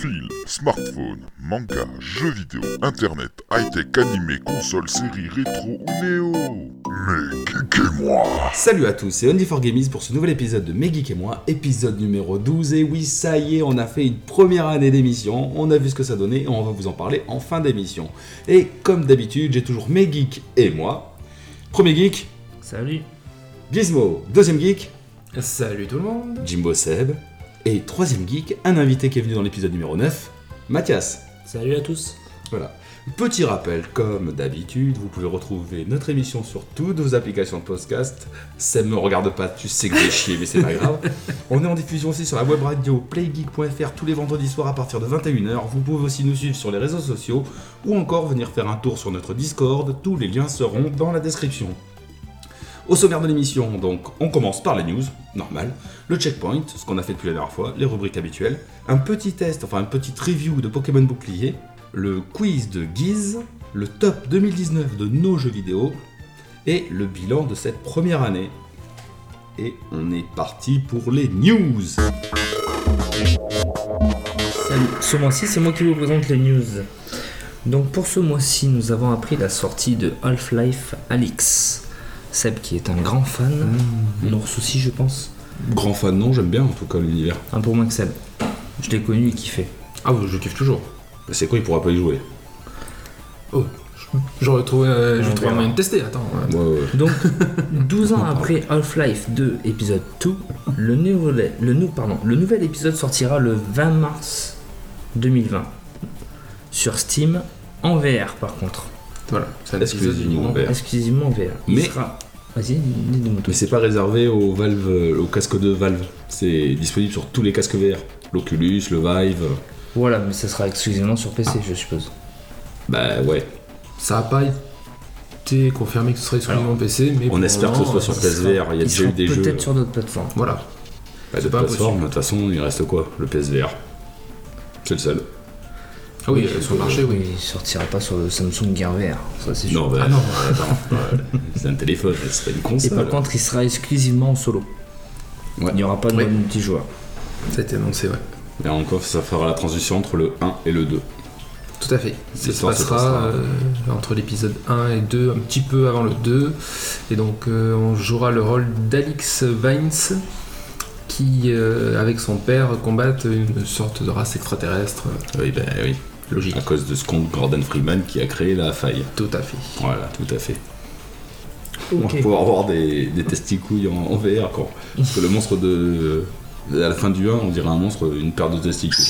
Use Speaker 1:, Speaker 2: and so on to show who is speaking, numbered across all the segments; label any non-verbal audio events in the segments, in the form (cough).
Speaker 1: fil, smartphone, manga, jeux vidéo, internet, high-tech, animé, console, série, rétro ou néo. Mais geekez-moi
Speaker 2: Salut à tous, c'est Only4Gamies pour ce nouvel épisode de Mes Geeks et moi, épisode numéro 12. Et oui, ça y est, on a fait une première année d'émission, on a vu ce que ça donnait et on va vous en parler en fin d'émission. Et comme d'habitude, j'ai toujours mes geeks et moi. Premier geek,
Speaker 3: Salut.
Speaker 2: Gizmo. Deuxième geek,
Speaker 3: Salut tout le monde.
Speaker 2: Jimbo Seb. Et troisième geek, un invité qui est venu dans l'épisode numéro 9, Mathias.
Speaker 3: Salut à tous.
Speaker 2: Voilà. Petit rappel, comme d'habitude, vous pouvez retrouver notre émission sur toutes vos applications de podcast. Ça me regarde pas, tu sais que j'ai chier, mais c'est pas grave. On est en diffusion aussi sur la web radio playgeek.fr tous les vendredis soirs à partir de 21h. Vous pouvez aussi nous suivre sur les réseaux sociaux ou encore venir faire un tour sur notre Discord. Tous les liens seront dans la description. Au sommaire de l'émission, donc, on commence par les news, normal, le checkpoint, ce qu'on a fait depuis la dernière fois, les rubriques habituelles, un petit test, enfin une petite review de Pokémon Bouclier, le quiz de Guise, le top 2019 de nos jeux vidéo et le bilan de cette première année. Et on est parti pour les news.
Speaker 3: Salut. Ce mois-ci, c'est moi qui vous présente les news. Donc pour ce mois-ci, nous avons appris la sortie de Half-Life Alix. Seb qui est un grand fan, Norse aussi je pense,
Speaker 2: Grand fan, non, j'aime bien en tout cas l'univers.
Speaker 3: un peu moins que Seb. Je l'ai connu et kiffé.
Speaker 4: Ah oui, je kiffe toujours.
Speaker 2: C'est quoi, il pourra pas y jouer
Speaker 4: Oh, je- j'aurais trouvé, euh, je
Speaker 3: On
Speaker 4: trouvé un
Speaker 3: verra.
Speaker 4: moyen de tester, attends. ouais.
Speaker 2: Ouais, ouais.
Speaker 3: (laughs) Donc 12 ans après Half-Life 2 épisode 2, le, nouvel- le, nou- pardon, le nouvel épisode sortira le 20 mars 2020 sur Steam en VR par contre.
Speaker 4: Voilà, c'est un
Speaker 2: Exclusivement
Speaker 4: épisode uniquement.
Speaker 2: vert.
Speaker 3: Exclusivement en VR. Il
Speaker 2: Mais-
Speaker 3: sera- Vas-y, dis-nous tout.
Speaker 2: Mais c'est pas réservé aux Valve, euh, aux casques de Valve. C'est disponible sur tous les casques VR. L'Oculus, le Vive. euh,
Speaker 3: Voilà, mais ça sera exclusivement sur PC, je suppose.
Speaker 2: Bah ouais.
Speaker 4: Ça a pas été confirmé que ce serait exclusivement PC, mais
Speaker 2: On
Speaker 4: pour
Speaker 2: espère
Speaker 4: le
Speaker 2: que ce
Speaker 4: moment,
Speaker 2: soit sur
Speaker 4: euh,
Speaker 2: PSVR. Il y a
Speaker 3: Il
Speaker 2: déjà
Speaker 3: sera
Speaker 2: eu des jeux.
Speaker 3: peut-être sur d'autres plateformes.
Speaker 4: Voilà.
Speaker 2: Bah, de
Speaker 4: c'est pas
Speaker 2: plateforme,
Speaker 4: impossible.
Speaker 2: de toute façon, il reste quoi Le PSVR. C'est le seul.
Speaker 4: Ah oui, euh, sur le marché, oui.
Speaker 3: Il sortira pas sur le Samsung Gear VR, ça c'est sûr.
Speaker 2: Non, bah,
Speaker 4: Ah non.
Speaker 2: attends, euh, c'est un téléphone, c'est pas une
Speaker 3: Et
Speaker 2: console.
Speaker 3: par contre, il sera exclusivement en solo.
Speaker 2: Ouais.
Speaker 3: Il n'y aura pas de
Speaker 4: Oui.
Speaker 3: mode multijoueur.
Speaker 4: Ça a été annoncé, ouais.
Speaker 2: Là encore, ça fera la transition entre le 1 et le 2.
Speaker 4: Tout à fait. Ça se
Speaker 2: L'histoire se passera.
Speaker 4: passera euh, entre l'épisode 1 et 2, un petit peu avant le 2. Et donc, euh, on jouera le rôle d'Alix Vines, qui, euh, avec son père, combattent une sorte de race extraterrestre. euh,
Speaker 2: Oui, bah oui.
Speaker 4: Logique.
Speaker 2: À cause de ce compte Gordon Freeman qui a créé la faille.
Speaker 4: Tout à fait.
Speaker 2: Voilà, tout à fait. On va
Speaker 3: Ok.
Speaker 2: pouvoir avoir des, des testicouilles en, en VR, quoi. Parce que le monstre de. euh, À la fin du 1, on dirait un monstre, une paire de testicules.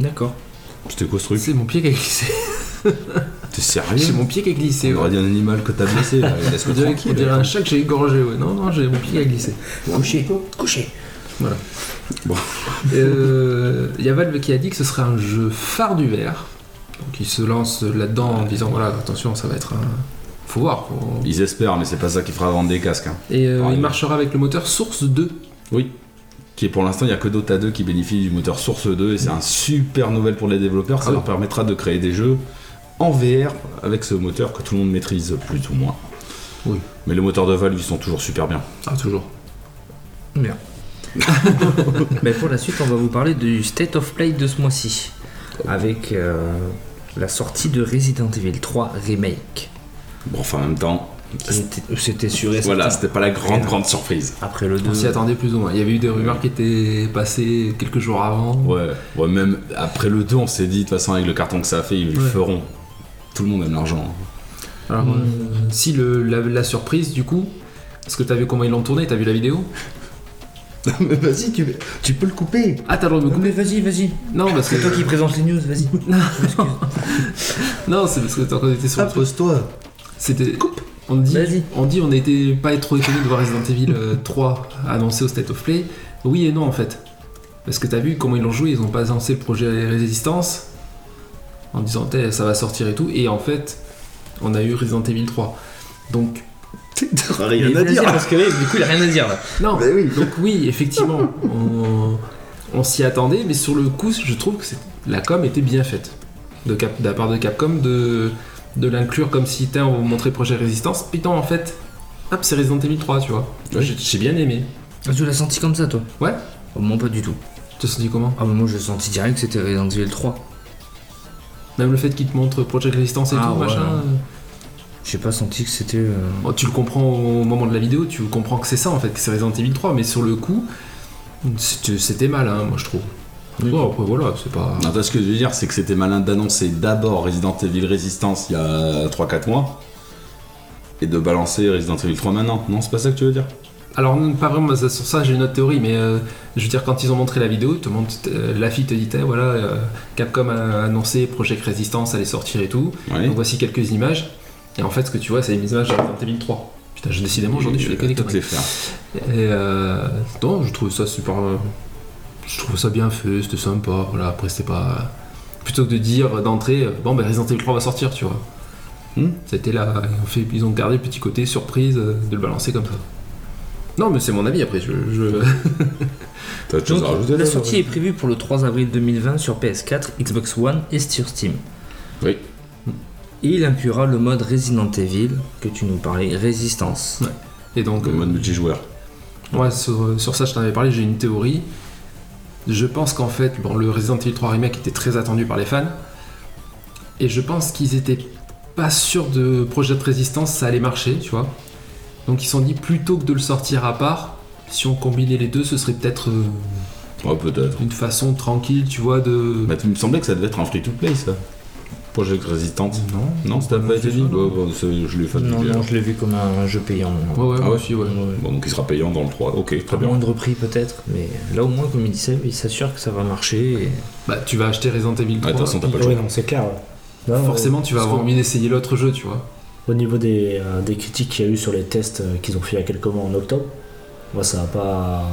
Speaker 3: D'accord.
Speaker 2: C'était quoi ce truc
Speaker 4: C'est mon pied qui a glissé.
Speaker 2: T'es
Speaker 4: C'est
Speaker 2: sérieux
Speaker 4: mon pied qui a glissé.
Speaker 2: On aurait dit un animal que t'as blessé,
Speaker 4: (laughs)
Speaker 2: là.
Speaker 4: On
Speaker 2: Laisse-le
Speaker 4: dirait, on dirait
Speaker 2: bah, tranquille.
Speaker 4: un chat que j'ai égorgé, ouais. Non, non, j'ai mon pied qui a glissé.
Speaker 3: Couché, couché.
Speaker 4: Voilà.
Speaker 2: Bon.
Speaker 4: Euh, Il y a Valve qui a dit que ce serait un jeu phare du verre. Donc il se lance là-dedans en disant voilà, attention, ça va être un. Faut voir. faut-
Speaker 2: Ils espèrent, mais c'est pas ça qui fera vendre des casques. hein.
Speaker 4: Et euh,
Speaker 2: Pareil.
Speaker 4: il marchera avec le moteur Source 2.
Speaker 2: Oui. Qui est pour l'instant, il n'y a que Dota 2 qui bénéficie du moteur Source 2 et c'est un super nouvelle pour les développeurs. Ça
Speaker 4: Ah oui.
Speaker 2: leur permettra de créer des jeux en VR avec ce moteur que tout le monde maîtrise plus ou moins.
Speaker 4: Oui.
Speaker 2: Mais les moteurs de Valve, ils sont toujours super bien.
Speaker 4: Ah, toujours.
Speaker 3: Merde. (laughs) Mais pour la suite, on va vous parler du State of Play de ce mois-ci. Avec euh, la sortie de Resident Evil 3 Remake.
Speaker 2: Bon, enfin, en même temps,
Speaker 3: C'était- C'était sûr et
Speaker 2: voilà,
Speaker 3: certain.
Speaker 2: c'était pas la grande,
Speaker 3: Rien.
Speaker 2: grande surprise.
Speaker 3: Après le 2.
Speaker 4: On s'y
Speaker 2: Euh.
Speaker 4: attendait plus ou moins. Il y avait eu des rumeurs qui étaient passées quelques jours avant.
Speaker 2: Ouais, ouais, même après le 2, on s'est dit, de toute façon, avec le carton que ça a fait, ils le
Speaker 4: Ouais.
Speaker 2: feront. Tout le monde aime l'argent. hein.
Speaker 4: Alors, euh, si le, la, la surprise, du coup, parce que t'as vu comment ils l'ont tourné, t'as vu
Speaker 2: (laughs)
Speaker 4: la vidéo
Speaker 2: Mais vas-y, tu, peux le couper.
Speaker 4: Ah, t'as le droit de me couper
Speaker 3: Mais vas-y, vas-y.
Speaker 4: Non, parce que.
Speaker 3: C'est toi qui présente les news, vas-y.
Speaker 4: Non, c'est parce que t'as était sur le truc.
Speaker 2: Pose-toi.
Speaker 4: C'était. On dit,
Speaker 3: Vas-y.
Speaker 4: on dit, on était pas trop étonné de voir Resident Evil euh, (laughs) 3 annoncé au State of Play. Oui et non en fait. Parce que t'as vu comment ils l'ont joué, ils ont pas annoncé le projet Résistance en disant Tel, ça va sortir et tout. Et en fait, on a eu Resident Evil 3. Donc,
Speaker 2: Rien
Speaker 3: Mais vas-y, Parce que oui, du coup, il a rien à dire là.
Speaker 4: non, donc oui, effectivement, on, on s'y attendait, mais sur le coup, je trouve que c'est- la com était bien faite de, Cap- de la part de Capcom de, de l'inclure comme si tiens, on vous montrait projet Résistance. Putain, en fait, hop, c'est Resident Evil 3, tu vois.
Speaker 2: Oui.
Speaker 4: J'ai j'ai bien aimé.
Speaker 3: Ah, Tu l'as senti comme ça, toi
Speaker 4: Ouais.
Speaker 3: Oh, Moi, pas du tout.
Speaker 4: Tu te senti comment
Speaker 3: Ah, bah, moi, je sentis direct que c'était Resident Evil 3.
Speaker 4: Même le fait qu'il te montre Project Resistance et
Speaker 3: Ah,
Speaker 4: tout,
Speaker 3: ouais,
Speaker 4: machin.
Speaker 3: non.
Speaker 4: euh,
Speaker 3: J'ai pas senti que c'était. euh,
Speaker 4: bon, tu le comprends au moment de la vidéo, tu comprends que c'est ça en fait, que c'est Resident Evil 3, mais sur le coup, c'était c'était mal, hein, moi je trouve. Bon, après voilà, c'est pas.
Speaker 2: Non, parce que je veux dire, c'est que c'était malin d'annoncer d'abord Resident Evil Resistance il y a 3-4 mois et de balancer Resident Evil 3 maintenant. Non, c'est pas ça que tu veux dire
Speaker 4: Alors, non, pas vraiment, ça- sur ça j'ai une autre théorie, mais euh, je veux dire, quand ils ont montré la vidéo, te montre, euh, la fille te dit, Eh, voilà, euh, Capcom a annoncé Project Resistance allait sortir et tout,
Speaker 2: Oui.
Speaker 4: donc voici quelques images, et en fait ce que tu vois, c'est les images de Resident Evil 3. Putain, je, décidément aujourd'hui je fais que des
Speaker 2: toutes
Speaker 4: conneries.
Speaker 2: les faire.
Speaker 4: Et euh, non, je trouve ça super. euh, Je trouve ça bien fait, c'était sympa. Voilà, après, c'était pas. Plutôt que de dire euh, d'entrée, euh, bon, ben Resident Evil 3 va sortir, tu vois.
Speaker 2: Hmm.
Speaker 4: C'était là, ils ont, fait- ils ont gardé le petit côté surprise euh, de le balancer comme ça. Non, mais c'est mon avis après, je. je- (laughs)
Speaker 2: T'as autre chose
Speaker 3: Donc,
Speaker 2: à rajouter
Speaker 3: la
Speaker 2: là,
Speaker 3: sortie
Speaker 2: Jean-Jacques
Speaker 3: est prévue pour le 3 avril 2020 sur PS4, Xbox One et sur Steam.
Speaker 2: Oui.
Speaker 3: Et il inclura le mode Resident Evil que tu nous parlais, Résistance.
Speaker 4: Et donc,
Speaker 2: Le
Speaker 4: euh,
Speaker 2: mode multijoueur.
Speaker 4: ouais, sur, euh, sur ça, je t'en avais parlé, j'ai une théorie. Je pense qu'en fait, bon, le Resident Evil 3 Remake était très attendu par les fans. Et je pense qu'ils étaient pas sûrs de projet de résistance, ça allait marcher, tu vois. Donc ils se sont dit plutôt que de le sortir à part, si on combinait les deux, ce serait peut-être euh,
Speaker 2: Ouais, peut-être.
Speaker 4: une façon tranquille, tu vois, de.
Speaker 2: Bah, tu me semblait que ça devait être un free-to-play, ça. Project Resistance.
Speaker 4: Non,
Speaker 2: Non, ça t'a pas été dit
Speaker 4: Non.
Speaker 2: Ouais, bon, c'est- Je l'ai fait.
Speaker 3: Non,
Speaker 2: déjà.
Speaker 3: non, je l'ai vu comme un jeu payant.
Speaker 4: Ouais, ouais,
Speaker 2: Ah
Speaker 4: moi
Speaker 2: ouais
Speaker 4: aussi, ouais.
Speaker 2: Bon, donc il sera payant dans le 3. Ok, très
Speaker 3: À
Speaker 2: bien.
Speaker 3: moindre prix peut-être, mais là au moins, comme il disait, il s'assure que ça va marcher. et-
Speaker 4: Bah, tu vas acheter Resident Evil 3.
Speaker 2: Ah, de toute façon, t'as
Speaker 5: Oui,
Speaker 2: pas le choix.
Speaker 5: ouais, non, c'est clair. ouais.
Speaker 3: Non,
Speaker 4: Forcément, tu vas
Speaker 5: Parce
Speaker 4: avoir
Speaker 5: que-
Speaker 4: envie d'essayer l'autre jeu, tu vois.
Speaker 5: Au niveau des, euh, des critiques qu'il y a eu sur les tests euh, qu'ils ont fait il y a quelques mois en octobre, moi ça a pas.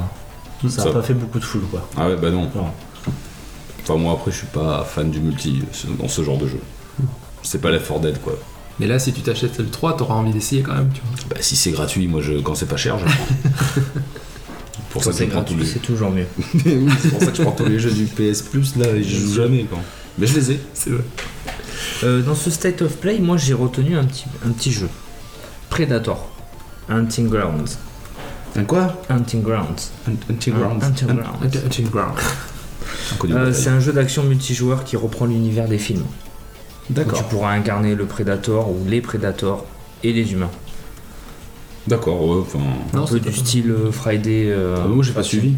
Speaker 5: Ça,
Speaker 2: Ça-
Speaker 5: a pas fait beaucoup de foule quoi.
Speaker 2: Ah ouais, bah non.
Speaker 5: Non.
Speaker 2: Enfin, moi après, je suis pas fan du multi dans ce genre de jeu. C'est pas la For Dead quoi.
Speaker 4: Mais là, si tu t'achètes le 3, t'auras envie d'essayer quand même, tu vois.
Speaker 2: Bah si c'est gratuit, moi je quand c'est pas cher, je prends. (laughs) pour
Speaker 3: quand
Speaker 2: ça que
Speaker 3: c'est
Speaker 2: je prends tous
Speaker 3: gratuit,
Speaker 2: les.
Speaker 3: c'est
Speaker 2: (laughs)
Speaker 3: toujours mieux.
Speaker 2: Oui, c'est pour ça que je prends tous les jeux du PS Plus là et je joue jamais quand. Mais je les ai.
Speaker 4: C'est vrai.
Speaker 3: Euh, dans ce state of play, moi j'ai retenu un petit, un petit jeu Predator, Hunting Grounds.
Speaker 2: Un quoi
Speaker 3: Hunting Grounds.
Speaker 2: Hunting
Speaker 3: Hunting
Speaker 2: Grounds.
Speaker 3: Grounds.
Speaker 2: Inconnu
Speaker 3: Euh,
Speaker 2: bataille.
Speaker 3: c'est un jeu d'action multijoueur qui reprend l'univers des films. Donc tu
Speaker 2: D'accord.
Speaker 3: pourras incarner le Predator ou les Predators et les humains.
Speaker 2: D'accord, ouais, enfin.
Speaker 4: Non,
Speaker 3: un peu
Speaker 4: c'est
Speaker 3: du
Speaker 4: pas-
Speaker 3: style euh, Friday. euh,
Speaker 2: Ah, moi j'ai pas suivi.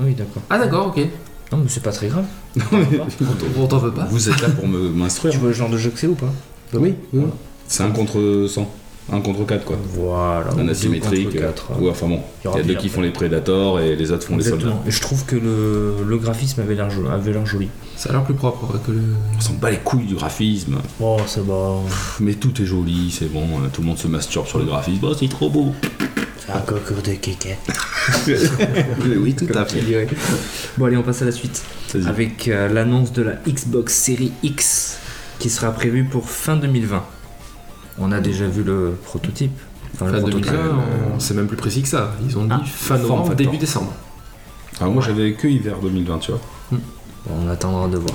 Speaker 3: Oui, d'accord.
Speaker 4: Ah, d'accord, ok.
Speaker 3: Non, mais c'est pas très grave.
Speaker 4: On t'en veut pas.
Speaker 2: (laughs) Vous êtes là pour me- m'instruire.
Speaker 3: Tu vois le genre de jeu que c'est ou pas
Speaker 2: Oui, oui. C'est un contre 100. Un contre 4 quoi.
Speaker 3: Voilà.
Speaker 2: Un asymétrique.
Speaker 3: Il
Speaker 2: euh, Ouais, enfin bon.
Speaker 3: y
Speaker 2: Il
Speaker 3: aura
Speaker 2: y a deux
Speaker 3: bien
Speaker 2: qui
Speaker 3: après.
Speaker 2: font les prédateurs et les autres font les soldats.
Speaker 3: Exactement. Et je trouve que le, le graphisme avait l'air jo- avait l'air joli.
Speaker 4: Ça a l'air plus propre que le.
Speaker 2: On s'en bat les couilles du graphisme.
Speaker 5: Oh ça va.
Speaker 2: Pff, Mais tout est joli, c'est bon. euh, Tout le monde se masturbe sur le graphisme. Oh, c'est trop beau.
Speaker 5: C'est un coco de kéké.
Speaker 2: (laughs) oui, tout à fait.
Speaker 3: Bon, allez, on passe à la suite.
Speaker 2: Vas-y.
Speaker 3: Avec euh, l'annonce de la Xbox Series X qui sera prévue pour fin 2020. On a déjà vu le prototype. Enfin, le
Speaker 4: Fin
Speaker 3: prototype.
Speaker 4: 2020, on- c'est même plus précis que ça. Ils ont dit
Speaker 3: Ah,
Speaker 4: fin
Speaker 2: forme
Speaker 4: novembre,
Speaker 2: factor.
Speaker 4: début décembre.
Speaker 2: Ah, moi, j'avais que hiver 2020, tu vois.
Speaker 3: Bon, on attendra de voir.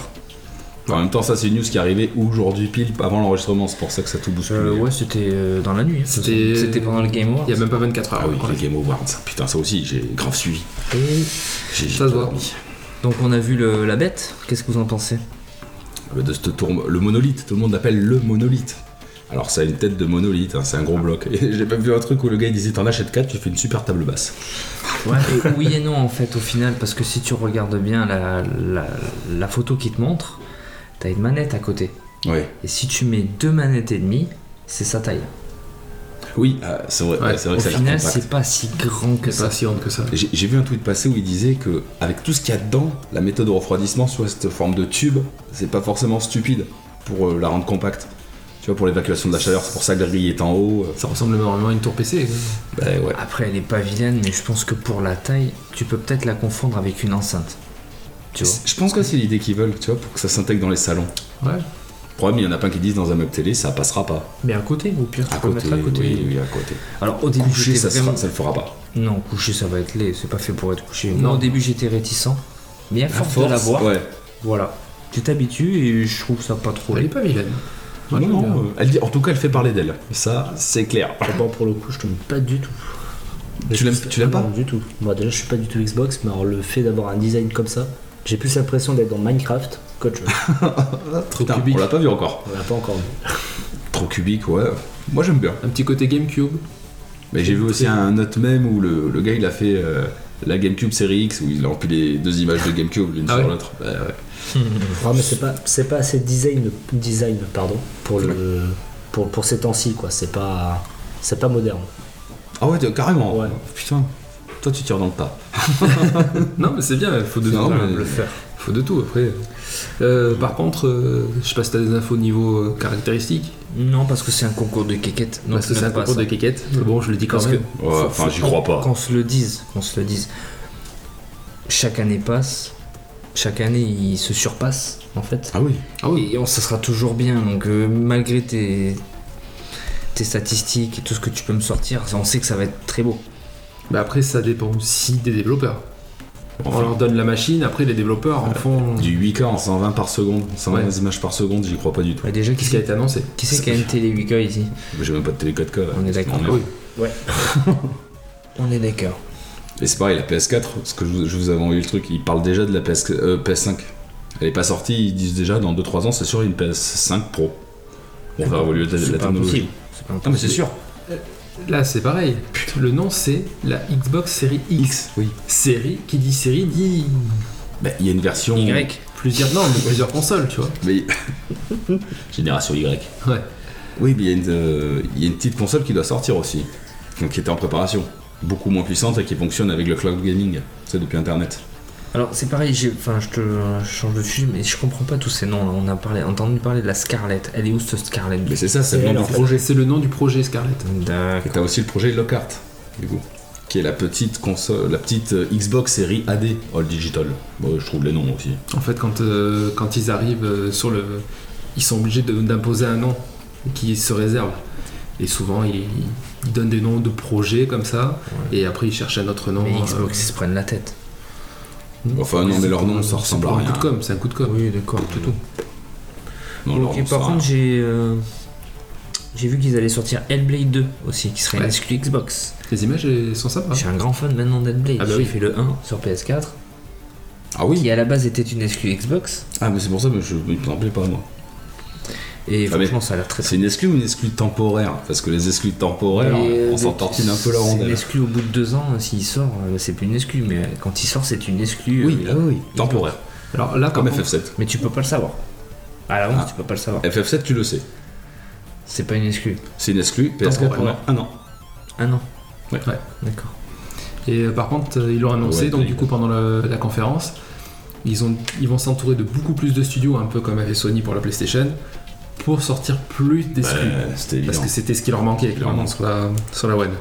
Speaker 3: Euh,
Speaker 2: En même temps, ça, c'est une news qui est arrivée aujourd'hui pile avant l'enregistrement. C'est pour ça que ça a tout bousculé.
Speaker 3: Euh, ouais, c'était euh, dans la nuit. hein, de toute façon.
Speaker 4: C'était-
Speaker 3: C'était pendant le Game Awards.
Speaker 4: Il n'y a même pas 24 heures.
Speaker 2: Ah oui,
Speaker 4: quand
Speaker 2: les
Speaker 4: même.
Speaker 2: Game Awards. Putain, ça aussi, j'ai grave suivi.
Speaker 3: Et
Speaker 2: J'ai j'ai
Speaker 4: Ça se
Speaker 2: pas
Speaker 4: voit.
Speaker 2: dormi.
Speaker 3: donc on a vu le- la bête. Qu'est-ce que vous en pensez
Speaker 2: Le, de cette tourbe- le monolithe, tout le monde l'appelle le monolithe. Alors, ça a une tête de monolithe, hein, c'est un gros bloc. (laughs) Et J'ai pas vu un truc où le gars il disait T'en achètes 4, tu fais une super table basse.
Speaker 3: Ouais, et oui et non en fait au final parce que si tu regardes bien la, la, la photo qui te montre, t'as une manette à côté.
Speaker 2: Ouais.
Speaker 3: Et si tu mets deux manettes et demie, c'est sa taille.
Speaker 2: Oui, ah, c'est vrai,
Speaker 4: Ouais,
Speaker 2: ouais, c'est vrai
Speaker 3: Au
Speaker 2: que ça a l'air
Speaker 3: final,
Speaker 2: compact.
Speaker 3: c'est pas si grand que
Speaker 4: C'est
Speaker 3: ça.
Speaker 4: pas si honte que ça.
Speaker 2: J'ai j'ai vu un tweet passer où il disait que avec tout ce qu'il y a dedans, la méthode de refroidissement sur cette forme de tube, c'est pas forcément stupide pour euh, la rendre compacte. Tu vois, pour l'évacuation de la chaleur, c'est pour ça que la grille est en haut.
Speaker 4: Ça ressemble énormément à une tour PC.
Speaker 2: euh, Bah ouais.
Speaker 3: Après, elle est pas vilaine, mais je pense que pour la taille, tu peux peut-être la confondre avec une enceinte. Tu vois
Speaker 2: Je pense que c'est l'idée qu'ils veulent, tu vois, pour que ça s'intègre dans les salons.
Speaker 4: Ouais.
Speaker 2: Le problème, il y en a plein qui disent dans un meuble télé, ça passera pas.
Speaker 3: Mais à côté, au pire, tu
Speaker 2: À
Speaker 3: peux le
Speaker 2: côté,
Speaker 3: mettre à côté.
Speaker 2: oui, oui, à côté.
Speaker 3: Alors au début,
Speaker 2: Couché,
Speaker 3: j'étais
Speaker 2: ça, se fera-
Speaker 3: vraiment...
Speaker 2: ça le fera pas.
Speaker 3: Non, couché, ça va être laid. C'est pas fait pour être couché.
Speaker 4: Non.
Speaker 3: Moi, au début, j'étais réticent. Mais à force, de la voir,
Speaker 2: Ouais.
Speaker 3: voilà. Tu t'habitues et je trouve ça pas trop
Speaker 4: Elle est
Speaker 3: laid.
Speaker 4: pas vilaine. Moi,
Speaker 2: non,
Speaker 4: j'aime bien.
Speaker 2: non, euh, elle dit, en tout cas, elle fait parler d'elle. Ça, c'est clair.
Speaker 5: Bon pour le coup je tombe pas du tout.
Speaker 2: Tu l'aimes- tu l'aimes pas
Speaker 5: Non, du tout. Moi, déjà, je suis pas du tout Xbox, mais alors le fait d'avoir un design comme ça, j'ai plus l'impression d'être dans Minecraft qu'autre chose.
Speaker 4: Trop
Speaker 2: Putain,
Speaker 4: cubique.
Speaker 2: on l'a pas vu encore.
Speaker 5: On l'a pas encore vu.
Speaker 2: Trop cubique, ouais. Moi j'aime bien.
Speaker 4: Un petit côté GameCube. (laughs)
Speaker 2: Mais j'ai vu aussi un autre même où le, le gars il a fait euh, la GameCube série X où il a empilé deux images de GameCube l'une
Speaker 4: Ah
Speaker 2: sur
Speaker 4: ouais
Speaker 2: l'autre. Bah, ouais.
Speaker 5: Ouais, Ah, mais c'est pas, c'est pas assez design, design pardon, pour, le, pour, pour ces temps-ci, quoi. C'est pas, c'est pas moderne.
Speaker 2: Ah ouais, t'es- carrément.
Speaker 5: Ouais.
Speaker 2: Putain, toi tu tires dans le tas.
Speaker 4: Non, mais c'est bien, il faut de
Speaker 2: Non,
Speaker 4: tout.
Speaker 2: mais-
Speaker 4: Il faut de tout après. Euh, par contre, euh, je sais pas si t'as des infos niveau euh, caractéristiques.
Speaker 3: Non, parce que c'est un concours de quéquettes. Non,
Speaker 4: parce que c'est un concours de quéquettes. Mais Bon, je le dis quand
Speaker 3: Parce
Speaker 4: même.
Speaker 2: Ouais, enfin j'y crois pas.
Speaker 3: Qu'on se le dise, qu'on se le dise. Chaque année passe, chaque année il se surpasse en fait.
Speaker 2: Ah oui.
Speaker 4: Ah oui.
Speaker 3: Et on, ça sera toujours bien. Donc euh, malgré tes, tes statistiques et tout ce que tu peux me sortir, ça, on sait que ça va être très beau.
Speaker 4: Mais bah, après, ça dépend aussi des développeurs. On leur donne la machine, après les développeurs en font
Speaker 2: Du 8K en 120 par seconde, 120
Speaker 4: Ouais.
Speaker 2: images par seconde, j'y crois pas du tout.
Speaker 3: Bah, déjà, qui
Speaker 4: ce qui a
Speaker 3: c'est
Speaker 4: été annoncé.
Speaker 3: qui, c'est qui a une télé 8K ici
Speaker 2: J'ai même pas de télécode hein. K.
Speaker 3: On est d'accord.
Speaker 2: merde.
Speaker 4: Oui. (laughs)
Speaker 3: On est d'accord.
Speaker 2: Et c'est pareil, la PS4, ce que je vous, je vous avais envoyé le truc, ils parlent déjà de la PS, euh, PS5. Elle est pas sortie, ils disent déjà dans 2-3 ans, c'est sûr, une PS5 Pro. On va évoluer la, la
Speaker 3: C'est pas
Speaker 2: technologie.
Speaker 3: impossible. C'est pas impossible.
Speaker 2: Non, mais c'est sûr.
Speaker 4: Là, c'est pareil. Le nom, c'est la Xbox Série X.
Speaker 2: Oui.
Speaker 4: Série, qui dit série, dit
Speaker 2: Bah, Il y a une version.
Speaker 3: Y.
Speaker 4: plusieurs, non, mais plusieurs consoles, tu vois.
Speaker 2: Mais... (laughs) Génération Y.
Speaker 4: Ouais.
Speaker 2: Oui, mais il y, a une, euh, il y a une petite console qui doit sortir aussi. Donc qui était en préparation. Beaucoup moins puissante et qui fonctionne avec le cloud gaming. C'est depuis internet.
Speaker 3: Alors c'est pareil, j'ai- enfin je te je change de sujet, mais je comprends pas tous ces noms. là. On a parlé, entendu parler de la Scarlett. Elle est où cette Scarlett
Speaker 2: Mais c'est ça, c'est
Speaker 5: Et
Speaker 2: le nom
Speaker 5: alors
Speaker 2: du projet.
Speaker 4: Projet, c'est le nom du projet Scarlett.
Speaker 2: Et
Speaker 3: D'accord.
Speaker 2: t'as aussi le projet Lockhart, du coup. Qui est la petite console, la petite euh, Xbox série AD, All Digital. Bon, je trouve les noms aussi.
Speaker 4: En fait, quand, euh, quand ils arrivent euh, sur le. Ils sont obligés de- d'imposer un nom qui se réserve. Et souvent, ils, ils donnent des noms de projets comme ça. Et après, ils cherchent un autre nom.
Speaker 3: Mais
Speaker 4: euh,
Speaker 3: Xbox, ils se prennent la tête.
Speaker 2: Enfin, non, mais leur nom, ça
Speaker 4: c'est
Speaker 2: ressemble
Speaker 4: pour
Speaker 2: à
Speaker 4: un
Speaker 2: rien.
Speaker 4: coup de com. C'est un coup de com.
Speaker 3: Oui, d'accord.
Speaker 4: Tout, tout.
Speaker 2: Ah, Non, leur
Speaker 3: Ok,
Speaker 2: nom, ça
Speaker 3: par
Speaker 2: ressemble à
Speaker 3: contre, j'ai euh, j'ai vu qu'ils allaient sortir Hellblade 2 aussi, qui serait une
Speaker 4: Ouais.
Speaker 3: exclu Xbox.
Speaker 4: Les images, elles sont sympas.
Speaker 3: Je suis un grand fan maintenant d'Hellblade.
Speaker 4: Ah bah
Speaker 3: J'ai
Speaker 4: oui.
Speaker 3: fait le 1 sur PS4,
Speaker 2: rien. Ah oui
Speaker 3: qui à la base était une exclu Xbox.
Speaker 2: Ah, mais c'est pour ça que je ne me rappelais pas, moi.
Speaker 3: Et
Speaker 2: Ah,
Speaker 3: franchement,
Speaker 2: mais
Speaker 3: ça a l'air très très
Speaker 2: C'est une exclue ou une exclue temporaire Parce que les exclus temporaires,
Speaker 3: Et,
Speaker 2: hein, on
Speaker 3: euh,
Speaker 2: s'en
Speaker 3: de-
Speaker 2: tartine un peu la
Speaker 3: C'est une
Speaker 2: rondelle.
Speaker 3: exclu au bout de deux ans, hein, s'il sort, euh, c'est plus une exclu, mais euh, quand il sort, c'est une exclu. euh,
Speaker 2: Oui,
Speaker 3: il-
Speaker 2: ah oui, temporaire.
Speaker 4: Alors là,
Speaker 2: Comme
Speaker 4: comme
Speaker 2: FF7.
Speaker 3: Mais tu peux pas le savoir. À l'avance,
Speaker 2: Ah.
Speaker 3: tu peux pas le savoir.
Speaker 2: FF7, tu le sais.
Speaker 3: C'est pas une exclu.
Speaker 2: C'est une exclue PS4 pendant
Speaker 3: Temporaire.
Speaker 2: un an.
Speaker 3: Ah non.
Speaker 2: Ouais.
Speaker 3: D'accord.
Speaker 4: Et euh, par contre, euh, ils l'ont annoncé,
Speaker 2: Ouais,
Speaker 4: donc
Speaker 2: oui.
Speaker 4: du coup, pendant le- la conférence, ils, ont, ils vont s'entourer de beaucoup plus de studios, un peu comme avait Sony pour la PlayStation, pour sortir plus d'exclus.
Speaker 2: Euh, C'était
Speaker 4: Parce
Speaker 2: évident.
Speaker 4: que c'était ce qui leur manquait, Bah, clairement,
Speaker 2: Clairement.
Speaker 4: sur la, sur la One.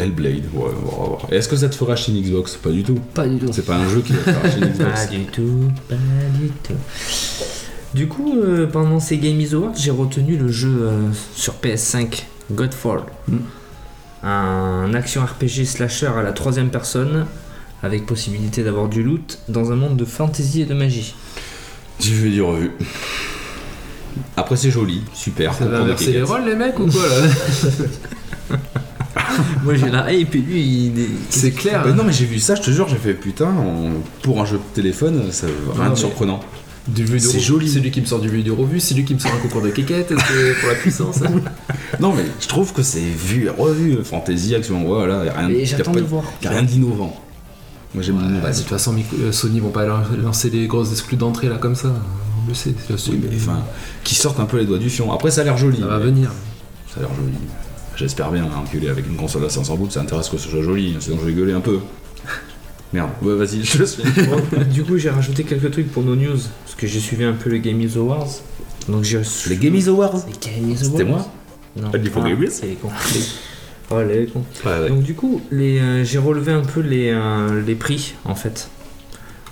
Speaker 2: Hellblade, ouais, on va voir. Et est-ce que ça te fera chez une Xbox Pas du tout.
Speaker 3: Pas du tout.
Speaker 2: C'est pas un jeu qui va te faire chez une
Speaker 3: Pas
Speaker 2: Xbox.
Speaker 3: du tout, pas du tout. Du coup, euh, pendant ces Game Is Awards, j'ai retenu le jeu euh, sur PS5, Godfall. Un action RPG slasher à la troisième personne, avec possibilité d'avoir du loot, dans un monde de fantasy et de magie.
Speaker 2: J'ai vu du revu. euh, Après, c'est joli, super.
Speaker 4: Ça
Speaker 2: on
Speaker 4: va
Speaker 2: prend des
Speaker 4: inverser les
Speaker 2: quéquettes.
Speaker 4: rôles, les mecs, ou quoi (laughs) là
Speaker 3: Moi j'ai la hype et lui il est...
Speaker 4: C'est clair.
Speaker 2: Mais
Speaker 4: hein.
Speaker 2: Bah non, mais j'ai vu ça, je te jure, j'ai fait putain, on- pour un jeu de téléphone, ça rien
Speaker 4: mais-
Speaker 2: de surprenant.
Speaker 4: Du vue de
Speaker 2: C'est
Speaker 4: re-
Speaker 2: joli.
Speaker 4: C'est lui qui me sort du vue de revue, c'est lui qui me sort un concours de kékette c'est pour la puissance. (laughs) hein.
Speaker 2: Non, mais je trouve que c'est vu et revu, fantasy, action, voilà, y a rien,
Speaker 3: Mais
Speaker 2: y a
Speaker 3: j'attends
Speaker 2: pas-
Speaker 3: de voir.
Speaker 2: y a rien d'innovant. Moi j'aime
Speaker 4: Ouais, de
Speaker 2: l'innovation.
Speaker 4: toute façon, Mico- euh, Sony vont pas lan- lancer des grosses exclus d'entrée là comme ça. On le sait. c'est-
Speaker 2: Oui, mais enfin, qui sortent un peu les doigts du fion. Après, ça a l'air joli.
Speaker 4: ça va venir.
Speaker 2: Ça a l'air joli. J'espère bien, hein, enculé, avec une console à 500 bouts, ça intéresse que ce soit joli, hein, sinon je vais gueuler un peu. Merde, ouais, vas-y, je le suis.
Speaker 3: du coup j'ai rajouté quelques trucs pour nos news, parce que j'ai suivi un peu les Game Is Awards. Donc j'ai
Speaker 2: Les Game Is Awards
Speaker 3: Les Game Is
Speaker 2: C'était
Speaker 3: Awards.
Speaker 2: moi
Speaker 3: Non.
Speaker 2: Ah, du coup, Game Is
Speaker 3: c'est les
Speaker 2: (laughs)
Speaker 3: cons. Oh, les cons.
Speaker 2: Ouais, ouais.
Speaker 3: Donc du coup, les, euh, j'ai relevé un peu les, euh, les prix en fait.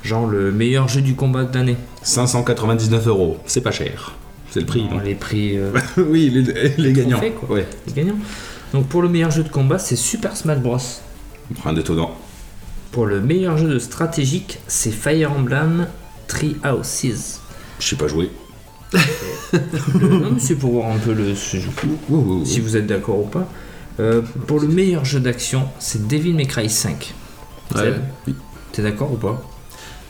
Speaker 3: Genre le meilleur jeu du combat de l'année.
Speaker 2: 599 euros, c'est pas cher. C'est le prix,
Speaker 3: Non,
Speaker 2: non
Speaker 3: les prix euh,
Speaker 2: (laughs) Oui, les, les gagnants.
Speaker 3: trophées, quoi.
Speaker 2: Ouais.
Speaker 3: des gagnants. Donc pour le meilleur jeu de combat, c'est Super Smash Bros.
Speaker 2: Rien d'étonnant.
Speaker 3: Pour le meilleur jeu de stratégique, c'est Fire Emblem Three Houses.
Speaker 2: Je sais pas jouer.
Speaker 3: Le- non, mais c'est pour voir un peu le ce jeu.
Speaker 2: Ouh, ouh, ouh.
Speaker 3: Si vous êtes d'accord ou pas. Euh, pour le meilleur jeu d'action, c'est Devil May Cry 5.
Speaker 4: Ouais.
Speaker 3: Seb, T'es d'accord ou pas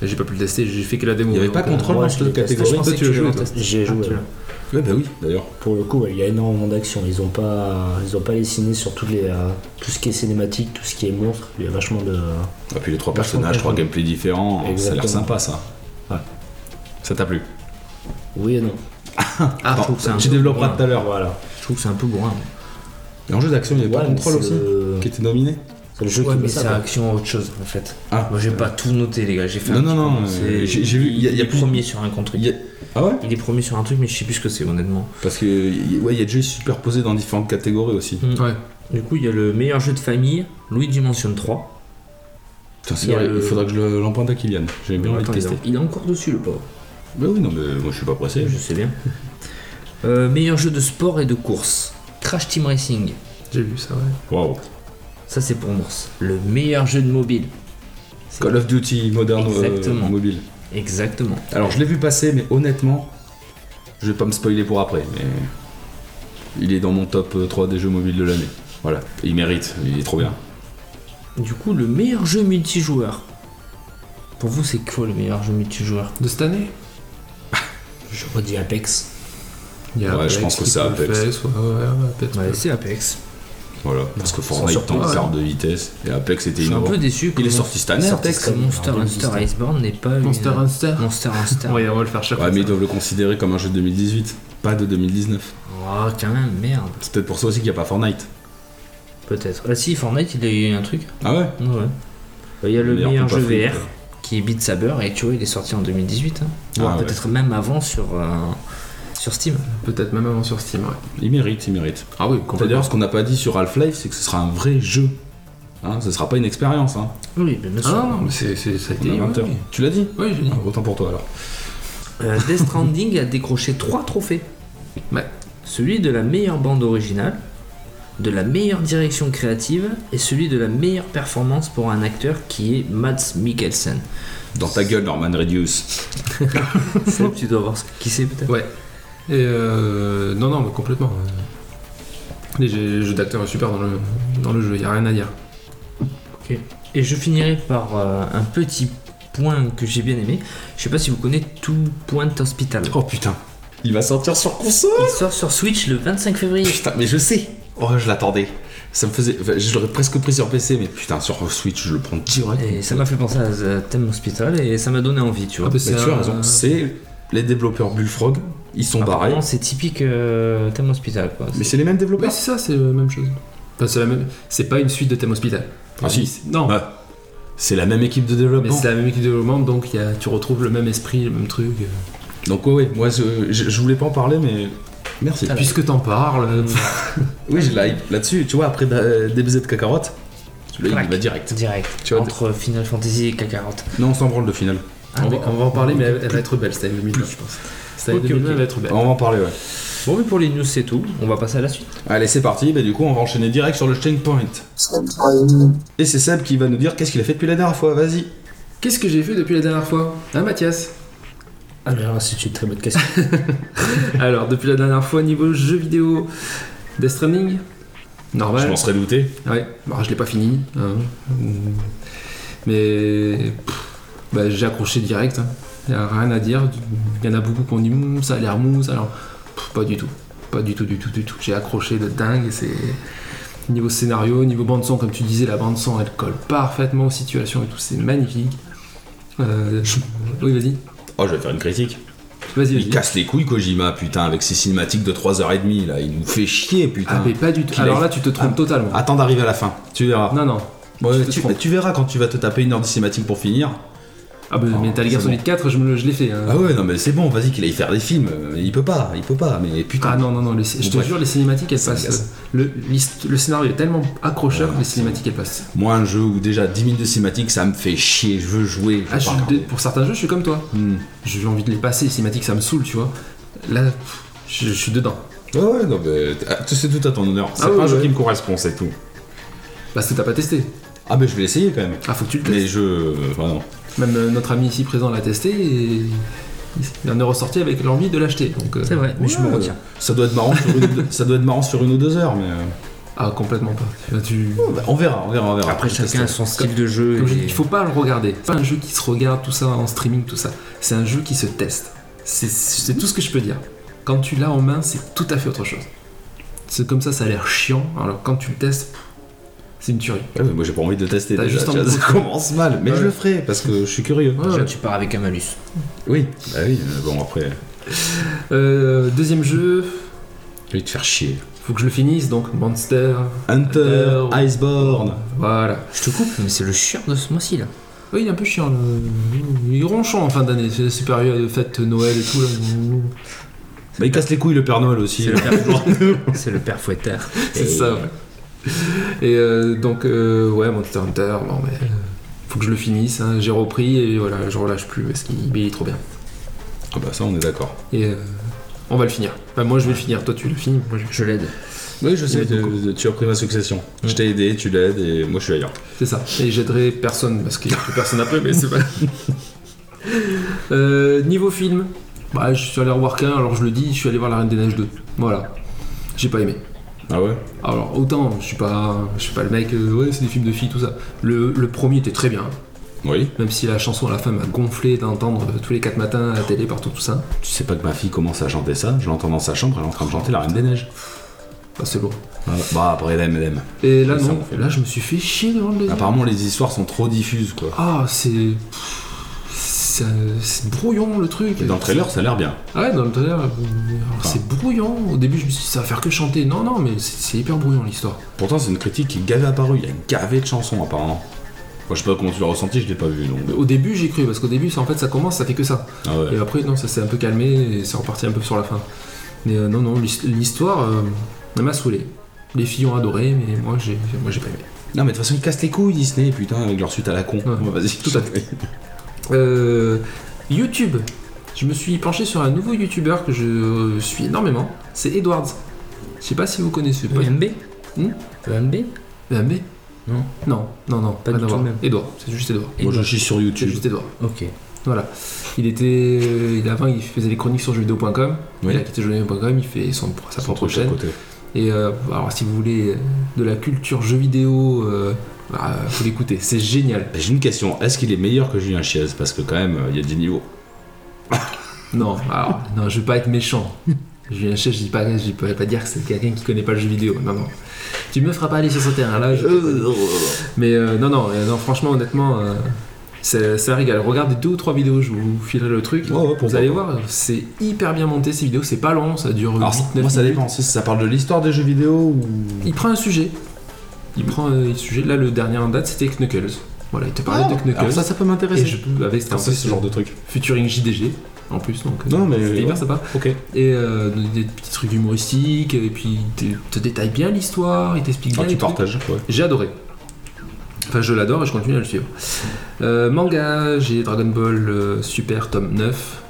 Speaker 4: J'ai pas pu le tester, j'ai fait que la démo.
Speaker 2: Il n'y avait
Speaker 4: donc,
Speaker 2: pas
Speaker 4: euh,
Speaker 2: contrôle
Speaker 5: moi,
Speaker 2: dans
Speaker 5: je
Speaker 2: cette
Speaker 5: l'ai testé.
Speaker 2: catégorie.
Speaker 5: Je
Speaker 2: Toi,
Speaker 3: pensais
Speaker 2: tu
Speaker 3: que
Speaker 2: l'as
Speaker 3: tu
Speaker 2: joué,
Speaker 3: l'avais
Speaker 2: toi.
Speaker 5: J'ai joué. ouais.
Speaker 2: Ouais, bah oui, d'ailleurs.
Speaker 5: Pour le coup, ouais, il y a énormément d'actions. Ils ont pas, ils ont pas dessiné sur toutes les, euh, tout ce qui est cinématique, tout ce qui est monstre. Il y a vachement de.
Speaker 2: Et Ah, puis les trois
Speaker 5: Vachement
Speaker 2: personnages, trois
Speaker 5: complet.
Speaker 2: gameplays différents, ça a
Speaker 5: Exactement.
Speaker 2: l'air sympa ça.
Speaker 5: Ouais.
Speaker 2: Ça t'a plu
Speaker 5: Oui et non.
Speaker 3: Ah, je trouve que c'est un
Speaker 2: Tu
Speaker 3: peu
Speaker 2: développeras tout
Speaker 3: bourrin.
Speaker 2: à l'heure.
Speaker 5: Voilà.
Speaker 3: Je trouve que c'est un peu bourrin.
Speaker 2: Et en jeu d'action, il y avait pas
Speaker 5: Ouais, mais
Speaker 2: Control
Speaker 5: c'est
Speaker 2: aussi
Speaker 5: le-
Speaker 2: Qui était nominé
Speaker 5: C'est le jeu
Speaker 3: Ouais,
Speaker 5: qui
Speaker 3: mais
Speaker 5: met
Speaker 3: c'est
Speaker 5: ça. quoi.
Speaker 3: action à autre chose en fait.
Speaker 2: Ah.
Speaker 3: Moi j'ai pas tout noté les gars, j'ai fait
Speaker 2: Non,
Speaker 3: un
Speaker 2: non,
Speaker 3: petit
Speaker 2: non,
Speaker 3: peu.
Speaker 2: euh,
Speaker 3: C'est-
Speaker 2: j'ai- j'ai vu- il y a- il y a
Speaker 3: il est
Speaker 2: plus-
Speaker 3: premier sur un contre.
Speaker 2: Il y a- Ah ouais
Speaker 3: Il est premier sur un truc, mais je sais plus ce que c'est honnêtement.
Speaker 2: Parce que y- ouais, il y a des jeux superposés dans différentes catégories aussi.
Speaker 3: Mmh.
Speaker 4: Ouais.
Speaker 3: Du coup, il y a le meilleur jeu de famille, Louis Dimension 3.
Speaker 2: Putain, c'est
Speaker 3: Il y a
Speaker 2: vrai,
Speaker 3: le-
Speaker 2: il faudra que je le- l'emprunte à Kylian. J'ai bien envie de
Speaker 3: Attends, il, est,
Speaker 2: tester.
Speaker 3: il est encore dessus le pauvre.
Speaker 2: Bah oui, non, mais moi je suis pas pressé.
Speaker 3: Je sais bien. Euh, meilleur jeu de sport et de course, Crash Team Racing.
Speaker 4: J'ai vu ça, ouais.
Speaker 2: Waouh.
Speaker 3: Ça c'est pour Morse. Le meilleur jeu de mobile. C'est-
Speaker 2: Call of Duty Modern euh,
Speaker 3: Exactement.
Speaker 2: Mobile.
Speaker 3: Exactement.
Speaker 2: Alors je l'ai vu passer, mais honnêtement, je vais pas me spoiler pour après, mais il est dans mon top euh, 3 des jeux mobiles de l'année. Voilà, il mérite, il est trop bien.
Speaker 3: Du coup, le meilleur jeu multijoueur. Pour vous, c'est quoi le meilleur jeu multijoueur
Speaker 4: De cette année
Speaker 5: Je redis Apex.
Speaker 4: Il y a
Speaker 2: Ouais, je pense que c'est
Speaker 4: Triple
Speaker 2: Apex.
Speaker 4: Flex, Ouais, ouais, ouais, Apex.
Speaker 3: Ouais, c'est Apex.
Speaker 2: Voilà,
Speaker 3: Bah,
Speaker 2: parce que
Speaker 5: Sans
Speaker 2: Fortnite
Speaker 5: surprise,
Speaker 2: tend le
Speaker 4: ouais.
Speaker 2: quart de vitesse et Apex était
Speaker 3: Je suis un peu
Speaker 2: innovant.
Speaker 3: déçu que
Speaker 2: Il est
Speaker 3: Mon-
Speaker 2: sorti cette année,
Speaker 5: Sorti
Speaker 2: Apex.
Speaker 5: cette année.
Speaker 3: Monster
Speaker 5: Alors,
Speaker 3: Hunter
Speaker 5: Monster.
Speaker 3: Iceborne n'est pas
Speaker 4: Monster
Speaker 3: une-
Speaker 4: Hunter
Speaker 3: Monster Hunter.
Speaker 4: (laughs) Ouais, on va le faire chaque
Speaker 2: Ouais,
Speaker 4: fois.
Speaker 2: mais ils doivent le considérer comme un jeu de 2018, pas de 2019.
Speaker 3: Oh, quand même, merde.
Speaker 2: C'est peut-être pour ça aussi qu'il n'y a pas Fortnite.
Speaker 3: Peut-être. Ah si, Fortnite, il a eu un truc.
Speaker 2: Ah ouais
Speaker 3: Ouais. Euh, Il y a le
Speaker 2: Meilleur
Speaker 3: meilleur
Speaker 2: compas
Speaker 3: jeu
Speaker 2: free,
Speaker 3: VR
Speaker 2: quoi.
Speaker 3: qui est Beat Saber et tu vois, il est sorti en 2018. hein.
Speaker 2: Ah
Speaker 3: Voire
Speaker 2: ouais.
Speaker 3: peut-être même avant sur, euh, sur Steam.
Speaker 4: Peut-être même avant sur Steam, ouais.
Speaker 2: Il mérite, il mérite.
Speaker 4: Ah oui,
Speaker 2: D'ailleurs, ce qu'on n'a pas dit sur Half-Life, c'est que ce sera un vrai jeu. Hein, ce sera pas une expérience. Hein.
Speaker 3: Oui, bien
Speaker 4: Ah
Speaker 3: sûr.
Speaker 4: non, non, mais c'est, c'est, ça a
Speaker 2: On
Speaker 4: été.
Speaker 2: a 20 heures.
Speaker 4: ouais.
Speaker 2: Tu l'as dit
Speaker 4: Oui, j'ai dit.
Speaker 2: Ah, Autant pour toi alors.
Speaker 3: Euh, Death Stranding a décroché 3 trophées.
Speaker 2: Oh.
Speaker 4: Ouais.
Speaker 3: Celui de la meilleure bande originale, de la meilleure direction créative et celui de la meilleure performance pour un acteur qui est Mads
Speaker 2: (laughs)
Speaker 3: Mikkelsen.
Speaker 2: Dans ta gueule, Norman Reedus.
Speaker 3: Seb, tu dois voir ce- qui c'est peut-être.
Speaker 4: Ouais. Et euh, non, non, mais complètement. Les jeux, les jeux d'acteurs sont super dans le, dans le jeu, y a rien à dire.
Speaker 3: Et je finirai par euh, un petit point que j'ai bien aimé. Je sais pas si vous connaissez Two Point Hospital.
Speaker 2: Oh putain. Il va sortir sur console
Speaker 3: Il sort sur Switch le 25 février.
Speaker 2: Putain, mais je sais. Oh, je l'attendais. Ça me faisait. enfin, je l'aurais presque pris sur PC, mais putain, sur Switch, je le prends direct.
Speaker 4: Eh,
Speaker 3: Et ça m'a fait penser à The Theme Hospital et ça m'a donné envie, tu vois.
Speaker 4: Ah, bah,
Speaker 2: Mais
Speaker 4: c'est
Speaker 2: tu as
Speaker 4: un-
Speaker 2: raison. C'est les développeurs Bullfrog. Ils sont barrés.
Speaker 3: Apparemment, c'est typique euh, Theme Hospital quoi.
Speaker 2: Mais c'est les mêmes
Speaker 4: Ouais,
Speaker 2: développeurs.
Speaker 4: c'est ça, c'est la même chose. Enfin, c'est la même. C'est pas une suite de Thème Hospital.
Speaker 2: Ah, si.
Speaker 4: C'est- Non.
Speaker 2: Bah, c'est la même équipe de
Speaker 4: mais
Speaker 2: développement.
Speaker 4: c'est la même équipe de développement, donc y a, tu retrouves le même esprit, le même truc.
Speaker 2: Donc ouais, ouais, moi je, je- je voulais pas en parler, mais merci. Puis-
Speaker 4: Puisque t'en parles,
Speaker 2: Mm.
Speaker 4: pff,
Speaker 2: oui, j'ai la hype là-dessus, tu vois, après euh, DBZ de Kakarot, celui-là il
Speaker 3: Crac.
Speaker 2: va direct.
Speaker 3: Direct.
Speaker 2: Tu vois,
Speaker 3: Entre Final Fantasy et K40.
Speaker 2: Non, on s'en branle de final.
Speaker 3: Ah,
Speaker 4: on, va,
Speaker 3: d'accord.
Speaker 4: on va en parler, mais elle, elle va être belle cette année 2009, je pense. Cette année
Speaker 3: Ok,
Speaker 4: 2009,
Speaker 3: ok.
Speaker 4: elle va être belle.
Speaker 2: Bah, On va en parler, ouais.
Speaker 3: Bon, mais pour les news, c'est tout. On va passer à la suite.
Speaker 2: Allez, c'est parti, bah du coup on va enchaîner direct sur le checkpoint. Et c'est Seb qui va nous dire qu'est-ce qu'il a fait depuis la dernière fois, vas-y.
Speaker 4: Qu'est-ce que j'ai fait depuis la dernière fois Hein, Mathias
Speaker 5: Ah, Alors, c'est une très bonne question.
Speaker 4: Alors, depuis la dernière fois, niveau jeux vidéo, Death Stranding Normal.
Speaker 2: Je m'en serais douté.
Speaker 4: Ouais, bah, je l'ai pas fini. hein. Mais pff, bah, j'ai accroché direct. Il a rien à dire. Il y en a beaucoup qui ont dit Hum, ça a l'air mou, ça a l'air. Pff, Pas du tout. Pas du tout, du tout, du tout. J'ai accroché de dingue. C'est niveau scénario, niveau bande son, comme tu disais, la bande son, elle colle parfaitement aux situations et tout. C'est magnifique. Euh, Oui, vas-y.
Speaker 2: Oh, je vais faire une critique.
Speaker 4: Vas-y,
Speaker 2: Il
Speaker 4: vas-y.
Speaker 2: casse les couilles Kojima, putain, avec ses cinématiques de 3h30 là, il nous fait chier,
Speaker 4: Ah,
Speaker 2: putain.
Speaker 4: mais pas du tout.
Speaker 2: Qu'il
Speaker 4: Alors
Speaker 2: aille-
Speaker 4: là, tu te trompes
Speaker 2: Ah,
Speaker 4: totalement.
Speaker 2: Attends d'arriver à la fin, tu verras.
Speaker 4: Non, non.
Speaker 2: Ouais,
Speaker 4: tu te
Speaker 2: tu,
Speaker 4: trompes.
Speaker 2: tu verras quand tu vas te taper une heure de cinématique pour finir.
Speaker 4: Ah, bah, Metal Gear
Speaker 2: c'est bon.
Speaker 4: Solid 4, je, me le- je l'ai fait. hein.
Speaker 2: Ah ouais, non mais c'est bon, vas-y qu'il aille faire des films. Euh, Il peut pas, il peut pas, mais putain.
Speaker 4: Ah non, non, non, les- je te
Speaker 2: Bref.
Speaker 4: jure, les cinématiques elles
Speaker 2: Ça
Speaker 4: passent.
Speaker 2: m'agace.
Speaker 4: euh, Le, l'hist- le scénario est tellement accrocheur
Speaker 2: Ouais,
Speaker 4: que les cinématiques elles passent.
Speaker 2: Moi, un jeu où déjà 10 minutes de cinématique, ça me fait chier, je veux jouer. Je veux
Speaker 4: Ah, je
Speaker 2: pas
Speaker 4: suis
Speaker 2: regarder.
Speaker 4: dé- pour certains jeux, je suis comme toi.
Speaker 2: Hmm.
Speaker 4: J'ai envie de les passer, les cinématiques ça me saoule, tu vois. Là, pff, je, je suis dedans.
Speaker 2: Ah ouais, non, mais t- ah, c'est tout à ton honneur. C'est
Speaker 4: Ah
Speaker 2: pas
Speaker 4: ouais,
Speaker 2: un jeu
Speaker 4: ouais.
Speaker 2: qui me correspond, c'est tout.
Speaker 4: Parce que t'as pas testé.
Speaker 2: Ah, mais je vais l'essayer quand même.
Speaker 4: Ah, faut que tu le
Speaker 2: Mais
Speaker 4: testes.
Speaker 2: je. euh, ah non.
Speaker 4: Même euh, notre ami ici présent l'a testé et il en est ressorti avec l'envie de l'acheter. Donc, euh,
Speaker 3: C'est vrai, mais je me
Speaker 2: Ouais,
Speaker 3: retiens.
Speaker 2: Ça doit, être marrant sur une, ou deux- ça doit être marrant sur une ou deux heures, mais. euh,
Speaker 4: Ah, complètement pas. Tu vois, tu-
Speaker 2: Bah, on verra, on verra, on verra.
Speaker 3: Après,
Speaker 2: On
Speaker 3: chacun a
Speaker 2: testera.
Speaker 3: son style de jeu.
Speaker 4: Comme je dis,
Speaker 3: et-
Speaker 4: il faut pas le regarder. C'est pas un jeu qui se regarde, tout ça en streaming, tout ça. C'est un jeu qui se teste. C'est- C'est tout ce que je peux dire. Quand tu l'as en main, c'est tout à fait autre chose. C'est comme ça, ça a l'air chiant. Alors quand tu le testes, pff, c'est une tuerie.
Speaker 2: Ouais, mais moi j'ai pas envie de tester
Speaker 4: T'as
Speaker 2: déjà.
Speaker 4: juste
Speaker 2: tu
Speaker 4: envie
Speaker 2: vois,
Speaker 4: de-
Speaker 2: ça commence mal, mais je le ferai parce que je suis curieux.
Speaker 3: Déjà, tu pars avec un malus.
Speaker 2: Oui, bah oui, mais bon après,
Speaker 4: Euh, deuxième jeu,
Speaker 2: je vais te faire chier.
Speaker 4: faut que je le finisse donc Monster.
Speaker 2: Hunter,
Speaker 4: Hunter.
Speaker 2: Iceborne.
Speaker 4: Voilà.
Speaker 3: Je te coupe, mais c'est le chiant de ce (laughs) mois-ci là.
Speaker 4: Oui, il est un peu chiant. Le... Il est ronchon en fin d'année. C'est la super fête Noël et tout. Là.
Speaker 2: Bah il casse les couilles le Père Noël aussi.
Speaker 3: C'est le père, c'est le père fouettard.
Speaker 4: C'est ça, ouais. Et euh, donc, euh, ouais, Monster Hunter, bon, mais euh, faut que je le finisse. hein. J'ai repris et voilà, je relâche plus parce qu'il il est trop bien.
Speaker 2: (laughs) Ah bah ça on est d'accord.
Speaker 4: Et euh, on va le finir. Enfin, moi, je vais le finir. Toi, tu le finis. Moi, je-
Speaker 3: Je l'aide.
Speaker 2: Oui je sais,
Speaker 4: Il est
Speaker 2: tu, tu as pris ma succession. Je t'ai aidé, tu l'aides et moi je suis ailleurs.
Speaker 4: C'est ça. Et j'aiderai personne parce qu'il n'y a plus personne après, mais (laughs) c'est pas. Euh, niveau film, bah, je suis allé revoir qu'un, alors je le dis, je suis allé voir La Reine des Neiges 2. Voilà. J'ai pas aimé.
Speaker 2: Ah ouais
Speaker 4: Alors autant, je suis pas, je suis pas le mec, euh, ouais c'est des films de filles tout ça. Le, le premier était très bien,
Speaker 2: Oui.
Speaker 4: même si la chanson à la fin m'a gonflé d'entendre euh, tous les quatre matins à la télé partout tout ça.
Speaker 2: Tu sais pas que ma fille commence à chanter ça, je l'entends dans sa chambre, elle est en train de chanter la Reine des Neiges.
Speaker 4: Bah, c'est lourd.
Speaker 2: Ah, bah après elle aime, elle aime.
Speaker 4: Et là
Speaker 2: Oui, ça
Speaker 4: non,
Speaker 2: m'en fait Ah,
Speaker 4: là je me suis fait chier devant le.
Speaker 2: Apparemment les histoires sont trop diffuses quoi.
Speaker 4: Ah c'est, c'est c'est brouillon le truc.
Speaker 2: Et dans le trailer Ah. ça a l'air bien.
Speaker 4: Ah ouais dans le trailer. euh, alors, C'est brouillon. Au début je me suis dit ça va faire que chanter. Non non mais c'est, c'est hyper brouillon l'histoire.
Speaker 2: Pourtant c'est une critique qui est gavée apparue, il y a gavé de chansons apparemment. Moi je sais pas comment tu l'as ressenti, je l'ai pas vu donc.
Speaker 4: Au début j'ai cru parce qu'au début ça en fait ça commence ça fait que ça.
Speaker 2: Ah ouais.
Speaker 4: Et après, non, ça s'est un peu calmé et c'est reparti un peu sur la fin. Mais euh, non, non, l'his- l'histoire euh, elle m'a saoulé. Les filles ont adoré, mais moi j'ai moi j'ai pas aimé.
Speaker 2: Non mais de toute façon ils cassent les couilles Disney putain avec leur suite à la con.
Speaker 4: Ouais.
Speaker 2: Vas-y,
Speaker 4: Tout à fait. Euh, YouTube. Je me suis penché sur un nouveau YouTuber que je euh, suis énormément. C'est Edwards. Je sais pas si vous connaissez. Pas...
Speaker 3: EMB
Speaker 4: Hmm
Speaker 3: EMB
Speaker 4: BMB
Speaker 3: Non.
Speaker 4: Non, non, non.
Speaker 3: Pas
Speaker 4: rien
Speaker 3: du
Speaker 4: à
Speaker 3: tout
Speaker 4: voir.
Speaker 3: même.
Speaker 4: Edward, c'est juste Edward.
Speaker 2: Moi je suis sur
Speaker 4: C'est
Speaker 2: YouTube.
Speaker 4: juste Edward.
Speaker 3: Ok.
Speaker 4: Voilà. Il était. Il, avant, il faisait les chroniques sur jeuxvideo.com.
Speaker 2: Oui.
Speaker 4: Il a quitté jeuxvideo.com, il fait son, sa propre
Speaker 2: Sur
Speaker 4: chaîne.
Speaker 2: le côté.
Speaker 4: Et euh, alors, si vous voulez euh, de la culture jeux vidéo, euh, bah, faut l'écouter, c'est génial.
Speaker 2: J'ai une question, est-ce qu'il est meilleur que Julien Chiez Parce que quand même, euh, il y a des niveaux.
Speaker 4: Non, alors, non, je veux pas être méchant. Julien Chef, je dis pas, je pourrais pas dire que c'est quelqu'un qui connaît pas le jeu vidéo. Non, non. Tu me feras pas aller sur ce terrain-là. je te
Speaker 2: Euh.
Speaker 4: connais. Mais euh, non, non, euh, non, franchement, honnêtement, euh, c'est c'est un régal. Regardez deux ou trois vidéos, je vous filerai le truc.
Speaker 2: Ouais, ouais, pourquoi
Speaker 4: vous allez
Speaker 2: pas.
Speaker 4: voir, c'est hyper bien monté ces vidéos. C'est pas long, ça dure
Speaker 2: Alors,
Speaker 4: 8,
Speaker 2: ça-
Speaker 4: 9
Speaker 2: moi ça
Speaker 4: minutes.
Speaker 2: dépend, si ça parle de l'histoire des jeux vidéo ou.
Speaker 4: Il prend un sujet. Il prend euh, un sujet. Là, le dernier en date, c'était Knuckles. Voilà, il te parlait de Knuckles.
Speaker 2: Ah, Alors ça, ça peut m'intéresser.
Speaker 4: Et je peux, avec c'était en
Speaker 2: C'est
Speaker 4: plus,
Speaker 2: ce genre de truc.
Speaker 4: Featuring JDG en plus, donc euh,
Speaker 2: Non, mais-
Speaker 4: c'était hyper sympa.
Speaker 2: Ok.
Speaker 4: Et euh, des petits trucs humoristiques, et puis il te- te détaille bien l'histoire, il t'explique bien.
Speaker 2: Quand Ah, tu
Speaker 4: les trucs.
Speaker 2: partages, ouais.
Speaker 4: J'ai adoré. Enfin, je l'adore et je continue à le suivre. Euh, manga, j'ai Dragon Ball euh, Super tome 9.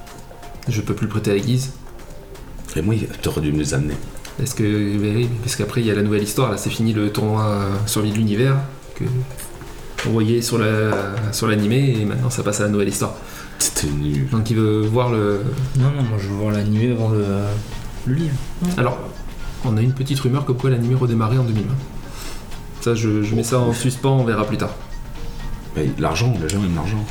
Speaker 4: Je peux plus le prêter à Guise.
Speaker 2: Et moi, il- t'aurais dû me les amener.
Speaker 4: Parce que mais oui, parce qu'après il y a la nouvelle histoire, là c'est fini le tournoi euh, survie de l'univers que on voyait sur la sur l'animé et maintenant ça passe à la nouvelle histoire.
Speaker 2: C'était nul.
Speaker 4: Donc il veut voir le.
Speaker 3: Non, non, moi je veux voir l'animé avant le, euh, le livre.
Speaker 4: Alors, on a une petite rumeur comme quoi l'animé redémarrait en 2020. Ça je, je mets ça en suspens, on verra plus tard.
Speaker 2: Mais L'argent, on a jamais de l'argent.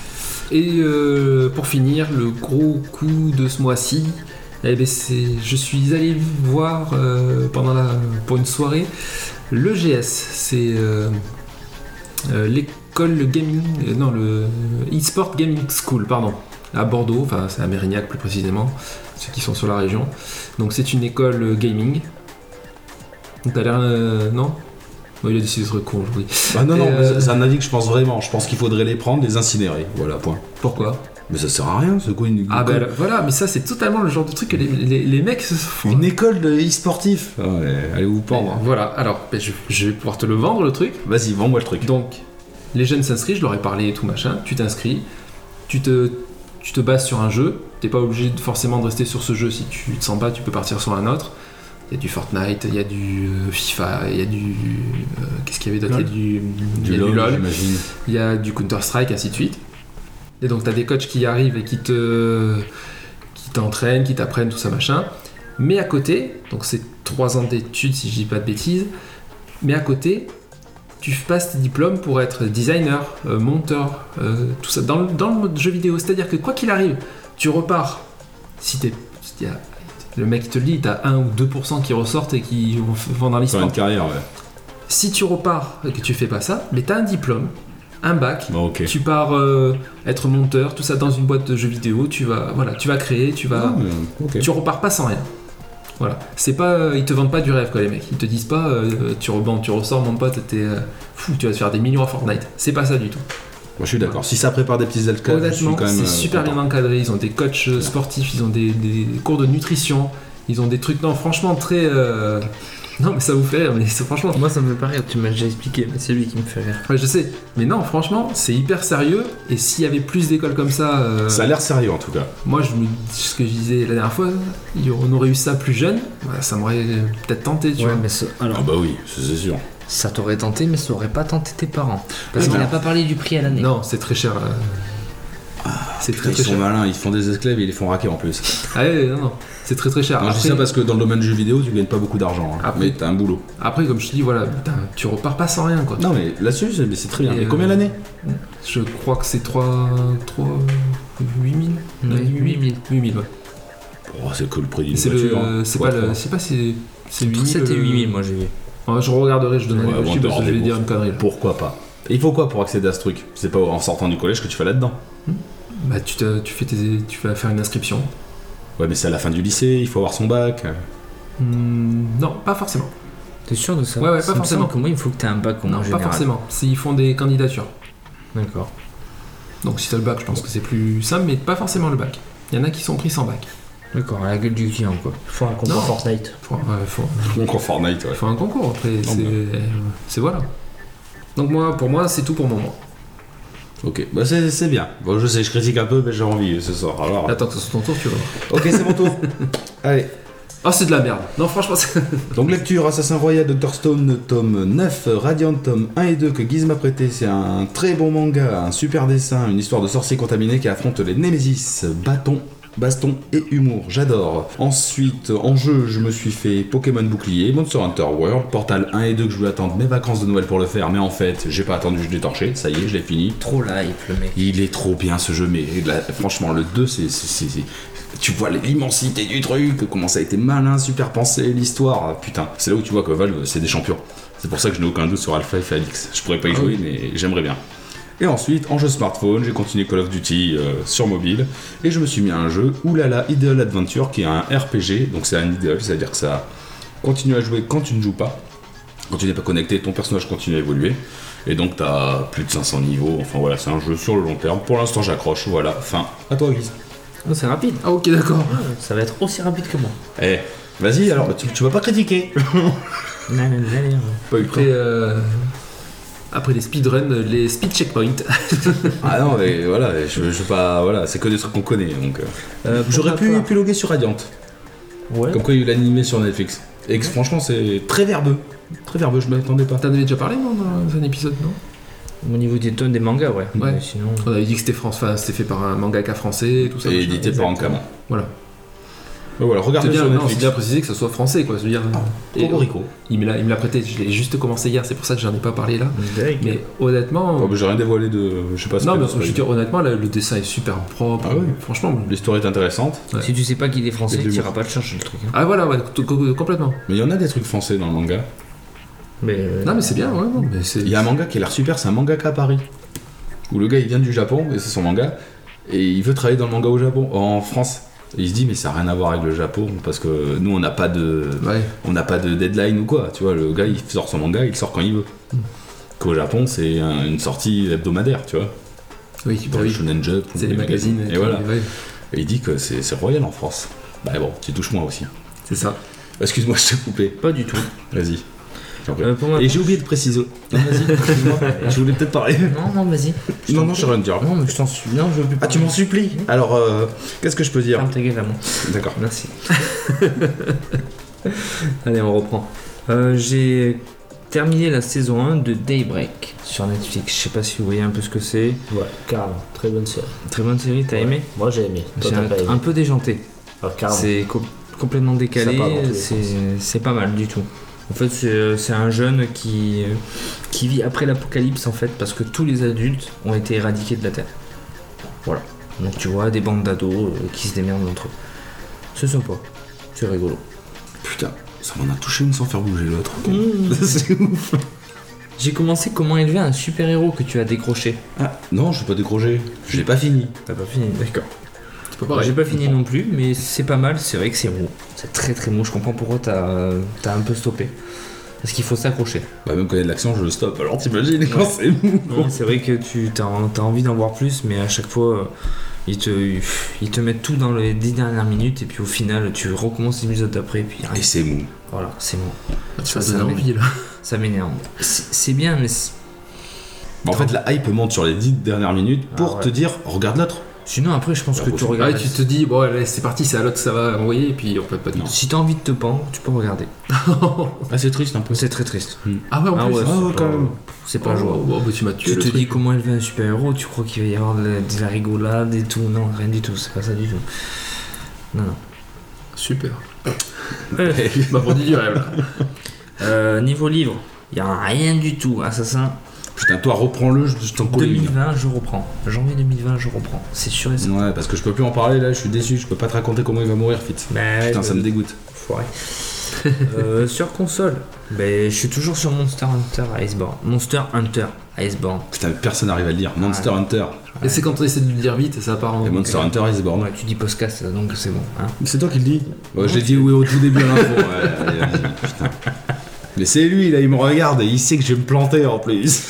Speaker 4: Et euh, pour finir, le gros coup de ce mois-ci, eh ben, c'est- je suis allé voir euh, pendant la, pour une soirée le GS. C'est euh, euh, l'école le gaming, euh, non le e-sport gaming school, pardon, à Bordeaux, enfin c'est à Mérignac plus précisément, ceux qui sont sur la région. Donc c'est une école euh, gaming. Donc t'as l'air euh, non Bon, Il a décidé de se con aujourd'hui.
Speaker 2: Bah non,
Speaker 4: Et
Speaker 2: non,
Speaker 4: euh,
Speaker 2: c'est un avis que je pense vraiment. Je pense qu'il faudrait les prendre, les incinérer. Voilà, point.
Speaker 4: Pourquoi
Speaker 2: Mais ça sert à rien, ce coup, une,
Speaker 4: Ah
Speaker 2: une,
Speaker 4: ben voilà, mais ça c'est totalement le genre de truc que les, les- les mecs se font.
Speaker 2: une école de e-sportif. Ah ouais, allez vous pendre.
Speaker 4: Voilà, alors ben, je, je vais pouvoir te le vendre le truc.
Speaker 2: Vas-y, vends-moi le truc.
Speaker 4: Donc, les jeunes s'inscrivent, je leur ai parlé et tout machin. Tu t'inscris, tu te, tu te bases sur un jeu. T'es pas obligé de, forcément de rester sur ce jeu. Si tu te sens pas, tu peux partir sur un autre. Il y a du Fortnite, il y a du euh, FIFA, il y a du. euh, Qu'est-ce qu'il y avait d'autre Il y a du, il y a du LOL,
Speaker 2: j'imagine.
Speaker 4: il y a du Counter-Strike, ainsi de suite. Et donc, t'as des coachs qui arrivent et qui te. qui t'entraînent, qui t'apprennent, tout ça machin. Mais à côté, donc c'est 3 ans d'études si je dis pas de bêtises, Mais à côté, tu passes tes diplômes pour être designer, euh, monteur, euh, tout ça, dans le, dans le mode jeu vidéo. C'est-à-dire que quoi qu'il arrive, tu repars. Si t'es. si t'y as- le mec il te le dit, t'as 1 ou 2% qui ressortent et qui vont f- vont dans
Speaker 2: Sur
Speaker 4: l'histoire.
Speaker 2: une carrière, ouais.
Speaker 4: Si tu repars et que tu fais pas ça, mais t'as un diplôme, un bac,
Speaker 2: Bon, ok.
Speaker 4: tu pars euh, être monteur, tout ça dans une boîte de jeux vidéo, tu vas, voilà, tu vas créer, tu vas.
Speaker 2: Non, mais, Ah, ok.
Speaker 4: Bah, Tu repars pas sans rien. Voilà. C'est pas, euh, ils te vendent pas du rêve quoi les mecs. Ils te disent pas, euh, tu rebonds, tu ressors mon pote, t'es euh, fou, tu vas te faire des millions à Fortnite. C'est pas ça du tout.
Speaker 2: Moi, je suis d'accord. Si ça prépare des petits alcools, je suis
Speaker 4: Honnêtement,
Speaker 2: quand même.
Speaker 4: c'est
Speaker 2: euh,
Speaker 4: super
Speaker 2: content.
Speaker 4: bien encadré. Ils ont des coachs euh, sportifs, ils ont des, des cours de nutrition, ils ont des trucs. Non, franchement très. euh, Non mais ça vous fait rire, mais c'est franchement.
Speaker 3: Moi, ça me fait pas rire, tu m'as déjà expliqué, mais c'est lui qui me fait rire.
Speaker 4: Ouais, je sais. Mais non, franchement, c'est hyper sérieux. Et s'il y avait plus d'écoles comme ça. euh,
Speaker 2: Ça a l'air sérieux en tout cas.
Speaker 4: Moi, je me dis ce que je disais la dernière fois, il y- on aurait eu ça plus jeune, bah, ça m'aurait peut-être tenté, tu
Speaker 3: Ouais,
Speaker 4: vois.
Speaker 3: mais ça-
Speaker 2: Ah
Speaker 3: alors,
Speaker 2: bah oui, ça, c'est sûr.
Speaker 3: ça t'aurait tenté, mais ça aurait pas tenté tes parents. Parce
Speaker 4: Ah,
Speaker 3: qu'il
Speaker 4: non.
Speaker 3: a pas parlé du prix à l'année.
Speaker 4: Non, c'est très cher. euh, c'est très
Speaker 2: Putain,
Speaker 4: très
Speaker 2: ils sont
Speaker 4: cher.
Speaker 2: malins, ils font des esclaves et ils les font raquer en plus.
Speaker 4: Ah ouais, non, non, c'est très très cher.
Speaker 2: Non, je dis
Speaker 4: Après,
Speaker 2: ça parce que dans le domaine du jeu vidéo, tu gagnes pas beaucoup d'argent. hein.
Speaker 4: Après-
Speaker 2: mais t'as un boulot.
Speaker 4: après, comme je te dis, voilà, putain, tu repars pas sans rien, quoi.
Speaker 2: Non, mais là-dessus, c'est mais c'est très bien.
Speaker 4: Et
Speaker 2: Et, combien
Speaker 4: euh,
Speaker 2: l'année
Speaker 4: Je crois que c'est 3... 3... 8000
Speaker 3: Oui,
Speaker 4: 8000. 8000, ouais.
Speaker 2: Oh, c'est que le prix d'une
Speaker 4: C'est le...
Speaker 2: voiture. hein.
Speaker 4: c'est
Speaker 2: Ouais,
Speaker 4: pas le...
Speaker 2: trois.
Speaker 4: C'est pas si... C'est 8000...
Speaker 3: 7 et
Speaker 4: euh,
Speaker 3: 8000, moi j'ai vu.
Speaker 4: ouais, je regarderai, je donnerai
Speaker 2: Ouais,
Speaker 4: le
Speaker 2: bon,
Speaker 4: chiffre parce que je vais
Speaker 2: des
Speaker 4: dire
Speaker 2: bourses.
Speaker 4: une connerie. là.
Speaker 2: Pourquoi pas Et Il faut quoi pour accéder à ce truc C'est pas en sortant du collège que tu vas là-dedans.
Speaker 4: Bah, tu, te- tu, fais tes... tu vas faire une inscription.
Speaker 2: Ouais, mais c'est à la fin du lycée, il faut avoir son bac. (laughs)
Speaker 4: Hmm, non, pas forcément.
Speaker 3: T'es sûr de ça
Speaker 4: Ouais, ouais, pas
Speaker 3: Ça me semble
Speaker 4: forcément.
Speaker 3: que moi, il faut que t'aies un bac au moins
Speaker 4: Non, pas
Speaker 3: général.
Speaker 4: forcément. C'est- Ils font des candidatures.
Speaker 3: D'accord.
Speaker 4: Donc si t'as le bac, je pense que c'est plus simple, mais pas forcément le bac. Il y en a qui sont pris sans bac.
Speaker 3: D'accord, à la gueule du client, quoi.
Speaker 5: Faut un compte
Speaker 4: Non.
Speaker 5: en Fortnite.
Speaker 4: Faut, ouais, faut-
Speaker 2: Encore Fortnite, ouais.
Speaker 4: faut un concours après. C'est euh, c'est voilà. Donc moi, pour moi, c'est tout pour mon moment.
Speaker 2: Ok, bah c'est c'est bien. Bon, je sais, je critique un peu, mais j'ai envie ce soir. Alors,
Speaker 4: Attends que ce soit ton tour, tu vois.
Speaker 2: ok, c'est mon tour. Ah. (laughs) Allez.
Speaker 4: Ah c'est de la merde. Non, franchement, c'est- (laughs)
Speaker 2: Donc lecture Assassin Royal Dr Stone tome 9, Radiant tome 1 et 2 que Guiz m'a prêté, c'est un très bon manga, un super dessin, une histoire de sorcier contaminé qui affronte les Némésis, bâton, baston et humour, j'adore. Ensuite, en jeu, je me suis fait Pokémon Bouclier, Monster Hunter World, Portal 1 et 2 que je voulais attendre mes vacances de Noël pour le faire, mais en fait, j'ai pas attendu, je l'ai torché, ça y est, je l'ai fini.
Speaker 3: Trop life, le mec.
Speaker 2: Il est trop bien ce jeu, mais là, franchement, le 2, c'est. c'est- c'est- c'est- Tu vois l'immensité du truc, comment ça a été malin, super pensé, l'histoire. Ah, Putain, c'est là où tu vois que Valve, c'est des champions. C'est pour ça que je n'ai aucun doute sur Alpha et Felix. Je pourrais pas y jouer, mais j'aimerais bien. Et ensuite, en jeu smartphone, j'ai continué Call of Duty euh, sur mobile et je me suis mis à un jeu, Oulala Ideal Adventure, qui est un RPG, donc c'est un idéal, c'est-à-dire que ça continue à jouer quand tu ne joues pas. Quand tu n'es pas connecté, ton personnage continue à évoluer. Et donc t'as plus de 500 niveaux, enfin voilà, c'est un jeu sur le long terme. Pour l'instant j'accroche, voilà, fin. À toi Guise.
Speaker 3: Oh, c'est rapide.
Speaker 4: ah ok, d'accord.
Speaker 3: Ça va être aussi rapide que moi.
Speaker 2: Eh, vas-y alors, tu, tu vas pas critiquer.
Speaker 3: Non, non, non, non.
Speaker 2: (laughs) Pas eu le temps.
Speaker 4: Après, euh, après les speedruns, les speed checkpoints. (laughs)
Speaker 2: Ah non mais voilà, je, je veux pas, voilà, c'est que des trucs qu'on connaît donc. euh. J'aurais pu
Speaker 5: pas
Speaker 2: épiloguer sur Radiant,
Speaker 5: Ouais.
Speaker 2: comme quoi il y a eu l'animé sur Netflix. Et que, franchement c'est très verbeux, très verbeux, je m'attendais pas.
Speaker 4: T'en avais déjà parlé non, dans un épisode, non
Speaker 3: Au niveau des tonnes des mangas, ouais.
Speaker 4: Ouais.
Speaker 3: Mais sinon.
Speaker 4: On avait dit que c'était France, enfin, c'était fait par un mangaka français, et tout ça.
Speaker 2: Et
Speaker 4: machin.
Speaker 2: édité par Ankama.
Speaker 4: Voilà.
Speaker 2: Donc voilà,
Speaker 4: C'est
Speaker 2: regardez
Speaker 4: bien,
Speaker 2: sur
Speaker 4: non, c'est
Speaker 2: Netflix. Ah, oh,
Speaker 4: bien précisé que ça soit français, quoi. Je veux dire. euh, Et-
Speaker 2: Cocorico.
Speaker 4: il me l'a il me l'a prêté. Je l'ai juste commencé hier, c'est pour ça que j'en ai pas parlé là. Mais honnêtement,
Speaker 2: Oh, bah, j'ai rien dévoilé de, je sais pas.
Speaker 4: non, mais
Speaker 2: spoil,
Speaker 4: je veux
Speaker 2: spoil.
Speaker 4: dire, honnêtement, le, le dessin est super propre.
Speaker 2: Ah ouais.
Speaker 4: Franchement.
Speaker 2: L'histoire est intéressante,
Speaker 4: Ouais.
Speaker 3: Si tu sais pas qu'il est français,
Speaker 2: Et de
Speaker 3: t'iras
Speaker 2: l'humour.
Speaker 3: pas le chercher le truc. hein.
Speaker 4: Ah voilà, ouais, tout- co- complètement.
Speaker 2: mais il y en a des trucs français dans le manga.
Speaker 3: Mais. euh,
Speaker 4: Non, mais c'est bien, ouais, non, mais c'est.
Speaker 2: Il y a un manga qui a l'air super, c'est un mangaka à Paris. Où le gars il vient du Japon, et c'est son manga, et il veut travailler dans le manga au Japon, en France. Et il se dit, mais ça n'a rien à voir avec le Japon, parce que nous on n'a pas de.
Speaker 4: Ouais.
Speaker 2: On n'a pas de deadline ou quoi, tu vois, le gars il sort son manga, il sort quand il veut. Qu'au Japon c'est un- une sortie hebdomadaire, tu vois.
Speaker 4: Oui, bah
Speaker 2: Dans le
Speaker 4: oui.
Speaker 2: Shonen Jump ou
Speaker 4: C'est les
Speaker 2: les
Speaker 4: magazines.
Speaker 2: Et
Speaker 4: tout,
Speaker 2: voilà.
Speaker 4: ouais,
Speaker 2: Et il dit que c'est c'est royal en France. Bah bon, tu touches moi aussi.
Speaker 4: C'est ça.
Speaker 2: Excuse-moi, je t'ai coupé.
Speaker 3: Pas du tout.
Speaker 2: Vas-y. J'en prie.
Speaker 3: Euh, pour ma
Speaker 2: Et j'ai oublié de préciser. Ah, Vas-y, (laughs) excuse-moi, je voulais peut-être parler.
Speaker 3: Non, non, vas-y. Je
Speaker 2: Non,
Speaker 3: t'en
Speaker 2: non,
Speaker 3: prie.
Speaker 2: j'ai rien à dire.
Speaker 3: Non, mais je t'en suis. Non, je veux plus.
Speaker 2: Ah, tu m'en supplies Alors, euh, qu'est-ce que je peux dire
Speaker 3: Ferme ta gueule à moi.
Speaker 2: D'accord.
Speaker 3: (laughs) Merci. Allez, on reprend. Euh, J'ai terminé la saison 1 de Daybreak sur Netflix. Je sais pas si vous voyez un peu ce que c'est.
Speaker 5: Ouais, carrément. Très bonne série.
Speaker 3: Très bonne série, t'as aimé
Speaker 5: Moi j'ai aimé. Toi
Speaker 3: C'est
Speaker 5: t'as
Speaker 3: un,
Speaker 5: pas aimé.
Speaker 3: un peu déjanté.
Speaker 5: Ah, carrément.
Speaker 3: C'est com- complètement décalé,
Speaker 5: Ça part dans tous les
Speaker 3: c'est- c'est pas mal du tout. En fait, c'est c'est un jeune qui, qui vit après l'apocalypse, en fait, parce que tous les adultes ont été éradiqués de la Terre. Voilà. Donc tu vois, des bandes d'ados euh, qui se démerdent entre eux. C'est sympa. C'est rigolo.
Speaker 2: Putain, ça m'en a touché une sans faire bouger l'autre.
Speaker 3: Mmh.
Speaker 2: (laughs) c'est ouf.
Speaker 3: J'ai commencé comment élever un super-héros que tu as décroché.
Speaker 2: Ah, non, je vais pas décrocher. Je l'ai pas fini.
Speaker 3: T'as pas fini, d'accord.
Speaker 4: C'est pas pareil.
Speaker 3: J'ai pas fini non plus, mais c'est pas mal. C'est vrai que c'est mou. C'est très très mou. Je comprends pourquoi t'as euh, t'as un peu stoppé. Parce qu'il faut s'accrocher.
Speaker 2: Bah, même quand il y a de l'action, je le stoppe. Alors t'imagines quand c'est mou.
Speaker 3: Non, c'est vrai que tu as, envie d'en voir plus, mais à chaque fois, euh, ils te, ils te mettent tout dans les 10 dernières minutes, et puis au final, tu recommences l'épisode d'après, et puis
Speaker 2: Et c'est mou.
Speaker 3: voilà, c'est bon.
Speaker 4: Ah, tu
Speaker 3: Ça,
Speaker 4: m'as
Speaker 3: ça
Speaker 4: donné
Speaker 3: m'énerve.
Speaker 4: envie là.
Speaker 3: Ça m'énerve. C'est c'est bien, mais c'est-
Speaker 2: Bah, en fait, la hype monte sur les 10 dernières minutes pour
Speaker 3: Ah ouais.
Speaker 2: te dire regarde l'autre.
Speaker 3: sinon, après, je pense
Speaker 2: Ah,
Speaker 3: que
Speaker 2: bon,
Speaker 3: tu
Speaker 2: c'est-
Speaker 4: Ah,
Speaker 3: regardes.
Speaker 4: et tu te dis, bon, allez, c'est parti, c'est à l'autre que ça va envoyer, et puis on peut pas dire.
Speaker 3: Si t'as envie de te pendre, tu peux regarder.
Speaker 2: Ah, c'est triste un peu.
Speaker 3: C'est très triste.
Speaker 4: Ah ouais, en
Speaker 3: Ah
Speaker 4: plus.
Speaker 3: ouais,
Speaker 2: ah ouais,
Speaker 3: c'est
Speaker 2: quand
Speaker 3: pas-
Speaker 2: même.
Speaker 3: C'est
Speaker 4: Oh,
Speaker 3: pas jouable.
Speaker 4: oh, bah, tu m'as tué.
Speaker 3: Tu
Speaker 4: le
Speaker 3: te
Speaker 4: truc.
Speaker 3: dis comment élever un super-héros, tu crois qu'il va y avoir de la, de la rigolade et tout. Non, rien du tout, c'est pas ça du tout. Non, non.
Speaker 4: Super. (laughs) Bah,
Speaker 3: Ouais.
Speaker 4: Tu m'as vendu du rêve là.
Speaker 3: Euh, niveau livre, il y a rien du tout. Assassin,
Speaker 2: Putain, toi, reprends-le, je je t'en colle une.
Speaker 3: 2020, je reprends. Janvier 2020, je reprends. C'est sûr et certain.
Speaker 2: Ouais, parce que je peux plus en parler là, je suis déçu, je peux pas te raconter comment il va mourir, fit. Putain, ça me dégoûte.
Speaker 3: Bah, Foiré. (laughs) Euh, sur console, ben, je suis toujours sur Monster Hunter Iceborne. Monster Hunter Iceborne.
Speaker 2: Putain, personne n'arrive à le dire. Monster
Speaker 3: Ah,
Speaker 2: Hunter.
Speaker 4: Et c'est quand tu essaies de le dire vite, ça part en.
Speaker 2: Et Monster Hunter is born.
Speaker 3: Ouais, tu dis podcast, donc c'est bon. hein.
Speaker 2: C'est toi qui le dis ouais, J'ai dit oui au tout début à l'info. Ouais, allez, vas-y, putain. Mais c'est lui, là, il me regarde et il sait que je vais me planter en plus.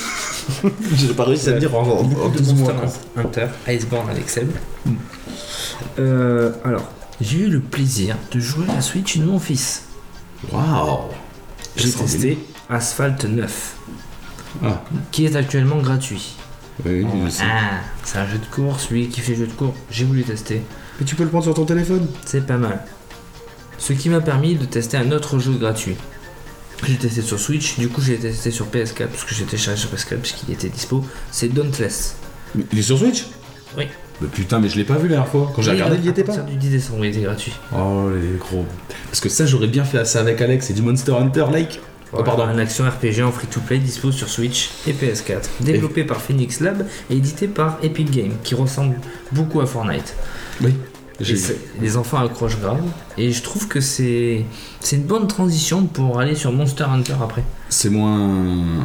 Speaker 2: (laughs) J'ai pas réussi à le dire en, en, en
Speaker 3: de
Speaker 2: 12 mois.
Speaker 3: Monster Hunter Iceborne avec Seb.
Speaker 2: Hmm.
Speaker 3: Euh, alors, j'ai eu le plaisir de jouer à la Switch de mon fils.
Speaker 2: Waouh
Speaker 3: J'ai
Speaker 2: Qu'est-ce qu'on
Speaker 3: testé Asphalt 9,
Speaker 2: Ah,
Speaker 3: qui est actuellement gratuit.
Speaker 2: oui, oui, je sais.
Speaker 3: Ah, c'est un jeu de course, lui qui fait jeu de course, j'ai voulu tester.
Speaker 2: Mais tu peux le prendre sur ton téléphone
Speaker 3: C'est pas mal. Ce qui m'a permis de tester un autre jeu gratuit. J'ai testé sur Switch, du coup j'ai testé sur PS4 parce que j'ai téléchargé sur PS4 parce qu'il était dispo. C'est Dauntless.
Speaker 2: Mais Il est sur Switch
Speaker 3: Oui.
Speaker 2: Mais putain, mais je l'ai pas vu la dernière fois. Quand j'ai
Speaker 3: Oui,
Speaker 2: regardé,
Speaker 3: à-
Speaker 2: il y était
Speaker 3: à
Speaker 2: pas.
Speaker 3: partir du 10 décembre, il était gratuit.
Speaker 2: Oh les gros. Parce que ça, j'aurais bien fait ça avec Alex et du Monster Hunter Lake. Oh,
Speaker 3: Voilà,
Speaker 2: pardon.
Speaker 3: Un action RPG en free-to-play dispo sur Switch et PS4. Développé par Phoenix Lab et édité par Epic Games, qui ressemble beaucoup à Fortnite.
Speaker 2: Oui.
Speaker 3: Et
Speaker 2: J'ai vu.
Speaker 3: c'est- les enfants accrochent grave. Et je trouve que c'est c'est une bonne transition pour aller sur Monster Hunter après.
Speaker 2: C'est moins.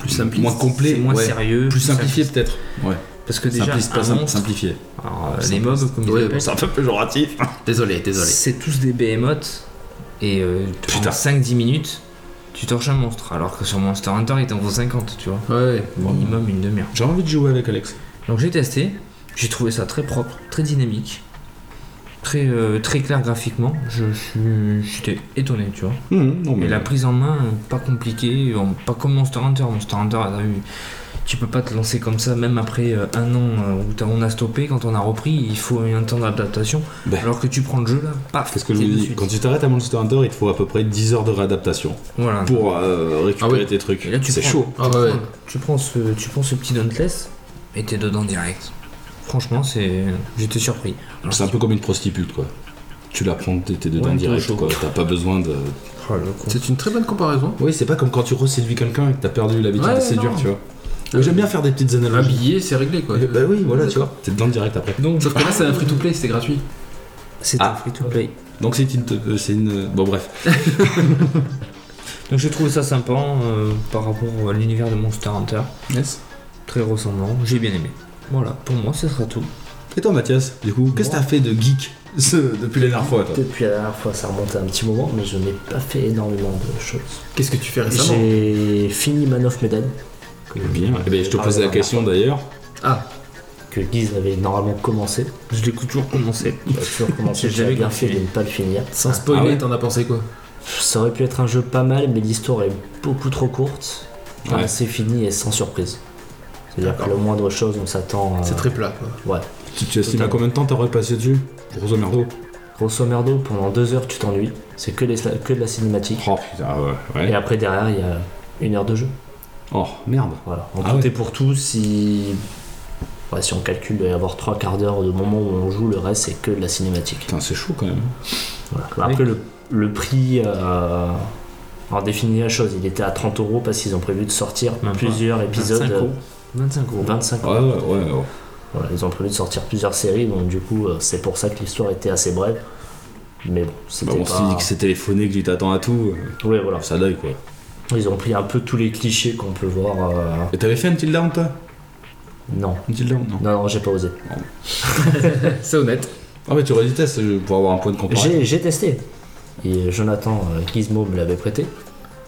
Speaker 4: Plus simple.
Speaker 2: Moins complet,
Speaker 3: C'est moins
Speaker 2: ouais.
Speaker 3: sérieux.
Speaker 2: Plus simplifié peut-être. Ouais.
Speaker 3: Parce que déjà,
Speaker 2: Simpliste, Ah, pas
Speaker 3: un
Speaker 2: sim-
Speaker 3: monstre-
Speaker 2: simplifié.
Speaker 3: alors, euh, les
Speaker 4: Simpliste.
Speaker 3: mobs, comme ils
Speaker 4: Ouais,
Speaker 3: appellent,
Speaker 2: C'est un peu péjoratif.
Speaker 4: Désolé, désolé.
Speaker 3: c'est tous des behemoths. Et euh,
Speaker 2: Putain.
Speaker 3: en 5-10 minutes, tu torches un monstre. Alors que sur Monster Hunter, il t'en faut 50, tu vois.
Speaker 4: Ouais.
Speaker 3: Minimum une demi-heure.
Speaker 2: J'ai envie de jouer avec Alex.
Speaker 3: Donc j'ai testé, j'ai trouvé ça très propre, très dynamique, très, euh, très clair graphiquement. Je suis j'étais étonné, tu vois.
Speaker 2: Mmh, non,
Speaker 3: Et la prise en main, euh, pas compliquée, euh, pas comme Monster Hunter. Monster Hunter, t'as vu, tu peux pas te lancer comme ça, même après euh, un an euh, où t'as- on a stoppé, quand on a repris, il faut un temps d'adaptation.
Speaker 2: Ben.
Speaker 3: Alors que tu prends le jeu là, paf,
Speaker 2: Qu'est-ce que je
Speaker 3: t'es
Speaker 2: vous dis
Speaker 3: dessus.
Speaker 2: Quand tu t'arrêtes à Monster Hunter, il te faut à peu près 10 heures de réadaptation
Speaker 3: Voilà.
Speaker 2: pour euh, récupérer
Speaker 4: Ah ouais.
Speaker 2: tes trucs.
Speaker 3: Et là, tu
Speaker 2: C'est
Speaker 3: prends-
Speaker 2: chaud.
Speaker 4: Ah
Speaker 3: tu,
Speaker 4: ouais.
Speaker 3: prends, tu prends ce, tu prends ce petit Dauntless et t'es dedans direct. Franchement, c'est, j'étais surpris. Alors,
Speaker 2: C'est un peu comme une prostitute quoi. Tu la prends, t'es t'es dedans
Speaker 3: Ouais,
Speaker 2: direct
Speaker 3: chaud.
Speaker 2: quoi. T'as pas besoin de.
Speaker 3: oh, le con.
Speaker 4: C'est une très bonne comparaison.
Speaker 2: Oui, c'est pas comme quand tu reséduis quelqu'un et que t'as perdu l'habitude
Speaker 4: Ouais,
Speaker 2: de séduire,
Speaker 4: non.
Speaker 2: tu vois. Mais J'aime bien faire des petites
Speaker 4: Un
Speaker 2: analogies.
Speaker 4: billet, c'est réglé quoi.
Speaker 2: Bah oui, voilà, tu vois. T'es dedans direct après.
Speaker 3: Donc,
Speaker 4: Sauf que là, c'est un free to play, c'est gratuit.
Speaker 3: C'est
Speaker 2: Ah.
Speaker 3: un free to play.
Speaker 2: Donc c'est une, euh, c'est une. Bon bref.
Speaker 3: Donc j'ai trouvé ça sympa euh, par rapport à l'univers de Monster Hunter.
Speaker 2: Yes.
Speaker 3: Très ressemblant, j'ai bien aimé. Voilà, pour moi ce sera tout.
Speaker 2: Et toi Mathias, du coup, qu'est-ce que t'as fait de geek ce- depuis la dernière fois toi
Speaker 5: Depuis la dernière fois, ça remonte à un petit moment, mais je n'ai pas fait énormément de choses.
Speaker 4: Qu'est-ce que tu fais récemment
Speaker 5: J'ai fini Man of Medan. que-
Speaker 2: Bien. Eh ben, je te
Speaker 5: Ah,
Speaker 2: posais la
Speaker 5: voilà.
Speaker 2: question d'ailleurs.
Speaker 4: Ah,
Speaker 5: Que Guise avait normalement (laughs) commencé.
Speaker 3: Je l'écoute toujours commencer.
Speaker 5: Il a toujours commencé,
Speaker 3: J'ai
Speaker 5: j'ai
Speaker 3: jamais
Speaker 5: bien fait
Speaker 3: continué.
Speaker 5: de ne pas le finir.
Speaker 4: sans spoiler,
Speaker 2: Ah ouais
Speaker 4: t'en as pensé quoi
Speaker 5: Ça aurait pu être un jeu pas mal, mais l'histoire est beaucoup trop courte. Quand
Speaker 2: Ouais.
Speaker 5: c'est fini et sans surprise. C'est-à-dire que la moindre chose, on s'attend. à-
Speaker 4: C'est très plat quoi.
Speaker 5: Ouais.
Speaker 2: Tu, tu estimes à combien de temps t'aurais passé dessus Grosso merdo.
Speaker 5: Grosso merdo, pendant deux heures, tu t'ennuies. C'est que, des- que de la cinématique.
Speaker 2: Oh putain, ah ouais.
Speaker 5: Et
Speaker 2: ouais.
Speaker 5: après, derrière, il y a une heure de jeu.
Speaker 2: Oh merde.
Speaker 5: Voilà. En
Speaker 2: Ah
Speaker 5: tout
Speaker 2: ouais.
Speaker 5: et pour tout, si. ouais, si on calcule, il doit y avoir trois quarts d'heure de moment où on joue, le reste c'est que de la cinématique.
Speaker 2: Putain, c'est chaud quand même.
Speaker 5: Voilà. Après, le, le prix euh, Alors définis la chose, il était à 30 euros parce qu'ils ont prévu de sortir
Speaker 3: Même pas.
Speaker 5: plusieurs épisodes.
Speaker 3: 25 euros.
Speaker 5: 25
Speaker 2: Bah,
Speaker 5: euros. 25
Speaker 2: Ouais, ouais, ouais. ouais.
Speaker 5: Voilà, ils ont prévu de sortir plusieurs séries, donc du coup, euh, c'est pour ça que l'histoire était assez brève. Mais bon,
Speaker 2: Bah,
Speaker 5: c'était
Speaker 2: on s'est
Speaker 5: pas...
Speaker 2: dit que c'est téléphoné, que tu t'attends à tout. euh,
Speaker 5: Ouais, voilà.
Speaker 2: Ça deuil quoi.
Speaker 5: Ils ont pris un peu tous les clichés qu'on peut voir. euh,
Speaker 2: Et t'avais fait Until Dawn toi
Speaker 5: Non.
Speaker 2: Until Dawn non.
Speaker 5: Non, non, j'ai pas osé.
Speaker 4: Eh, C'est honnête.
Speaker 2: Ah mais tu aurais dit test euh, pour avoir un point de comparaison.
Speaker 5: J'ai j'ai testé. Et Jonathan euh, Gizmo me l'avait prêté.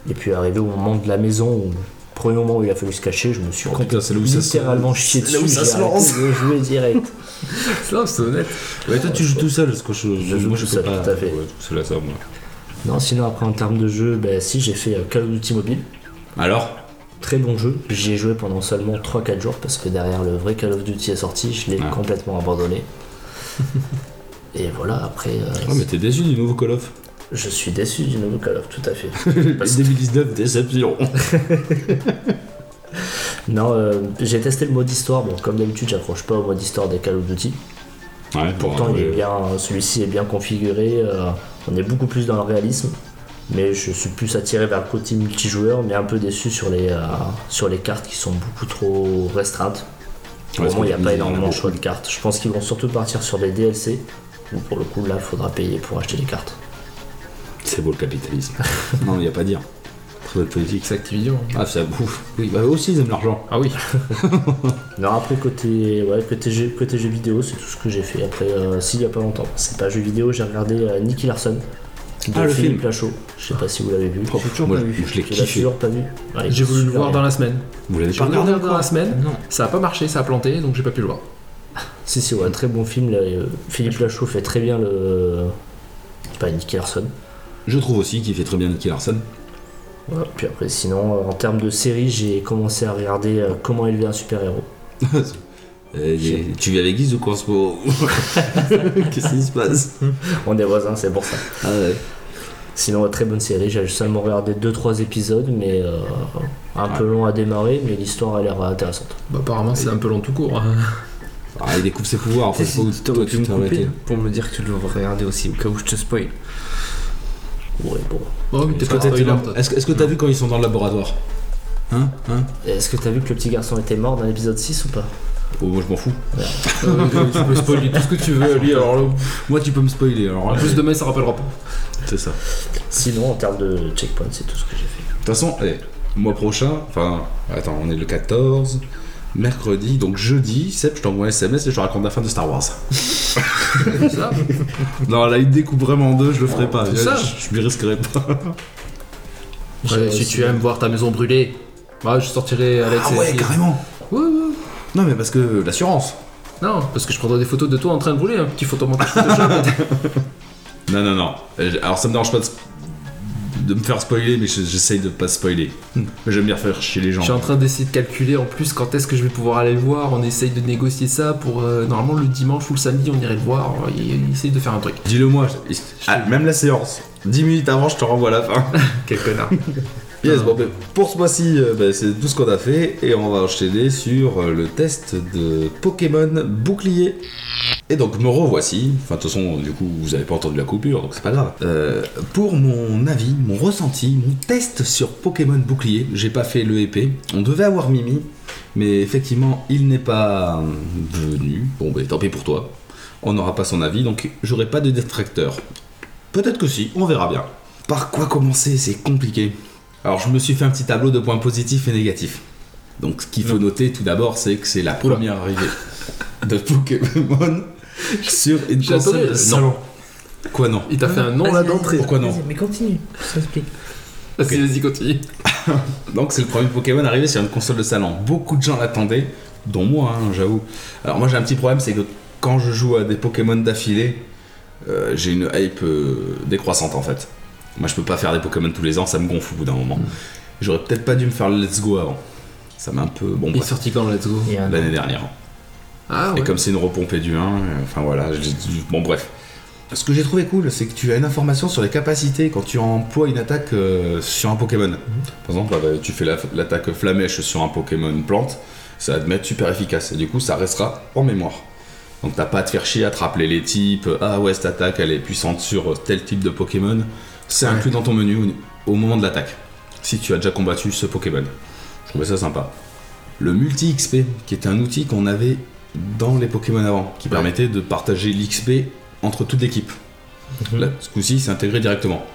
Speaker 5: Et puis arrivé au moment de la maison, où, premier moment où il a fallu se cacher, je me suis
Speaker 2: Oh,
Speaker 5: complètement-
Speaker 2: putain, c'est là où ça se-
Speaker 5: littéralement chié
Speaker 2: c'est
Speaker 5: dessus.
Speaker 2: là où ça
Speaker 5: j'ai
Speaker 2: se lance.
Speaker 5: arrêté de jouer direct.
Speaker 4: C'est grave, c'est honnête.
Speaker 2: Ouais, toi tu joues tout seul, ce que je,
Speaker 5: Je joue
Speaker 2: moi je
Speaker 5: tout
Speaker 2: peux
Speaker 5: seul,
Speaker 2: pas.
Speaker 5: tout à fait.
Speaker 2: Ouais, c'est la somme. ouais.
Speaker 5: non, sinon après en termes de jeu, ben, si j'ai fait euh, Call of Duty Mobile.
Speaker 2: Alors
Speaker 5: Très bon jeu. J'y ai joué pendant seulement 3-4 jours parce que derrière le vrai Call of Duty est sorti, je l'ai
Speaker 2: Ah.
Speaker 5: complètement
Speaker 2: (laughs)
Speaker 5: abandonné. Et voilà, après, euh,
Speaker 2: Ah mais t'es déçu du nouveau Call of
Speaker 5: je suis déçu du nouveau Call of, tout
Speaker 2: (laughs)
Speaker 5: à fait.
Speaker 2: 2019 déception.
Speaker 5: Non, euh, j'ai testé le mode histoire. Bon, comme d'habitude, j'accroche pas au mode histoire des Call of Duty.
Speaker 2: Ouais,
Speaker 5: Pourtant,
Speaker 2: bon,
Speaker 5: il est
Speaker 2: euh,
Speaker 5: bien, celui-ci est bien configuré. euh, on est beaucoup plus dans le réalisme. Mais je suis plus attiré vers le côté multijoueur, mais un peu déçu sur les, euh, sur les cartes qui sont beaucoup trop restreintes.
Speaker 2: Ouais, hein.
Speaker 5: Pour le moment, il n'y a
Speaker 2: parce
Speaker 5: pas
Speaker 2: qu'il y en a
Speaker 5: énormément de
Speaker 2: beaucoup.
Speaker 5: choix de cartes. Je pense qu'ils vont surtout partir sur des DLC. Où pour le coup, là, il faudra payer pour acheter les cartes.
Speaker 2: C'est beau le capitalisme. (laughs) non, il a pas à dire. Très politique.
Speaker 4: C'est Activision.
Speaker 2: Ah, ça bouffe. Oui, bah eux aussi ils aiment l'argent.
Speaker 4: Ah oui.
Speaker 5: Non, après, côté, ouais, côté, jeu, côté jeu vidéo, c'est tout ce que j'ai fait. Après, euh, s'il n'y a pas longtemps, c'est pas jeu vidéo, j'ai regardé euh, Nicky Larson. De
Speaker 2: Ah, le
Speaker 5: Philippe
Speaker 2: film.
Speaker 5: Lachaud. Je sais pas si vous l'avez vu.
Speaker 2: Moi, je- je l'ai
Speaker 5: Tu l'as
Speaker 2: kiffé.
Speaker 5: toujours pas vu Ouais,
Speaker 4: J'ai voulu le voir dans la semaine.
Speaker 2: Vous l'avez
Speaker 4: J'ai
Speaker 2: pas
Speaker 4: voulu le
Speaker 2: regardé
Speaker 4: voir dans la semaine.
Speaker 3: Non.
Speaker 4: Ça a pas marché, ça a planté, donc j'ai pas pu le voir.
Speaker 5: Si, si, ouais, très bon film. là, euh, Philippe Lachaud fait très bien le. C'est pas Nicky Larson.
Speaker 2: Je trouve aussi qu'il fait très bien Nicky Larson.
Speaker 5: Voilà. Puis après, sinon, euh, en termes de série, j'ai commencé à regarder euh, Comment élever un super-héros.
Speaker 2: Euh, il est- tu vis avec Guise ou quoi en ce moment (laughs) Qu'est-ce qui se passe
Speaker 5: On est voisins, c'est pour ça.
Speaker 2: Ah ouais.
Speaker 5: Sinon, ouais, très bonne série. J'ai seulement regardé 2-3 épisodes, mais euh, un peu long à démarrer, mais l'histoire a l'air intéressante.
Speaker 4: Bah apparemment c'est un peu long tout court. hein.
Speaker 2: Ah, il découpe ses pouvoirs, enfin,
Speaker 3: T'es-
Speaker 2: faut que toi,
Speaker 3: T'aurais
Speaker 2: tu
Speaker 3: pu me
Speaker 2: t'es
Speaker 3: couper
Speaker 2: arrêté.
Speaker 3: pour me dire que tu devrais regarder aussi, au cas où je te spoil.
Speaker 5: Ouais, bon.
Speaker 4: Bon, mais t'es
Speaker 2: Est-ce que
Speaker 4: pas
Speaker 2: t'as été
Speaker 4: spoiler,
Speaker 2: dans-
Speaker 4: toi.
Speaker 2: Est-ce que- est-ce que t'as vu quand ils sont dans le laboratoire Hein Hein
Speaker 5: Est-ce que t'as vu que le petit garçon était mort dans l'épisode 6 ou pas
Speaker 2: Oh, moi je m'en fous.
Speaker 4: Euh, Tu peux (laughs) spoiler tout ce que tu veux, lui. Alors là,
Speaker 2: Moi tu peux me spoiler alors. hein.
Speaker 4: en plus demain ça rappellera pas.
Speaker 2: (laughs) c'est ça.
Speaker 5: Sinon, en termes de checkpoint, c'est tout ce que j'ai fait.
Speaker 2: De toute façon, eh, mois prochain, enfin, attends, on est le 14, mercredi, donc jeudi, Seb, je t'envoie un SMS et je te raconte la fin de Star Wars.
Speaker 4: Ça,
Speaker 2: Non, là, il découpe vraiment en deux, je le ferai pas. Je,
Speaker 4: ça.
Speaker 2: je, je m'y risquerai pas.
Speaker 4: Ouais, si tu aimes voir ta maison brûler, bah je sortirai avec ses- ses-
Speaker 2: carrément
Speaker 4: Ouais, ouais.
Speaker 2: Non, mais parce que euh, l'assurance.
Speaker 4: Non, parce que je prendrai des photos de toi en train de brûler, un petit photomontage Photoshop.
Speaker 2: Non, non, non. Euh, Alors, ça me dérange pas de, sp- de me faire spoiler, mais je- j'essaye de pas spoiler. Mais J'aime bien faire chier les gens.
Speaker 4: je suis en train d'essayer de calculer en plus quand est-ce que je vais pouvoir aller le voir. On essaye de négocier ça pour euh, normalement le dimanche ou le samedi, on irait le voir. Il essaye de faire un truc.
Speaker 2: Dis-le moi, je- je- ah, même la séance. 10 minutes avant, je te renvoie la fin.
Speaker 4: Quel connard.
Speaker 2: Yes, bon, ben, pour ce mois-ci, euh, ben, c'est tout ce qu'on a fait et on va enchaîner sur euh, le test de Pokémon Bouclier. Et donc me revoici, enfin de toute façon du coup vous avez pas entendu la coupure donc c'est pas grave. Euh, pour mon avis, mon ressenti, mon test sur Pokémon Bouclier, j'ai pas fait le EP, on devait avoir Mimi, mais effectivement il n'est pas euh, venu, bon ben tant pis pour toi, on n'aura pas son avis donc j'aurai pas de détracteur. Peut-être que si, on verra bien. Par quoi commencer C'est compliqué. Alors je me suis fait un petit tableau de points positifs et négatifs. Donc ce qu'il faut noter tout d'abord, c'est que c'est la première arrivée de (laughs) Pokémon sur une
Speaker 4: (laughs) J'ai
Speaker 2: console
Speaker 4: entendu,
Speaker 2: de
Speaker 4: non.
Speaker 2: salon. Quoi non
Speaker 4: Il t'a fait un nom là d'entrée.
Speaker 2: Pourquoi non
Speaker 3: Mais continue, ça explique.
Speaker 4: Vas-y, vas-y, continue.
Speaker 2: Donc c'est le premier Pokémon arrivé sur une console de salon. Beaucoup de gens l'attendaient, dont moi, hein, j'avoue. Alors moi j'ai un petit problème, c'est que quand je joue à des Pokémon d'affilée, euh, j'ai une hype euh, décroissante en fait. Moi je peux pas faire des Pokémon tous les ans, ça me gonfle au bout d'un moment. J'aurais peut-être pas dû me faire le Let's Go avant. Ça m'a un peu... Bon,
Speaker 4: Il est
Speaker 2: bref,
Speaker 4: sorti quand Let's Go
Speaker 5: Il y a un-
Speaker 2: l'année dernière.
Speaker 4: Ah ouais.
Speaker 2: Et comme c'est une repompée du 1, euh, enfin voilà, j'ai- bon bref. Ce que j'ai trouvé cool, c'est que tu as une information sur les capacités quand tu emploies une attaque euh, sur un Pokémon. Par exemple, bah, bah, tu fais la- l'attaque flamèche sur un Pokémon plante, ça va te mettre super efficace et du coup ça restera en mémoire. Donc t'as pas à te faire chier à te rappeler les types, ah ouais cette attaque elle est puissante sur tel type de Pokémon, c'est inclus dans ton menu au moment de l'attaque, si tu as déjà combattu ce Pokémon. Je trouvais ça sympa. Le multi XP, qui était un outil qu'on avait dans les Pokémon avant, qui permettait de partager l'XP entre toute l'équipe. Là, ce coup-ci, c'est intégré directement.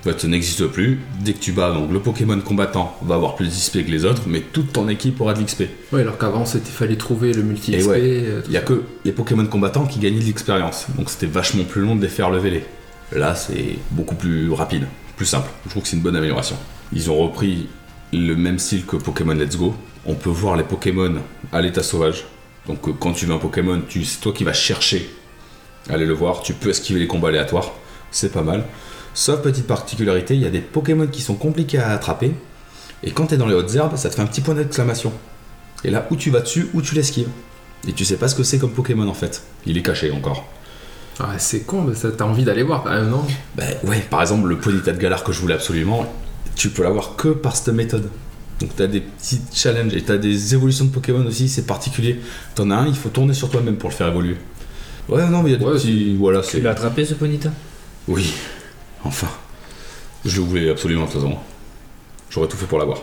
Speaker 2: En fait, ça n'existe plus. Dès que tu bats, donc le Pokémon combattant va avoir plus d'XP que les autres, mais toute ton équipe aura de l'XP.
Speaker 4: Ouais, alors qu'avant, c'était fallait trouver le multi XP.
Speaker 2: Et ouais.
Speaker 4: euh, tout
Speaker 2: Il n'y a
Speaker 4: ça.
Speaker 2: que les Pokémon combattants qui gagnaient de l'expérience, donc c'était vachement plus long de les faire lever les. Là, c'est beaucoup plus rapide, plus simple. Je trouve que c'est une bonne amélioration. Ils ont repris le même style que Pokémon Let's Go. On peut voir les Pokémon à l'état sauvage. Donc euh, quand tu veux un Pokémon, tu, c'est toi qui vas chercher à aller le voir. Tu peux esquiver les combats aléatoires. C'est pas mal. Sauf petite particularité, il y a des Pokémon qui sont compliqués à attraper. Et quand tu es dans les hautes herbes, ça te fait un petit point d'exclamation. Et là, où tu vas dessus, où tu l'esquives. Et tu sais pas ce que c'est comme Pokémon en fait. Il est caché encore.
Speaker 4: Ah, c'est con, mais ça, t'as envie d'aller voir quand même, non
Speaker 2: Bah ouais, par exemple, le Ponyta de Galar que je voulais absolument, tu peux l'avoir que par cette méthode. Donc t'as des petits challenges et t'as des évolutions de Pokémon aussi, c'est particulier. T'en as un, il faut tourner sur toi-même pour le faire évoluer. Ouais, non, mais il y a des
Speaker 4: Ouais,
Speaker 2: petits. Voilà,
Speaker 3: Tu
Speaker 2: c'est.
Speaker 3: l'as attrapé ce Ponyta
Speaker 2: Oui, enfin. Je le voulais absolument, de toute façon. J'aurais tout fait pour l'avoir.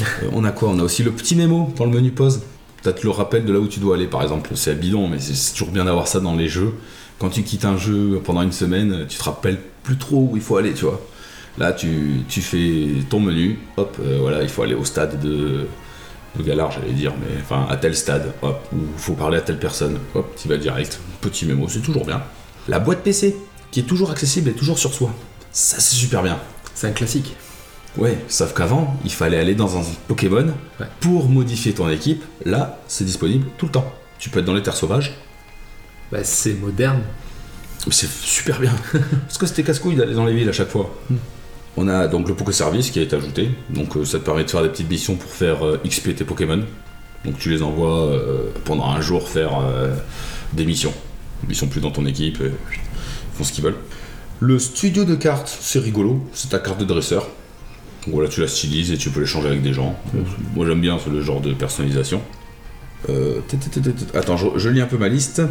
Speaker 2: Euh, on a quoi On a aussi le petit mémo dans le menu pause. T'as te le rappel de là où tu dois aller, par exemple. C'est bidon, mais c'est c'est toujours bien d'avoir ça dans les jeux. Quand tu quittes un jeu pendant une semaine, tu te rappelles plus trop où il faut aller, tu vois. Là, tu, tu fais ton menu, hop, euh, voilà, il faut aller au stade de, de Galard, j'allais dire, mais enfin, à tel stade, hop, ou il faut parler à telle personne, hop, tu vas direct. Petit mémo, c'est toujours bien. La boîte PC, qui est toujours accessible et toujours sur soi. Ça, c'est super bien.
Speaker 4: C'est un classique.
Speaker 2: Ouais, sauf qu'avant, il fallait aller dans un Pokémon
Speaker 4: Ouais.
Speaker 2: pour modifier ton équipe. Là, c'est disponible tout le temps. Tu peux être dans les terres sauvages.
Speaker 4: Bah, c'est moderne.
Speaker 2: C'est super bien. Parce que c'était casse-couille d'aller dans les villes à chaque fois. On a donc le Poké Service qui a été ajouté. Donc euh, ça te permet de faire des petites missions pour faire euh, XP tes Pokémon. Donc tu les envoies euh, pendant un jour faire euh, des missions. Ils sont plus dans ton équipe, euh, ils font ce qu'ils veulent. Le studio de cartes, c'est rigolo. C'est ta carte de dresseur. Donc Voilà, tu la stylises et tu peux l'échanger avec des gens. Donc, Moi j'aime bien ce le genre de personnalisation. Euh, tut, tut, tut, tut. Attends, je- je lis un peu ma liste.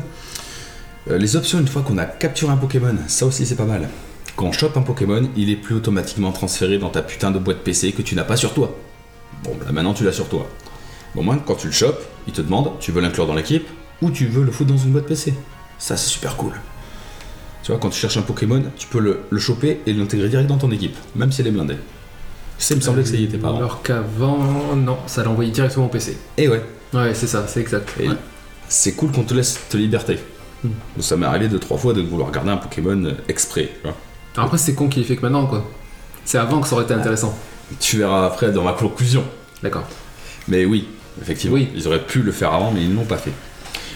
Speaker 2: Euh, Les options, une fois qu'on a capturé un Pokémon, ça aussi c'est pas mal. Quand on chope un Pokémon, il est plus automatiquement transféré dans ta putain de boîte PC que tu n'as pas sur toi. Bon, là maintenant tu l'as sur toi. Au moins, quand tu le chopes, il te demande tu veux l'inclure dans l'équipe ou tu veux le foutre dans une boîte PC. Ça c'est super cool. Tu vois, quand tu cherches un Pokémon, tu peux le, le choper et l'intégrer direct dans ton équipe, même si elle est blindée. Ça, il me semblait que ça y était pas avant.
Speaker 4: Alors qu'avant, non, ça l'envoyait directement au PC.
Speaker 2: Et ouais,
Speaker 4: Ouais, c'est ça, c'est exact.
Speaker 2: Et
Speaker 4: Ouais.
Speaker 2: c'est cool qu'on te laisse te liberté. Donc, Ça m'est arrivé deux trois fois de vouloir garder un Pokémon euh, exprès. tu vois.
Speaker 4: Alors après, c'est con qu'il ait fait que maintenant, quoi. C'est avant que ça aurait été intéressant.
Speaker 2: Tu verras après dans ma conclusion.
Speaker 4: D'accord.
Speaker 2: Mais oui, effectivement,
Speaker 4: Oui.
Speaker 2: ils auraient pu le faire avant, mais ils ne l'ont pas fait.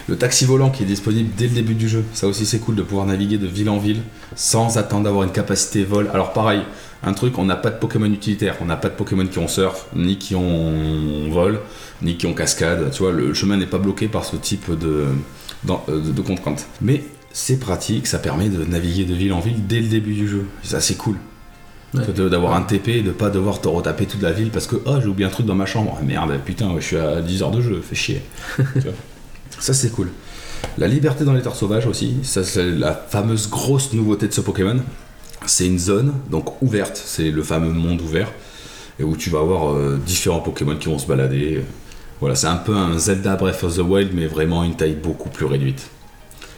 Speaker 2: Le taxi volant qui est disponible dès le début du jeu, ça aussi c'est cool de pouvoir naviguer de ville en ville sans attendre d'avoir une capacité vol. Alors pareil, un truc, on n'a pas de Pokémon utilitaire, on n'a pas de Pokémon qui ont surf, ni qui ont vol, ni qui ont cascade. Tu vois, le chemin n'est pas bloqué par ce type de, d'en- euh, de, de contraintes. Mais c'est pratique, ça permet de naviguer de ville en ville dès le début du jeu. Ça c'est cool.
Speaker 4: Ouais.
Speaker 2: Que de- D'avoir un TP et de pas devoir te retaper toute la ville parce que oh j'ai oublié un truc dans ma chambre. Ah, merde, putain, je suis à 10 heures de jeu, fais chier. Tu vois. ça c'est cool. La liberté dans les terres sauvages aussi, ça c'est la fameuse grosse nouveauté de ce Pokémon. C'est une zone donc ouverte, c'est le fameux monde ouvert et où tu vas avoir euh, différents Pokémon qui vont se balader. Voilà, c'est un peu un Zelda Breath of the Wild mais vraiment une taille beaucoup plus réduite.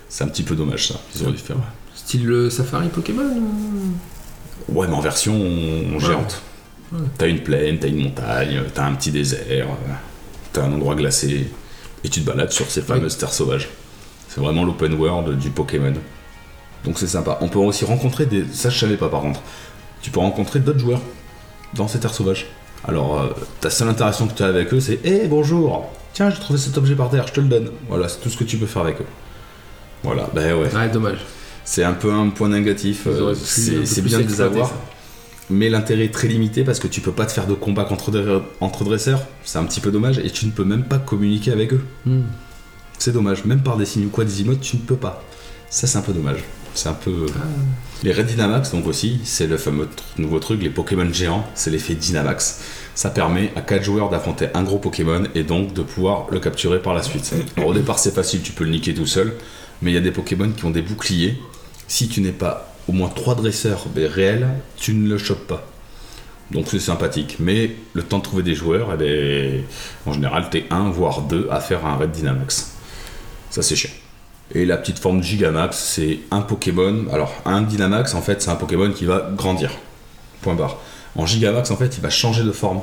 Speaker 2: C'est un petit peu dommage ça, ils auraient dû faire.
Speaker 4: Style le Safari Pokémon ou-
Speaker 2: Ouais, mais en version géante. T'as une plaine, t'as une montagne, t'as un petit désert, euh, t'as un endroit glacé, et tu te balades sur ces fameuses terres sauvages. C'est vraiment l'open world du Pokémon. Donc c'est sympa. On peut aussi rencontrer des. Ça, je savais pas par contre. Tu peux rencontrer d'autres joueurs dans ces terres sauvages. Alors, euh, ta seule interaction que tu as avec eux, c'est Hé, bonjour Tiens, j'ai trouvé cet objet par terre, je te le donne. Voilà, c'est tout ce que tu peux faire avec eux. Voilà, bah ouais.
Speaker 4: Ouais, dommage.
Speaker 2: C'est un peu un point négatif.
Speaker 4: Ils
Speaker 2: euh,
Speaker 4: auraient pu un peu
Speaker 2: C'est c'est
Speaker 4: plus
Speaker 2: bien de les
Speaker 4: exploiter
Speaker 2: avoir.
Speaker 4: ça.
Speaker 2: Mais l'intérêt est très limité parce que tu peux pas te faire de combat contre, dre- entre dresseurs. C'est un petit peu dommage. Et tu ne peux même pas communiquer avec eux.
Speaker 4: Hmm.
Speaker 2: C'est dommage. Même par des signes ou quoi, des emotes, tu ne peux pas. Ça, c'est un peu dommage. C'est un peu. euh,
Speaker 4: Ah.
Speaker 2: Les Red Dynamax, donc aussi, c'est le fameux tr- nouveau truc, les Pokémon géants, c'est l'effet Dynamax. Ça permet à 4 joueurs d'affronter un gros Pokémon et donc de pouvoir le capturer par la suite. Alors, au départ, c'est facile, tu peux le niquer tout seul, mais il y a des Pokémon qui ont des ben, boucliers. Si tu n'es pas au moins 3 dresseurs mais réels, tu ne le chopes pas. Donc c'est sympathique. Mais le temps de trouver des joueurs, eh ben, en général, t'es un voire deux à faire un raid Dynamax. Ça c'est chiant. Et la petite forme Gigamax, c'est un Pokémon. Alors un Dynamax, en fait, c'est un Pokémon qui va grandir. Point barre. En Gigamax, en fait, il va changer de forme.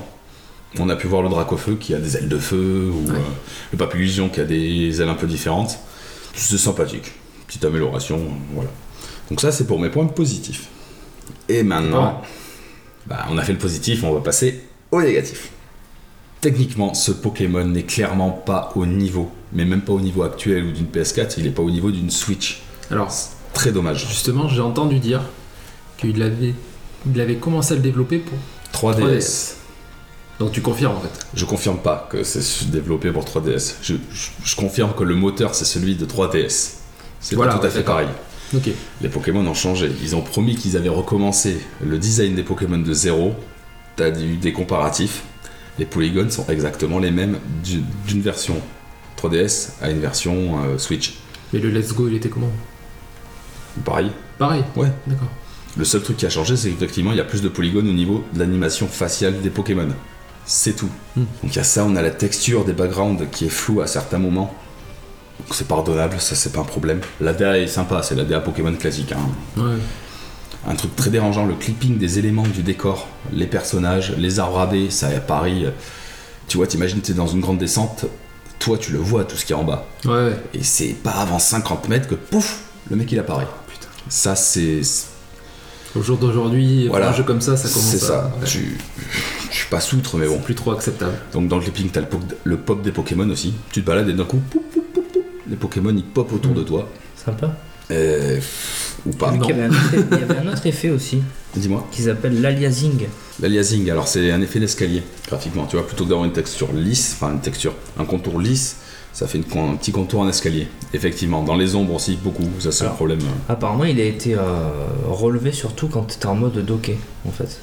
Speaker 2: On a pu voir le Dracofeu qui a des ailes de feu, ou euh, le Papillusion qui a des ailes un peu différentes. C'est sympathique. Petite amélioration, euh, voilà. Donc ça, c'est pour mes points positifs. Et maintenant, bah, on a fait le positif, on va passer au négatif. Techniquement, ce Pokémon n'est clairement pas au niveau, mais même pas au niveau actuel ou d'une PS4, il n'est pas au niveau d'une Switch.
Speaker 4: Alors,
Speaker 2: Très dommage.
Speaker 4: justement, j'ai entendu dire qu'il avait, il avait commencé à le développer pour.
Speaker 2: 3DS.
Speaker 4: Donc tu confirmes en fait.
Speaker 2: Je confirme pas que c'est développé pour 3DS. Je, je- je confirme que le moteur c'est celui de 3DS. C'est
Speaker 4: Voilà,
Speaker 2: pas tout à
Speaker 4: ouais,
Speaker 2: fait
Speaker 4: d'accord.
Speaker 2: pareil.
Speaker 4: Ok.
Speaker 2: Les Pokémon ont changé. Ils ont promis qu'ils avaient recommencé le design des Pokémon de zéro. T'as eu des comparatifs. Les polygones sont exactement les mêmes du- d'une version 3DS à une version euh, Switch.
Speaker 4: Mais le Let's Go, il était comment
Speaker 2: Pareil.
Speaker 4: Pareil.
Speaker 2: Ouais.
Speaker 4: D'accord.
Speaker 2: Le seul truc qui a changé, c'est qu'effectivement, il y a plus de polygones au niveau de l'animation faciale des Pokémon. C'est tout.
Speaker 4: Hmm.
Speaker 2: Donc il y a ça, on a la texture des backgrounds qui est floue à certains moments. Donc c'est pardonnable, ça c'est pas un problème. La DA est sympa, c'est la DA Pokémon classique. hein.
Speaker 4: Ouais.
Speaker 2: Un truc très dérangeant, le clipping des éléments du décor, les personnages, les arbres rabés, ça à Paris. euh, Tu vois, t'imagines, t'es dans une grande descente, toi tu le vois tout ce qui est en bas.
Speaker 4: Ouais, ouais.
Speaker 2: Et c'est pas avant 50 mètres que pouf, le mec il apparaît.
Speaker 4: Putain.
Speaker 2: Ça c'est
Speaker 4: Au jour d'aujourd'hui,
Speaker 2: Voilà.
Speaker 4: un jeu comme ça, ça commence
Speaker 2: C'est ça.
Speaker 4: à- ouais.
Speaker 2: Je, je suis pas soutre, mais bon.
Speaker 4: C'est plus trop acceptable.
Speaker 2: Donc dans le clipping, t'as le, po- le pop des Pokémon aussi. Tu te balades et d'un coup, pou, pou, pou, pou, les Pokémon ils pop
Speaker 4: Mm.
Speaker 2: autour de toi.
Speaker 3: Sympa.
Speaker 2: Euh, ou pas.
Speaker 3: Il y, avait un autre effet- il y avait un autre effet aussi,
Speaker 2: Dis-moi.
Speaker 3: qu'ils appellent l'aliasing.
Speaker 2: L'aliasing, alors c'est un effet d'escalier graphiquement. Tu vois, plutôt que d'avoir une texture lisse, enfin une texture, un contour lisse, ça fait une con- un petit contour en escalier. Effectivement, dans les ombres aussi, beaucoup. Ça c'est un
Speaker 3: Alors.
Speaker 2: problème.
Speaker 3: Apparemment, il a été euh, relevé surtout quand t'étais en mode docké, en fait.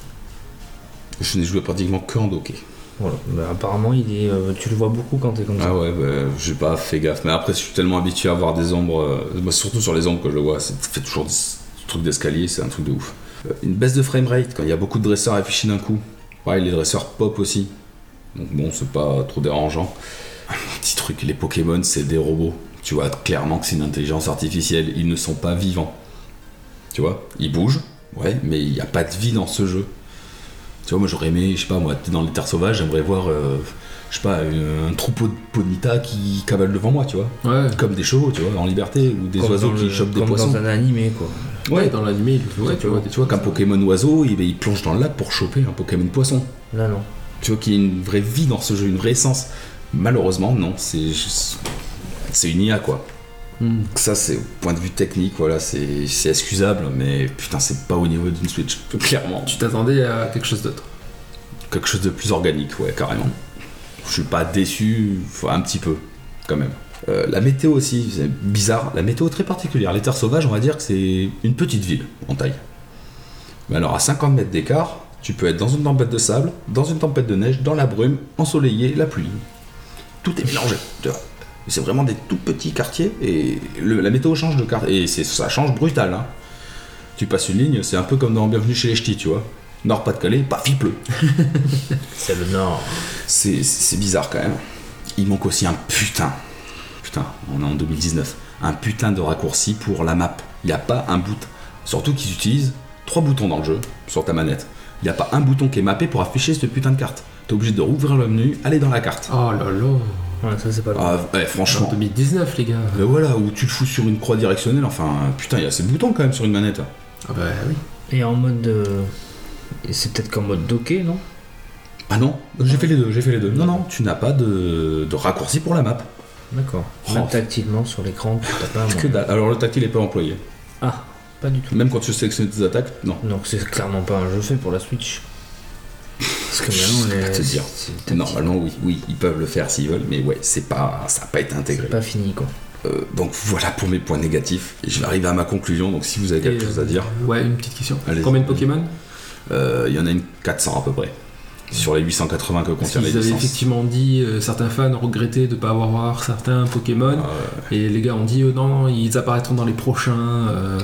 Speaker 2: Je n'ai joué pratiquement que en docké.
Speaker 3: Voilà. Bah, apparemment, il est, euh, tu le vois beaucoup quand t'es comme ça.
Speaker 2: Ah ouais, bah, j'ai pas fait gaffe. Mais après, je suis tellement habitué à voir des ombres, euh, bah, surtout sur les ombres que je le vois, c'est fait toujours ce truc d'escalier, c'est un truc de ouf. Euh, une baisse de framerate quand il y a beaucoup de dresseurs affichés d'un coup. Ouais, les dresseurs pop aussi. Donc bon, c'est pas trop dérangeant. Un (laughs) petit truc, les Pokémon, c'est des robots. Tu vois clairement que c'est une intelligence artificielle. Ils ne sont pas vivants. Tu vois, ils bougent, ouais, mais il n'y a pas de vie dans ce jeu. Tu vois, moi j'aurais aimé, je sais pas, moi, dans les terres sauvages, j'aimerais voir, euh, je sais pas, une- un troupeau de ponitas qui cavale devant moi, tu vois.
Speaker 4: Ouais.
Speaker 2: Comme des chevaux, tu vois, en liberté, ou des
Speaker 3: Comme
Speaker 2: oiseaux
Speaker 3: dans
Speaker 2: qui
Speaker 3: le-
Speaker 2: chopent des
Speaker 3: comme
Speaker 2: poissons.
Speaker 3: dans un animé, quoi.
Speaker 2: Ouais,
Speaker 4: Dans l'animé, il- ouais, tu vois. des-
Speaker 2: tu vois qu'un Pokémon oiseau, il, il plonge dans le lac pour choper un Pokémon poisson.
Speaker 3: Là, non.
Speaker 2: Tu vois qu'il y a une vraie vie dans ce jeu, une vraie essence. Malheureusement, non, c'est juste- c'est une IA quoi.
Speaker 4: Hmm.
Speaker 2: Ça, c'est au point de vue technique, voilà, c'est c'est excusable, mais putain, c'est pas au niveau d'une Switch, (laughs) clairement.
Speaker 4: Tu t'attendais à quelque chose d'autre.
Speaker 2: Quelque chose de plus organique, ouais, carrément. Je suis pas déçu, enfin, un petit peu, quand même. Euh, la météo aussi, c'est bizarre. La météo très particulière. Les terres sauvages, on va dire que c'est une petite ville en taille. Mais alors, à 50 mètres d'écart, tu peux être dans une tempête de sable, dans une tempête de neige, dans la brume, ensoleillé, la pluie. Tout est mélangé. tu vois. C'est vraiment des tout petits quartiers et le- la météo change de quartier. Et c'est- ça change brutal. hein. Tu passes une ligne, c'est un peu comme dans Bienvenue chez les Ch'tis, tu vois. Nord-Pas-de-Calais, paf, il pleut.
Speaker 5: C'est le Nord.
Speaker 2: C'est- C'est bizarre quand même. Il manque aussi un putain. Putain, on est en 2019. Un putain de raccourci pour la map. Il n'y a pas un bout. Surtout qu'ils utilisent trois boutons dans le jeu, sur ta manette. Il n'y a pas un bouton qui est mappé pour afficher cette putain de carte. T'es obligé de rouvrir le menu, aller dans la carte.
Speaker 4: Oh là là.
Speaker 3: Ouais, ça, c'est pas le
Speaker 2: Ah, ouais,
Speaker 4: En
Speaker 2: franchement.
Speaker 4: 2019, les gars.
Speaker 2: Mais voilà, ou tu le fous sur une croix directionnelle, enfin, putain, il y a ces boutons quand même sur une manette.
Speaker 4: Ah bah oui.
Speaker 3: Et en mode. euh, et C'est peut-être qu'en mode docké, non
Speaker 2: Ah non, j'ai fait les deux, j'ai fait les deux. Non, non, tu n'as pas de, de raccourci pour la map.
Speaker 3: D'accord.
Speaker 2: Oh.
Speaker 3: Même tactilement sur l'écran, tu t'as pas un
Speaker 2: Que
Speaker 3: moment.
Speaker 2: dalle. Alors le tactile n'est pas employé.
Speaker 3: Ah, pas du tout.
Speaker 2: Même quand tu sélectionnes tes attaques, non.
Speaker 3: Donc, c'est clairement pas un jeu fait pour la Switch. Parce que
Speaker 2: Je
Speaker 3: maintenant,
Speaker 2: sais
Speaker 3: on
Speaker 2: pas
Speaker 3: est.
Speaker 2: te dire.
Speaker 3: c'est- c'est tactile.
Speaker 2: Normalement, oui, oui, ils peuvent le faire s'ils veulent, mais ouais, c'est pas, ça n'a pas été intégré.
Speaker 3: C'est pas fini, quoi.
Speaker 2: Euh, donc voilà pour mes points négatifs. Et je vais arriver à ma conclusion. Donc si vous avez quelque
Speaker 4: Et, euh,
Speaker 2: chose à dire,
Speaker 4: Ouais, une petite question.
Speaker 2: Allez.
Speaker 4: Combien de Pokémon
Speaker 2: euh, il y en a une 400 à peu près sur les 880 que
Speaker 4: Parce
Speaker 2: contient les
Speaker 4: qu'ils avaient
Speaker 2: licences.
Speaker 4: effectivement dit, euh, certains fans regrettaient de ne pas avoir voir certains Pokémon. Et les gars ont dit, euh, non, ils apparaîtront dans les prochains. euh,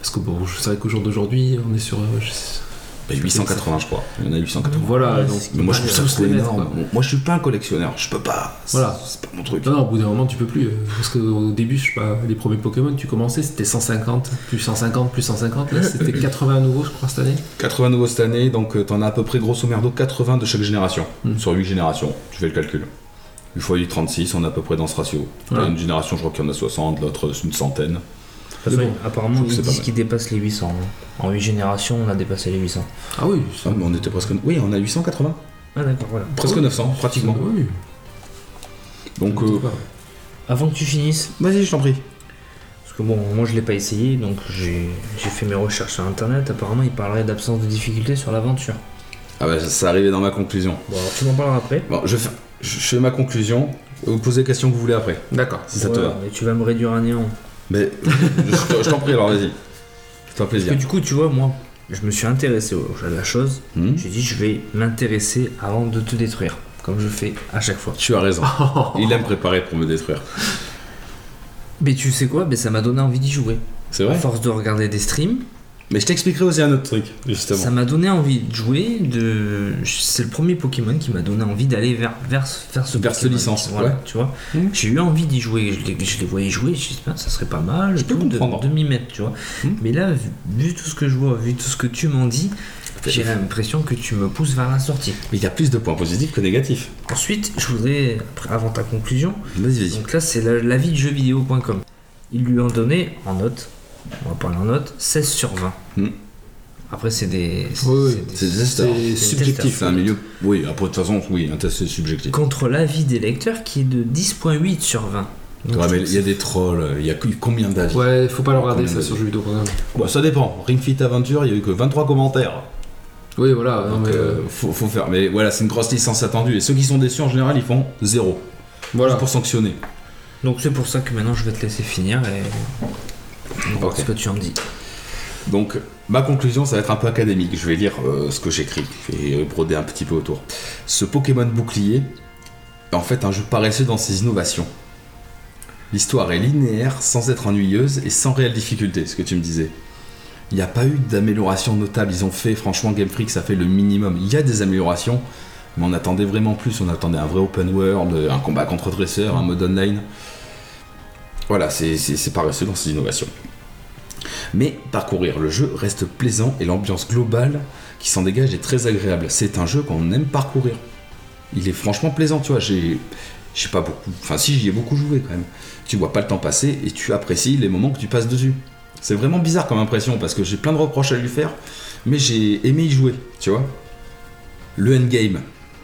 Speaker 4: parce que bon, je- c'est vrai qu'au jour d'aujourd'hui, on est sur. euh, je sais-
Speaker 2: Bah, 880, je crois. Il y en a 880.
Speaker 4: Voilà,
Speaker 5: Ouais,
Speaker 4: donc.
Speaker 5: c'est-
Speaker 2: Mais moi, je
Speaker 4: Ouais,
Speaker 2: trouve ça
Speaker 4: tous les
Speaker 2: énorme.
Speaker 4: mètres,
Speaker 2: Moi, je suis pas un collectionneur. Je peux pas. C'est-
Speaker 4: Voilà.
Speaker 2: C'est pas mon truc.
Speaker 4: Non, non, au bout d'un moment, tu peux plus. euh, Parce qu'au début, je sais pas, les premiers Pokémon, tu commençais, c'était 150, plus 150, plus 150. Là, c'était (laughs) 80 à nouveau, je crois, cette année.
Speaker 2: 80 nouveaux cette année, donc euh, t'en as à peu près grosso merdo 80 de chaque génération.
Speaker 4: Mm.
Speaker 2: Sur 8 générations, tu fais le calcul. 8 fois 8, 36, on est à peu près dans ce ratio. T'as
Speaker 4: Ouais.
Speaker 2: Une génération, je crois qu'il y en a 60, l'autre c'est une centaine.
Speaker 3: De toute façon, apparemment,
Speaker 2: Je trouve que
Speaker 3: ils
Speaker 2: c'est pas
Speaker 3: disent
Speaker 2: mal.
Speaker 3: qu'ils dépassent les 800. hein. En 8 générations, on a dépassé les 800.
Speaker 4: Ah oui,
Speaker 2: Ah, mais on était presque. Oui, on a 880.
Speaker 3: Ah, d'accord, voilà.
Speaker 2: Presque 900, pratiquement.
Speaker 4: Oui.
Speaker 2: Donc, euh,
Speaker 3: Avant que tu finisses,
Speaker 2: vas-y, je t'en prie.
Speaker 3: parce que bon, moi je l'ai pas essayé, donc j'ai j'ai fait mes recherches sur internet. Apparemment, il parlerait d'absence de difficulté sur l'aventure.
Speaker 2: Ah bah, ça, ça arrivait dans ma conclusion.
Speaker 3: Bon, alors tu m'en parleras après.
Speaker 2: Bon, je fais, je fais ma conclusion. Vous posez les questions que vous voulez après,
Speaker 4: D'accord.
Speaker 2: si ça te
Speaker 3: Ouais,
Speaker 2: va.
Speaker 3: mais tu vas me réduire à néant.
Speaker 2: Mais je, je t'en prie, alors vas-y. Fais-toi
Speaker 3: Parce
Speaker 2: plaisir.
Speaker 3: que du coup, tu vois, moi, je me suis intéressé au- à la chose.
Speaker 2: Hmm
Speaker 3: J'ai dit, je vais m'intéresser avant de te détruire, comme je fais à chaque fois.
Speaker 2: Tu as raison. Il aime préparer pour me détruire.
Speaker 3: Mais tu sais quoi Mais ça m'a donné envie d'y jouer.
Speaker 2: C'est
Speaker 3: À
Speaker 2: vrai
Speaker 3: force de regarder des streams,
Speaker 2: Mais je t'expliquerai aussi un autre truc, justement.
Speaker 3: ça m'a donné envie de jouer. De... C'est le premier Pokémon qui m'a donné envie d'aller vers, vers, vers ce
Speaker 2: Vers cette
Speaker 3: Pokémon.
Speaker 2: licence,
Speaker 3: Voilà,
Speaker 2: ouais. Hmm.
Speaker 3: tu vois.
Speaker 4: Mhm.
Speaker 3: J'ai eu envie d'y jouer. Je les, je les voyais jouer. Je me dit, ça serait pas mal.
Speaker 2: Je peux
Speaker 3: tout, de,
Speaker 2: comprendre.
Speaker 3: de m'y mettre, tu vois.
Speaker 2: Mhm.
Speaker 3: Mais là, vu, vu tout ce que je vois, vu tout ce que tu m'en dis, j'ai l'impression que tu me pousses vers la sortie.
Speaker 2: Mais il y a plus de points positifs que négatifs.
Speaker 3: Ensuite, je voudrais, après- avant ta conclusion,
Speaker 2: Vas-y, vas-y.
Speaker 3: donc là, c'est la- l'avis de jeuxvideo.com. Ils lui ont donné, en note, on va parler en note, 16 sur 20.
Speaker 2: Hmm.
Speaker 3: Après, c'est des. c'est-
Speaker 4: Oui, oui.
Speaker 3: c'est des-
Speaker 2: C'est testeur.
Speaker 4: C'est
Speaker 3: subjectif.
Speaker 2: C'est un milieu. Oui, après, de toute façon, oui, un test c'est subjectif.
Speaker 3: Contre l'avis des lecteurs qui est de 10.8 sur 20.
Speaker 2: Ouais,
Speaker 3: Donc, je
Speaker 2: mais
Speaker 3: trouve
Speaker 2: il y a des trolls, il y a combien d'avis
Speaker 4: Ouais, faut pas le regarder
Speaker 2: Combien
Speaker 4: ça
Speaker 2: de-
Speaker 4: sur jeuxvideo.com.
Speaker 2: Bon, ça dépend. Ring Fit Aventure, il y a eu que 23 commentaires.
Speaker 4: Oui, voilà. non,
Speaker 2: Donc,
Speaker 4: mais, euh,
Speaker 2: euh, faut, faut faire. Mais voilà, c'est une grosse licence attendue. Et ceux qui sont déçus, en général, ils font zéro.
Speaker 4: voilà.
Speaker 2: Juste pour sanctionner.
Speaker 3: ça- Donc, c'est pour ça que maintenant, je vais te laisser finir et.
Speaker 2: Ok.
Speaker 3: C'est ce que tu en dis.
Speaker 2: Donc, ma conclusion, ça va être un peu académique. Je vais lire euh, ce que j'écris et euh, broder un petit peu autour. Ce Pokémon bouclier est en fait un jeu paresseux dans ses innovations. L'histoire est linéaire, sans être ennuyeuse et sans réelle difficulté, ce que tu me disais. Il n'y a pas eu d'amélioration notable. Ils ont fait, franchement, Game Freak, ça fait le minimum. Il y a des améliorations, mais on attendait vraiment plus. On attendait un vrai open world, un combat contre dresseur, un mode online. Voilà, c'est- c'est c'est paresseux dans ses innovations. Mais parcourir le jeu reste plaisant et l'ambiance globale qui s'en dégage est très agréable. C'est un jeu qu'on aime parcourir. Il est franchement plaisant, tu vois. J'ai, j'ai pas beaucoup. Enfin, si j'y ai beaucoup joué quand même. Tu vois pas le temps passer et tu apprécies les moments que tu passes dessus. C'est vraiment bizarre comme impression parce que j'ai plein de reproches à lui faire, mais j'ai aimé y jouer, tu vois. Le endgame,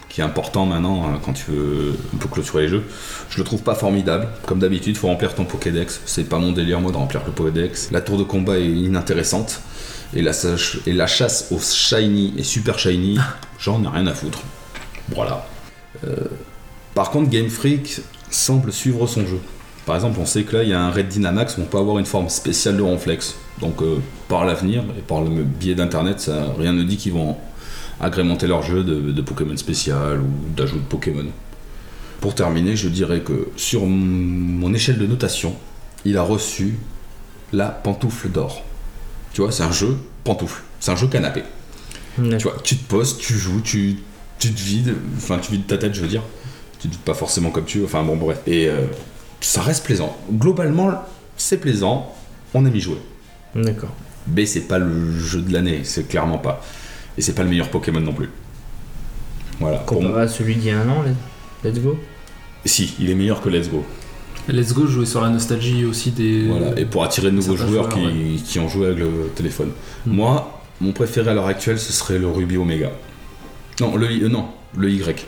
Speaker 2: qui est important maintenant hein, quand tu veux un peu clôturer les jeux, je le trouve pas formidable. Comme d'habitude, faut remplir ton Pokédex. C'est pas mon délire, moi, de remplir le Pokédex. La tour de combat est inintéressante. Et la, sach- et la chasse aux shiny et super shiny, j'en ai rien à foutre. Voilà. Euh, Par contre, Game Freak semble suivre son jeu. Par exemple, on sait que là, il y a un Red Dynamax où on peut avoir une forme spéciale de Ronflex. Donc, euh, par l'avenir et par le biais d'Internet, ça- rien ne dit qu'ils vont agrémenter leur jeu de, de Pokémon spécial ou d'ajout de Pokémon. Pour terminer, je dirais que sur mon- mon échelle de notation, il a reçu la pantoufle d'or. Tu vois, c'est un jeu pantoufle, c'est un jeu canapé. Tu vois, tu te poses, tu joues, tu, tu te vides, enfin tu vides ta tête, je veux dire. Tu te vides pas forcément comme tu veux, enfin bon bref. Et euh, ça reste plaisant. Globalement, c'est plaisant, on aime y jouer.
Speaker 3: D'accord.
Speaker 2: Mais c'est pas le jeu de l'année, c'est clairement pas. Et c'est pas le meilleur Pokémon non plus. Voilà. Pour
Speaker 3: Comparé
Speaker 2: moi,
Speaker 3: à celui d'il y a un an, les- let's go.
Speaker 2: si, il est meilleur que Let's Go.
Speaker 4: Let's Go jouer sur la nostalgie aussi des.
Speaker 2: Voilà, et pour attirer de nouveaux
Speaker 4: certains
Speaker 2: joueurs, Hmm.
Speaker 4: joueurs,
Speaker 2: qui, qui ont joué avec le téléphone.
Speaker 4: Mm.
Speaker 2: Moi, mon préféré à l'heure actuelle, ce serait le Ruby Omega. Non, le, I- euh, non, le Y.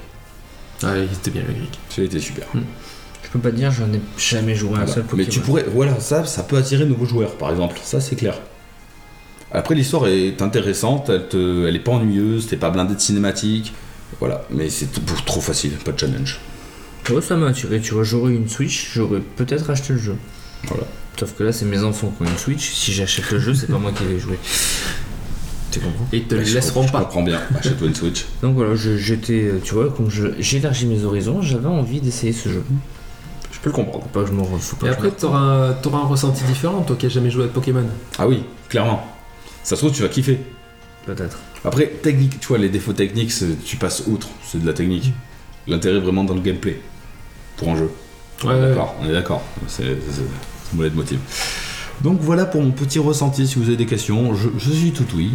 Speaker 4: Ah, il était bien le Eric.
Speaker 2: Celui-là était super.
Speaker 3: Je peux pas te dire, j'en ai jamais joué à un
Speaker 2: Voilà.
Speaker 3: seul Pokémon.
Speaker 2: Ah bah, Mais tu pourrais, voilà, ça, ça peut attirer de nouveaux joueurs, par exemple. Ça, c'est clair. Après, l'histoire est intéressante, elle, te, elle est pas ennuyeuse, t'es pas blindé de cinématiques. Voilà, mais c'est t- pour- trop facile, pas de challenge.
Speaker 3: Ouais, ça m'a attiré, tu vois, j'aurais une Switch, j'aurais peut-être acheté le jeu.
Speaker 2: Voilà.
Speaker 3: Sauf que là, c'est mes enfants qui ont une Switch, si j'achète le jeu, c'est pas moi qui vais jouer. Tu comprends
Speaker 4: Et ils te
Speaker 2: Bah,
Speaker 4: les
Speaker 2: je
Speaker 4: laisseront
Speaker 2: comprends- Je
Speaker 4: pas.
Speaker 2: comprends bien, achète-toi une Switch.
Speaker 3: Donc voilà, je- j'étais, euh, tu vois, comme je- j'élargis mes horizons, j'avais envie d'essayer ce jeu.
Speaker 2: (laughs) Je peux le comprendre.
Speaker 3: Faut pas que je m'en rende fou. pas
Speaker 4: Et
Speaker 3: que je
Speaker 4: après, t'auras un, t'auras un ressenti différent, toi qui as jamais joué à Pokémon.
Speaker 2: Ah oui, clairement. Ça se trouve, tu vas kiffer.
Speaker 3: peut-être.
Speaker 2: Après, technique, tu vois, les défauts techniques, c'est- tu passes outre, c'est de la technique. L'intérêt est vraiment dans le gameplay, pour un jeu.
Speaker 4: Ouais,
Speaker 2: on est
Speaker 4: ouais.
Speaker 2: d'accord, on est d'accord. C'est c'est- c'est de motif. Donc voilà pour mon petit ressenti. Si vous avez des questions, je, je suis tout oui.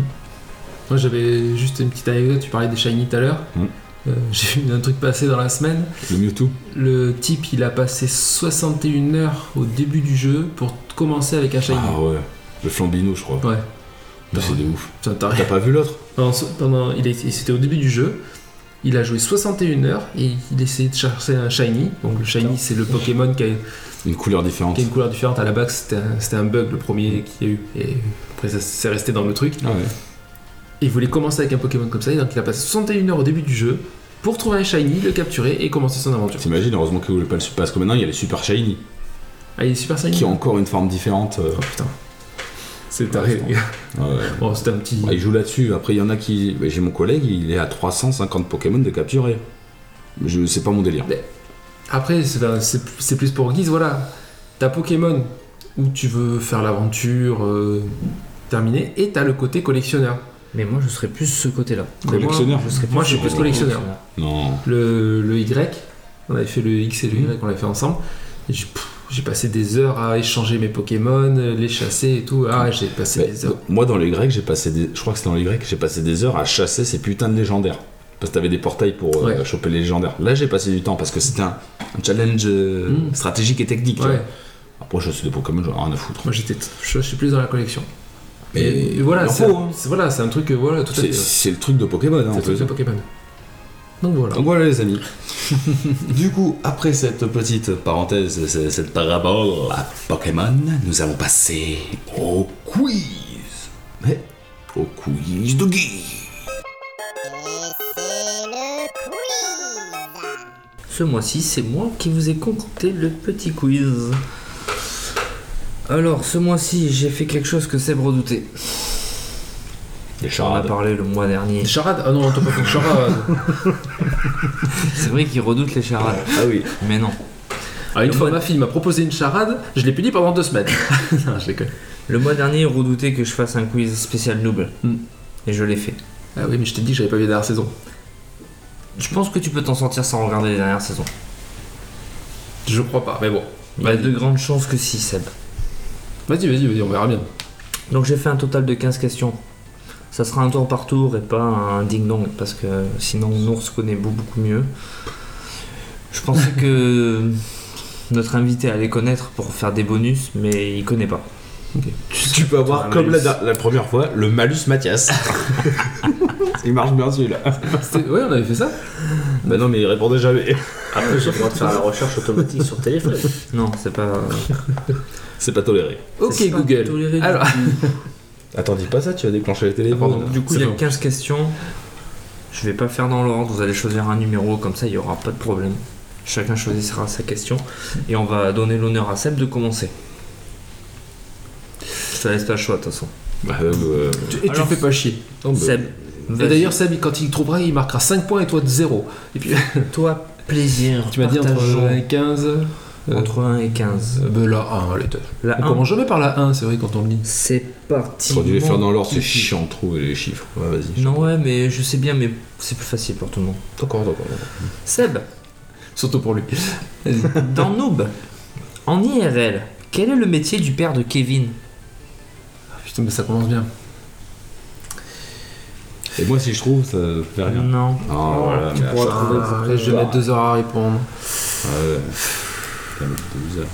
Speaker 4: Moi j'avais juste une petite anecdote, tu parlais des Shiny tout à l'heure.
Speaker 2: Mm.
Speaker 4: Euh, (laughs) J'ai vu un truc passer dans la semaine.
Speaker 2: Le Mewtwo.
Speaker 4: Le type il a passé 61 heures au début du jeu pour t- commencer avec un Shiny.
Speaker 2: Ah ouais, le flambino, je crois.
Speaker 4: Ouais.
Speaker 2: Mais C'est de ouf.
Speaker 4: Ça t'arrive.
Speaker 2: T'as pas vu l'autre
Speaker 4: Pendant, ce- pendant- il est- c'était au début du jeu. Il a joué 61 heures et il essayait de chercher un shiny. Donc le shiny, c'est le Pokémon qui a,
Speaker 2: Une couleur différente.
Speaker 4: qui a une couleur différente. À la base, c'était un, c'était un bug le premier qu'il y a eu. Et après, ça s'est resté dans le truc.
Speaker 2: Ah ouais.
Speaker 4: Et il voulait commencer avec un Pokémon comme ça. Et donc il a passé 61 heures au début du jeu pour trouver un shiny, le capturer et commencer son aventure.
Speaker 2: T'imagines, heureusement que vous pas le super. Parce que maintenant, il y a les super shiny
Speaker 4: Ah, il est super shiny.
Speaker 2: qui ont encore une forme différente. euh,
Speaker 4: Oh putain. C'est (laughs) taré. les gars.
Speaker 2: ouais.
Speaker 4: Bon, c'était un petit.
Speaker 2: Ouais, Bah, il joue là-dessus. Après, il y en a qui. bah, J'ai mon collègue, il est à 350 Pokémon de capturer. Je sais pas mon délire.
Speaker 4: Après, c'est enfin, c'est- c'est plus pour Guise, voilà. T'as Pokémon où tu veux faire l'aventure euh, terminée et t'as le côté collectionneur.
Speaker 3: Mais moi, je serais plus ce côté-là.
Speaker 4: Mais moi,
Speaker 2: Collectionneur.
Speaker 3: Je serais
Speaker 4: Moi, je suis plus
Speaker 3: ce
Speaker 4: collectionneur.
Speaker 2: Non.
Speaker 4: le, le Y, on avait fait le X et le
Speaker 2: Mhm.
Speaker 4: Y, on l'avait fait ensemble. Et j'ai- pff, J'ai passé des heures à échanger mes Pokémon, euh, les chasser et tout. Ah, j'ai passé
Speaker 2: Mais,
Speaker 4: des heures.
Speaker 2: moi, dans les Grecs, j'ai passé des. Je crois que c'est dans les Grecs, j'ai passé des heures à chasser ces putains de légendaires. Parce que t'avais des portails pour euh,
Speaker 4: Ouais.
Speaker 2: choper les légendaires. Là, j'ai passé du temps parce que c'était un, un challenge euh,
Speaker 4: Mm.
Speaker 2: stratégique et technique.
Speaker 4: Ouais,
Speaker 2: Après, je suis des Pokémon, j'en ai rien à foutre.
Speaker 4: moi j'étais, je suis plus dans la collection.
Speaker 2: Mais
Speaker 4: Et voilà,
Speaker 2: il en
Speaker 4: c'est
Speaker 2: faut,
Speaker 4: un-
Speaker 2: hein.
Speaker 4: c'est voilà, c'est un truc, que, voilà, tout à fait.
Speaker 2: C'est c'est le truc de Pokémon. hein,
Speaker 4: C'est
Speaker 2: en
Speaker 4: un truc
Speaker 2: fait.
Speaker 4: de Pokémon. Donc voilà.
Speaker 2: Donc voilà les amis. (laughs) du coup, après cette petite parenthèse, ce- cette parabole à Pokémon, nous allons passer au quiz. Mais au quiz de Guy.
Speaker 3: Ce mois-ci, c'est moi qui vous ai concocté le petit quiz. Alors, ce mois-ci, j'ai fait quelque chose que Seb redoutait.
Speaker 2: Des
Speaker 3: On a
Speaker 2: charades.
Speaker 3: parlé le mois dernier.
Speaker 4: Charade Ah non, t'as pas fait
Speaker 2: (laughs)
Speaker 4: de charade. Ah,
Speaker 3: C'est vrai qu'il redoute les charades.
Speaker 2: Ah oui.
Speaker 3: Mais non.
Speaker 4: Ah, une
Speaker 3: Le
Speaker 4: fois,
Speaker 3: mode-
Speaker 4: ma fille m'a proposé une charade, je l'ai punie pendant
Speaker 2: (laughs)
Speaker 4: deux semaines. non, je déconne.
Speaker 3: Le mois dernier, il redoutait que je fasse un quiz spécial noob.
Speaker 4: Hmm.
Speaker 3: Et je l'ai fait.
Speaker 4: Ah oui, mais je t'ai dit que j'avais pas vu la dernière saison.
Speaker 3: Je pense que tu peux t'en sortir sans regarder les dernières saisons.
Speaker 4: Je crois pas, mais bon. Bah,
Speaker 3: Il y a de grandes chances que si, Seb.
Speaker 4: Vas-y, vas-y, vas-y, on verra bien.
Speaker 3: Donc j'ai fait un total de 15 questions. Ça sera un tour par tour et pas un ding-dong parce que sinon on se connaît beaucoup, beaucoup mieux. Je pensais que notre invité allait connaître pour faire des bonus, mais il connaît pas.
Speaker 2: (laughs) Tu peux avoir
Speaker 3: Un
Speaker 2: comme la,
Speaker 3: malus.
Speaker 2: la première fois le malus Mathias. (laughs) il marche bien celui-là. (laughs)
Speaker 4: C'était- Ouais, on avait fait ça
Speaker 2: Bah non mais il répondait jamais.
Speaker 5: Après, j'ai le droit de faire la recherche automatique sur (laughs) téléphone.
Speaker 3: Non, c'est pas.
Speaker 2: C'est pas toléré.
Speaker 4: Ok,
Speaker 3: c'est pas
Speaker 4: Google.
Speaker 3: toléré du
Speaker 4: Alors- (laughs)
Speaker 3: tout.
Speaker 2: Attends dis pas ça, tu vas déclencher le
Speaker 4: téléphone.
Speaker 2: téléphone.
Speaker 3: du coup,
Speaker 4: C'est
Speaker 3: il y a
Speaker 4: bon.
Speaker 3: 15 questions. Je vais pas faire dans l'ordre, vous allez choisir un numéro, comme ça il y aura pas de problème. Chacun choisira sa question et on va donner l'honneur à Seb de commencer. Je te laisse pas le choix de toute façon.
Speaker 2: Bah, euh,
Speaker 4: Tu- Et tu fais pas chier. Oh, bah,
Speaker 3: Seb,
Speaker 4: Et
Speaker 3: vas-y.
Speaker 4: d'ailleurs, Seb, quand il trouvera, il marquera 5 points et toi 0. Et puis,
Speaker 3: toi, plaisir.
Speaker 4: (laughs) tu m'as dit entre
Speaker 3: partageons
Speaker 4: 1 et 15. euh,
Speaker 3: entre 1 et 15.
Speaker 4: euh, ben la 1, allez, t'as-
Speaker 3: La
Speaker 4: On
Speaker 3: 1,
Speaker 4: commence jamais par la 1, c'est vrai, quand on le lit.
Speaker 3: c'est parti.
Speaker 2: J'aurais dû les faire dans l'ordre, c'est
Speaker 3: Mon
Speaker 2: chiant de trouver les chiffres. Ouais vas-y.
Speaker 3: Non, ouais, mais je sais bien, mais c'est plus facile pour tout le monde.
Speaker 2: D'accord, d'accord.
Speaker 3: Seb,
Speaker 4: Surtout pour lui.
Speaker 3: dans Noob, en IRL, quel est le métier du père de Kevin
Speaker 4: Ah, Putain, mais ça commence bien.
Speaker 2: Et moi si je trouve ça fait rien.
Speaker 3: Non.
Speaker 2: Oh, voilà, mais ah, à
Speaker 4: Pour
Speaker 2: chaque fois,
Speaker 4: trouver, Ah, je vais mettre 2 heures à répondre.
Speaker 2: Ouais. Putain, mais c'est bizarre.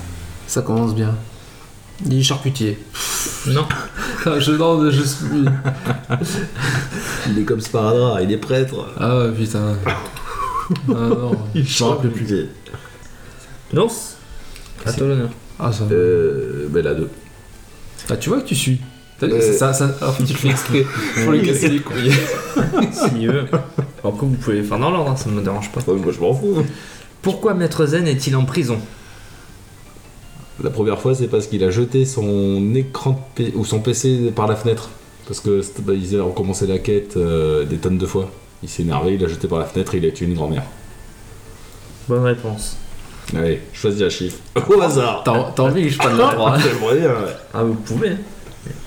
Speaker 4: Ça commence bien. Il est charcutier. (laughs)
Speaker 3: Non.
Speaker 4: Ah, je non, je suis.
Speaker 2: Il est comme Sparadra, il est prêtre.
Speaker 4: Ah (laughs) putain. Ah non.
Speaker 2: Je me rappelle plus.
Speaker 3: Lance à toi l'honneur.
Speaker 4: Ah ça.
Speaker 2: Euh. Ben la 2.
Speaker 4: Ah tu vois que tu suis. T'as vu
Speaker 2: Euh.
Speaker 4: ça, ça, ça- en fait, tu le fais exprès pour lui casser les couilles.
Speaker 3: S'il
Speaker 4: (laughs)
Speaker 3: veut. Après, vous pouvez les faire dans l'ordre, hein, ça ne me dérange pas.
Speaker 2: Moi je m'en fous.
Speaker 3: Pourquoi Maître Zen est-il en prison
Speaker 2: La première fois c'est parce qu'il a jeté son écran de P- ou son PC par la fenêtre. Parce que c'était- bah, ils avaient recommencé la quête euh, des tonnes de fois. Il s'est énervé, il l'a jeté par la fenêtre et il a tué une grand-mère.
Speaker 3: Bonne réponse.
Speaker 2: Allez, choisis un chiffre. Au hasard
Speaker 4: T'as t'as envie que je prenne la droite
Speaker 2: J'aimerais bien, ouais.
Speaker 3: (laughs) Ah, vous pouvez. hein.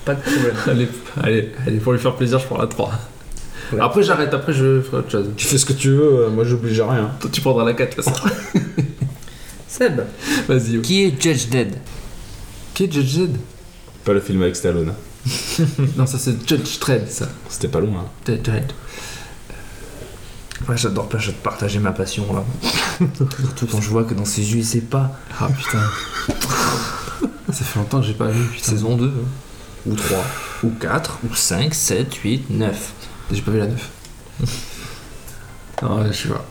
Speaker 3: Pas de (laughs) problème.
Speaker 4: Allez, allez, allez, pour lui faire plaisir, je prends la 3.
Speaker 3: Ouais.
Speaker 4: Après, j'arrête, après, je ferai autre chose.
Speaker 2: Tu fais ce que tu veux, euh, moi j'oblige à rien.
Speaker 4: Toi, tu prendras la 4, là, ça.
Speaker 3: Seb,
Speaker 4: Vas-y.
Speaker 3: qui est Judge Dead
Speaker 4: Qui est Judge Dredd
Speaker 2: Pas le film avec Stallone. hein.
Speaker 4: Non, ça, c'est Judge Dredd, ça.
Speaker 2: C'était pas loin. hein.
Speaker 4: Judge Dredd.
Speaker 3: Ouais, j'adore pas, je te partager ma passion (laughs) là. Surtout quand je vois que dans ses yeux, il sait pas.
Speaker 4: Ah putain. ça fait longtemps que j'ai pas vu, putain.
Speaker 3: Saison 2, hein. ou 3, ou 4, ou 5, 7, 8, 9.
Speaker 4: J'ai pas vu la 9. Non, Ah je sais pas.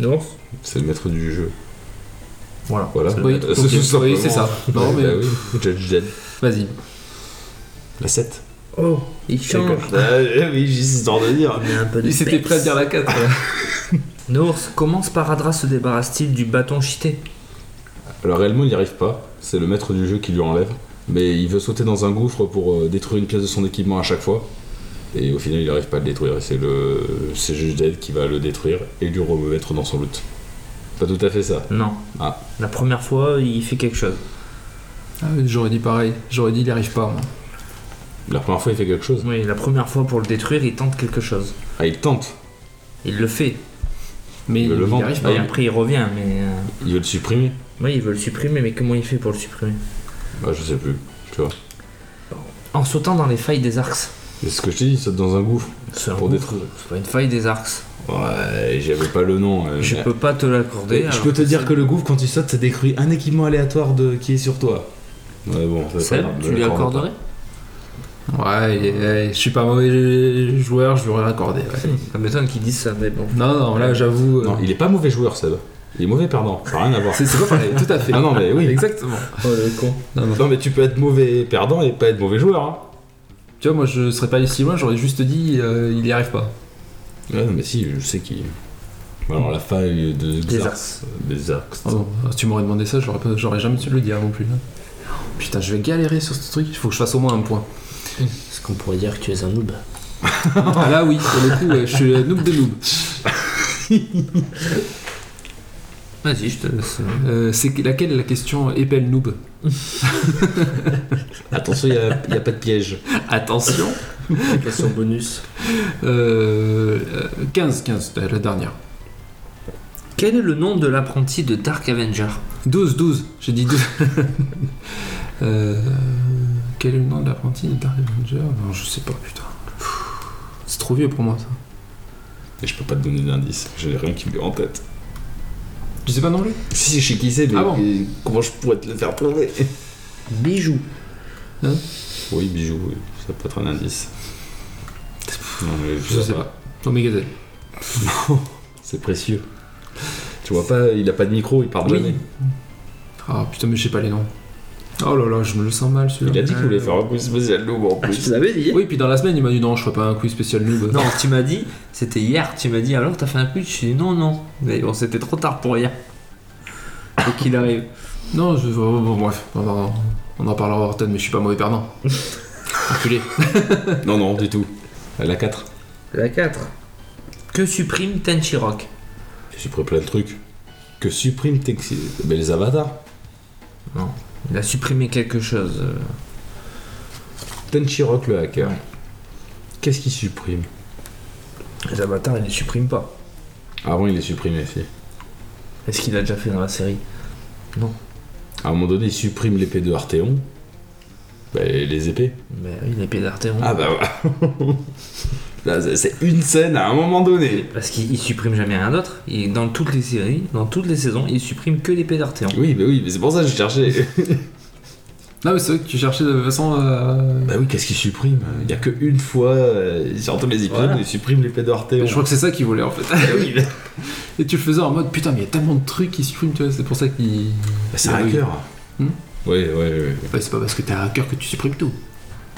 Speaker 3: Non
Speaker 2: C'est le maître du jeu.
Speaker 3: Voilà.
Speaker 2: Voilà.
Speaker 4: Oui,
Speaker 2: Euh, (laughs)
Speaker 4: ok,
Speaker 2: tout
Speaker 4: oui,
Speaker 2: simplement.
Speaker 4: c'est ça. Non,
Speaker 2: Ouais,
Speaker 4: mais-
Speaker 2: bah oui. Judge Dead.
Speaker 4: Vas-y.
Speaker 2: La 7.
Speaker 3: Oh, il change.
Speaker 2: oui, j'ai histoire de dire.
Speaker 3: Il y a un peu de
Speaker 4: Il s'était
Speaker 3: peps.
Speaker 4: prêt à dire la 4.
Speaker 3: Nours, comment Sparadra se débarrasse-t-il du bâton cheaté
Speaker 2: Alors réellement, il n'y arrive pas. C'est le maître du jeu qui lui enlève. Mais il veut sauter dans un gouffre pour euh, détruire une pièce de son équipement à chaque fois. Et au final, il n'arrive pas à le détruire. Et c'est le c'est Judge Dead qui va le détruire et lui remettre dans son loot. Pas tout à fait ça.
Speaker 3: Non.
Speaker 2: Ah.
Speaker 3: La première fois, il fait quelque chose.
Speaker 4: Ah, oui, j'aurais dit pareil. J'aurais dit, il y arrive pas. moi.
Speaker 2: La première fois, il fait quelque chose.
Speaker 3: Oui, la première fois pour le détruire, il tente quelque chose.
Speaker 2: Ah, il tente.
Speaker 3: Il le fait.
Speaker 4: Mais
Speaker 2: Il
Speaker 4: il
Speaker 2: veut le
Speaker 4: y
Speaker 2: vendre.
Speaker 4: arrive
Speaker 2: Ah,
Speaker 4: pas.
Speaker 3: Et
Speaker 2: il-
Speaker 3: après, il revient, mais. euh,
Speaker 2: Il veut le supprimer.
Speaker 3: Oui, il veut le supprimer, mais comment il fait pour le supprimer
Speaker 2: Bah, je sais plus. Tu vois.
Speaker 3: En sautant dans les failles des arcs.
Speaker 2: C'est ce que je t'ai dit, il saute dans un gouffre.
Speaker 3: C'est un
Speaker 2: Pour
Speaker 3: gouffre,
Speaker 2: détruire.
Speaker 3: C'est pas une faille des arcs.
Speaker 2: Ouais, j'avais pas le nom. euh,
Speaker 3: Je
Speaker 2: mais-
Speaker 3: peux pas te l'accorder.
Speaker 2: Je
Speaker 3: alors
Speaker 2: peux te dire que le gouffre, quand tu sautes, ça détruit un équipement aléatoire de... qui est sur toi. Ouais, bon, ça,
Speaker 3: Seb,
Speaker 2: ça,
Speaker 3: tu lui
Speaker 2: j'accorde
Speaker 3: accorderais
Speaker 4: Ouais, il est- je suis pas mauvais joueur, je l'aurais accordé. ouais.
Speaker 3: Ça m'étonne qu'ils disent ça, mais bon.
Speaker 4: Non, non,
Speaker 3: (laughs)
Speaker 4: là,
Speaker 2: pas.
Speaker 4: j'avoue. euh,
Speaker 2: Non, il est pas mauvais joueur, Seb. Il est mauvais perdant. Ça n'a rien à voir.
Speaker 4: C'est c'est pas pareil, tout à fait.
Speaker 2: Ah non, mais oui.
Speaker 4: Exactement.
Speaker 3: Oh le con.
Speaker 2: Non, mais tu peux être mauvais perdant et pas être mauvais joueur. Hein.
Speaker 4: Tu vois, moi, je serais pas allé si loin, j'aurais juste dit, euh, il y arrive pas.
Speaker 2: Ouais, non, mais si, je sais qu'il. Alors, la faille de...
Speaker 3: Des
Speaker 2: Xarx. Des Arcs.
Speaker 4: Oh non, tu m'aurais demandé ça, j'aurais, pas- j'aurais jamais su le dire non plus. hein. Putain, je vais galérer sur ce truc, il faut que je fasse au moins un point.
Speaker 5: Est-ce qu'on pourrait dire que tu es un noob
Speaker 4: Ah là, oui, pour le coup, ouais, je suis le noob de noob.
Speaker 3: Vas-y, je te laisse.
Speaker 4: Euh, c'est laquelle la question épelle noob
Speaker 2: Attention, il n'y a, pas de piège.
Speaker 4: Attention
Speaker 5: Question bonus.
Speaker 4: Euh, euh, 15, 15, la dernière.
Speaker 3: Quel est le nom de l'apprenti de Dark Avenger
Speaker 4: 12, 12, j'ai dit 12. (laughs) Euh, quel est le nom de l'apprenti de Dark Avenger Non, je sais pas, putain. C'est trop vieux pour moi, ça.
Speaker 2: Et je peux pas te donner d'indice. J'ai rien qui me vient en tête.
Speaker 4: Tu sais pas non plus
Speaker 2: Si, je sais qui c'est, mais
Speaker 4: Ah bon
Speaker 2: mais comment je pourrais te le faire prouver
Speaker 3: Bijou.
Speaker 2: Hein Oui, bijou, oui. ça peut être un indice. Non, mais
Speaker 4: Je sais pas. Omega Z.
Speaker 2: C'est précieux. Tu vois pas, il a pas de micro, il parle
Speaker 4: Oui.
Speaker 2: jamais.
Speaker 4: Ah putain, mais je sais pas les noms. Oh là là, je me le sens mal celui-là.
Speaker 2: Il a dit qu'il voulait faire un quiz spécial noob en (laughs) plus.
Speaker 3: l'avais dit.
Speaker 4: Oui, puis dans la semaine, il m'a dit non, je ferai pas un quiz spécial noob.
Speaker 3: Non, tu m'as dit, c'était hier, tu m'as dit alors t'as fait un pitch, je dit non, non. Mais bon, c'était trop tard pour hier. Faut qu'il arrive.
Speaker 4: Non, je... bon, bon, bref, on en, on en parlera hors thème, mais je suis pas mauvais perdant. Enculé.
Speaker 2: Non, non, du tout. La 4.
Speaker 3: La 4. Que supprime Tenchirok
Speaker 2: Je supprime plein de trucs. Que supprime Texi. Mais les avatars.
Speaker 3: Il a supprimé quelque chose. euh,
Speaker 2: Tenchirok le hacker. Qu'est-ce qu'il supprime
Speaker 3: Les avatars, il les supprime pas.
Speaker 2: Avant, Ah il les supprimait, si.
Speaker 3: Est-ce qu'il l'a déjà fait dans la série
Speaker 2: À un moment donné, il supprime l'épée de Arthéon. Bah, les épées.
Speaker 3: Mais Ben oui, l'épée d'Artéon.
Speaker 2: Ah bah voilà. (laughs) Là, c'est- C'est une scène à un moment donné.
Speaker 3: Parce qu'il il supprime jamais rien d'autre. Et dans toutes les séries, dans toutes les saisons, il supprime que l'épée d'Artéon.
Speaker 2: Oui, bah oui, mais c'est pour ça que je cherchais.
Speaker 4: Non, mais c'est vrai que tu cherchais de façon. euh,
Speaker 2: bah oui, qu'est-ce qu'il supprime Il y a que une fois, euh, sur tous les épisodes,
Speaker 3: Voilà.
Speaker 2: où il supprime l'épée de Arthéon.
Speaker 4: Je crois que c'est ça qu'il voulait en fait.
Speaker 2: Ah oui, mais-
Speaker 4: (laughs) Et tu le faisais en mode putain, mais il y a tellement de trucs qui suppriment, tu vois, c'est pour ça qu'il.
Speaker 2: Bah, c'est
Speaker 4: Ah
Speaker 2: un
Speaker 4: oui.
Speaker 2: hacker.
Speaker 4: Hmm
Speaker 2: oui, oui, oui.
Speaker 4: Bah, c'est pas parce que t'es un hacker que tu supprimes tout.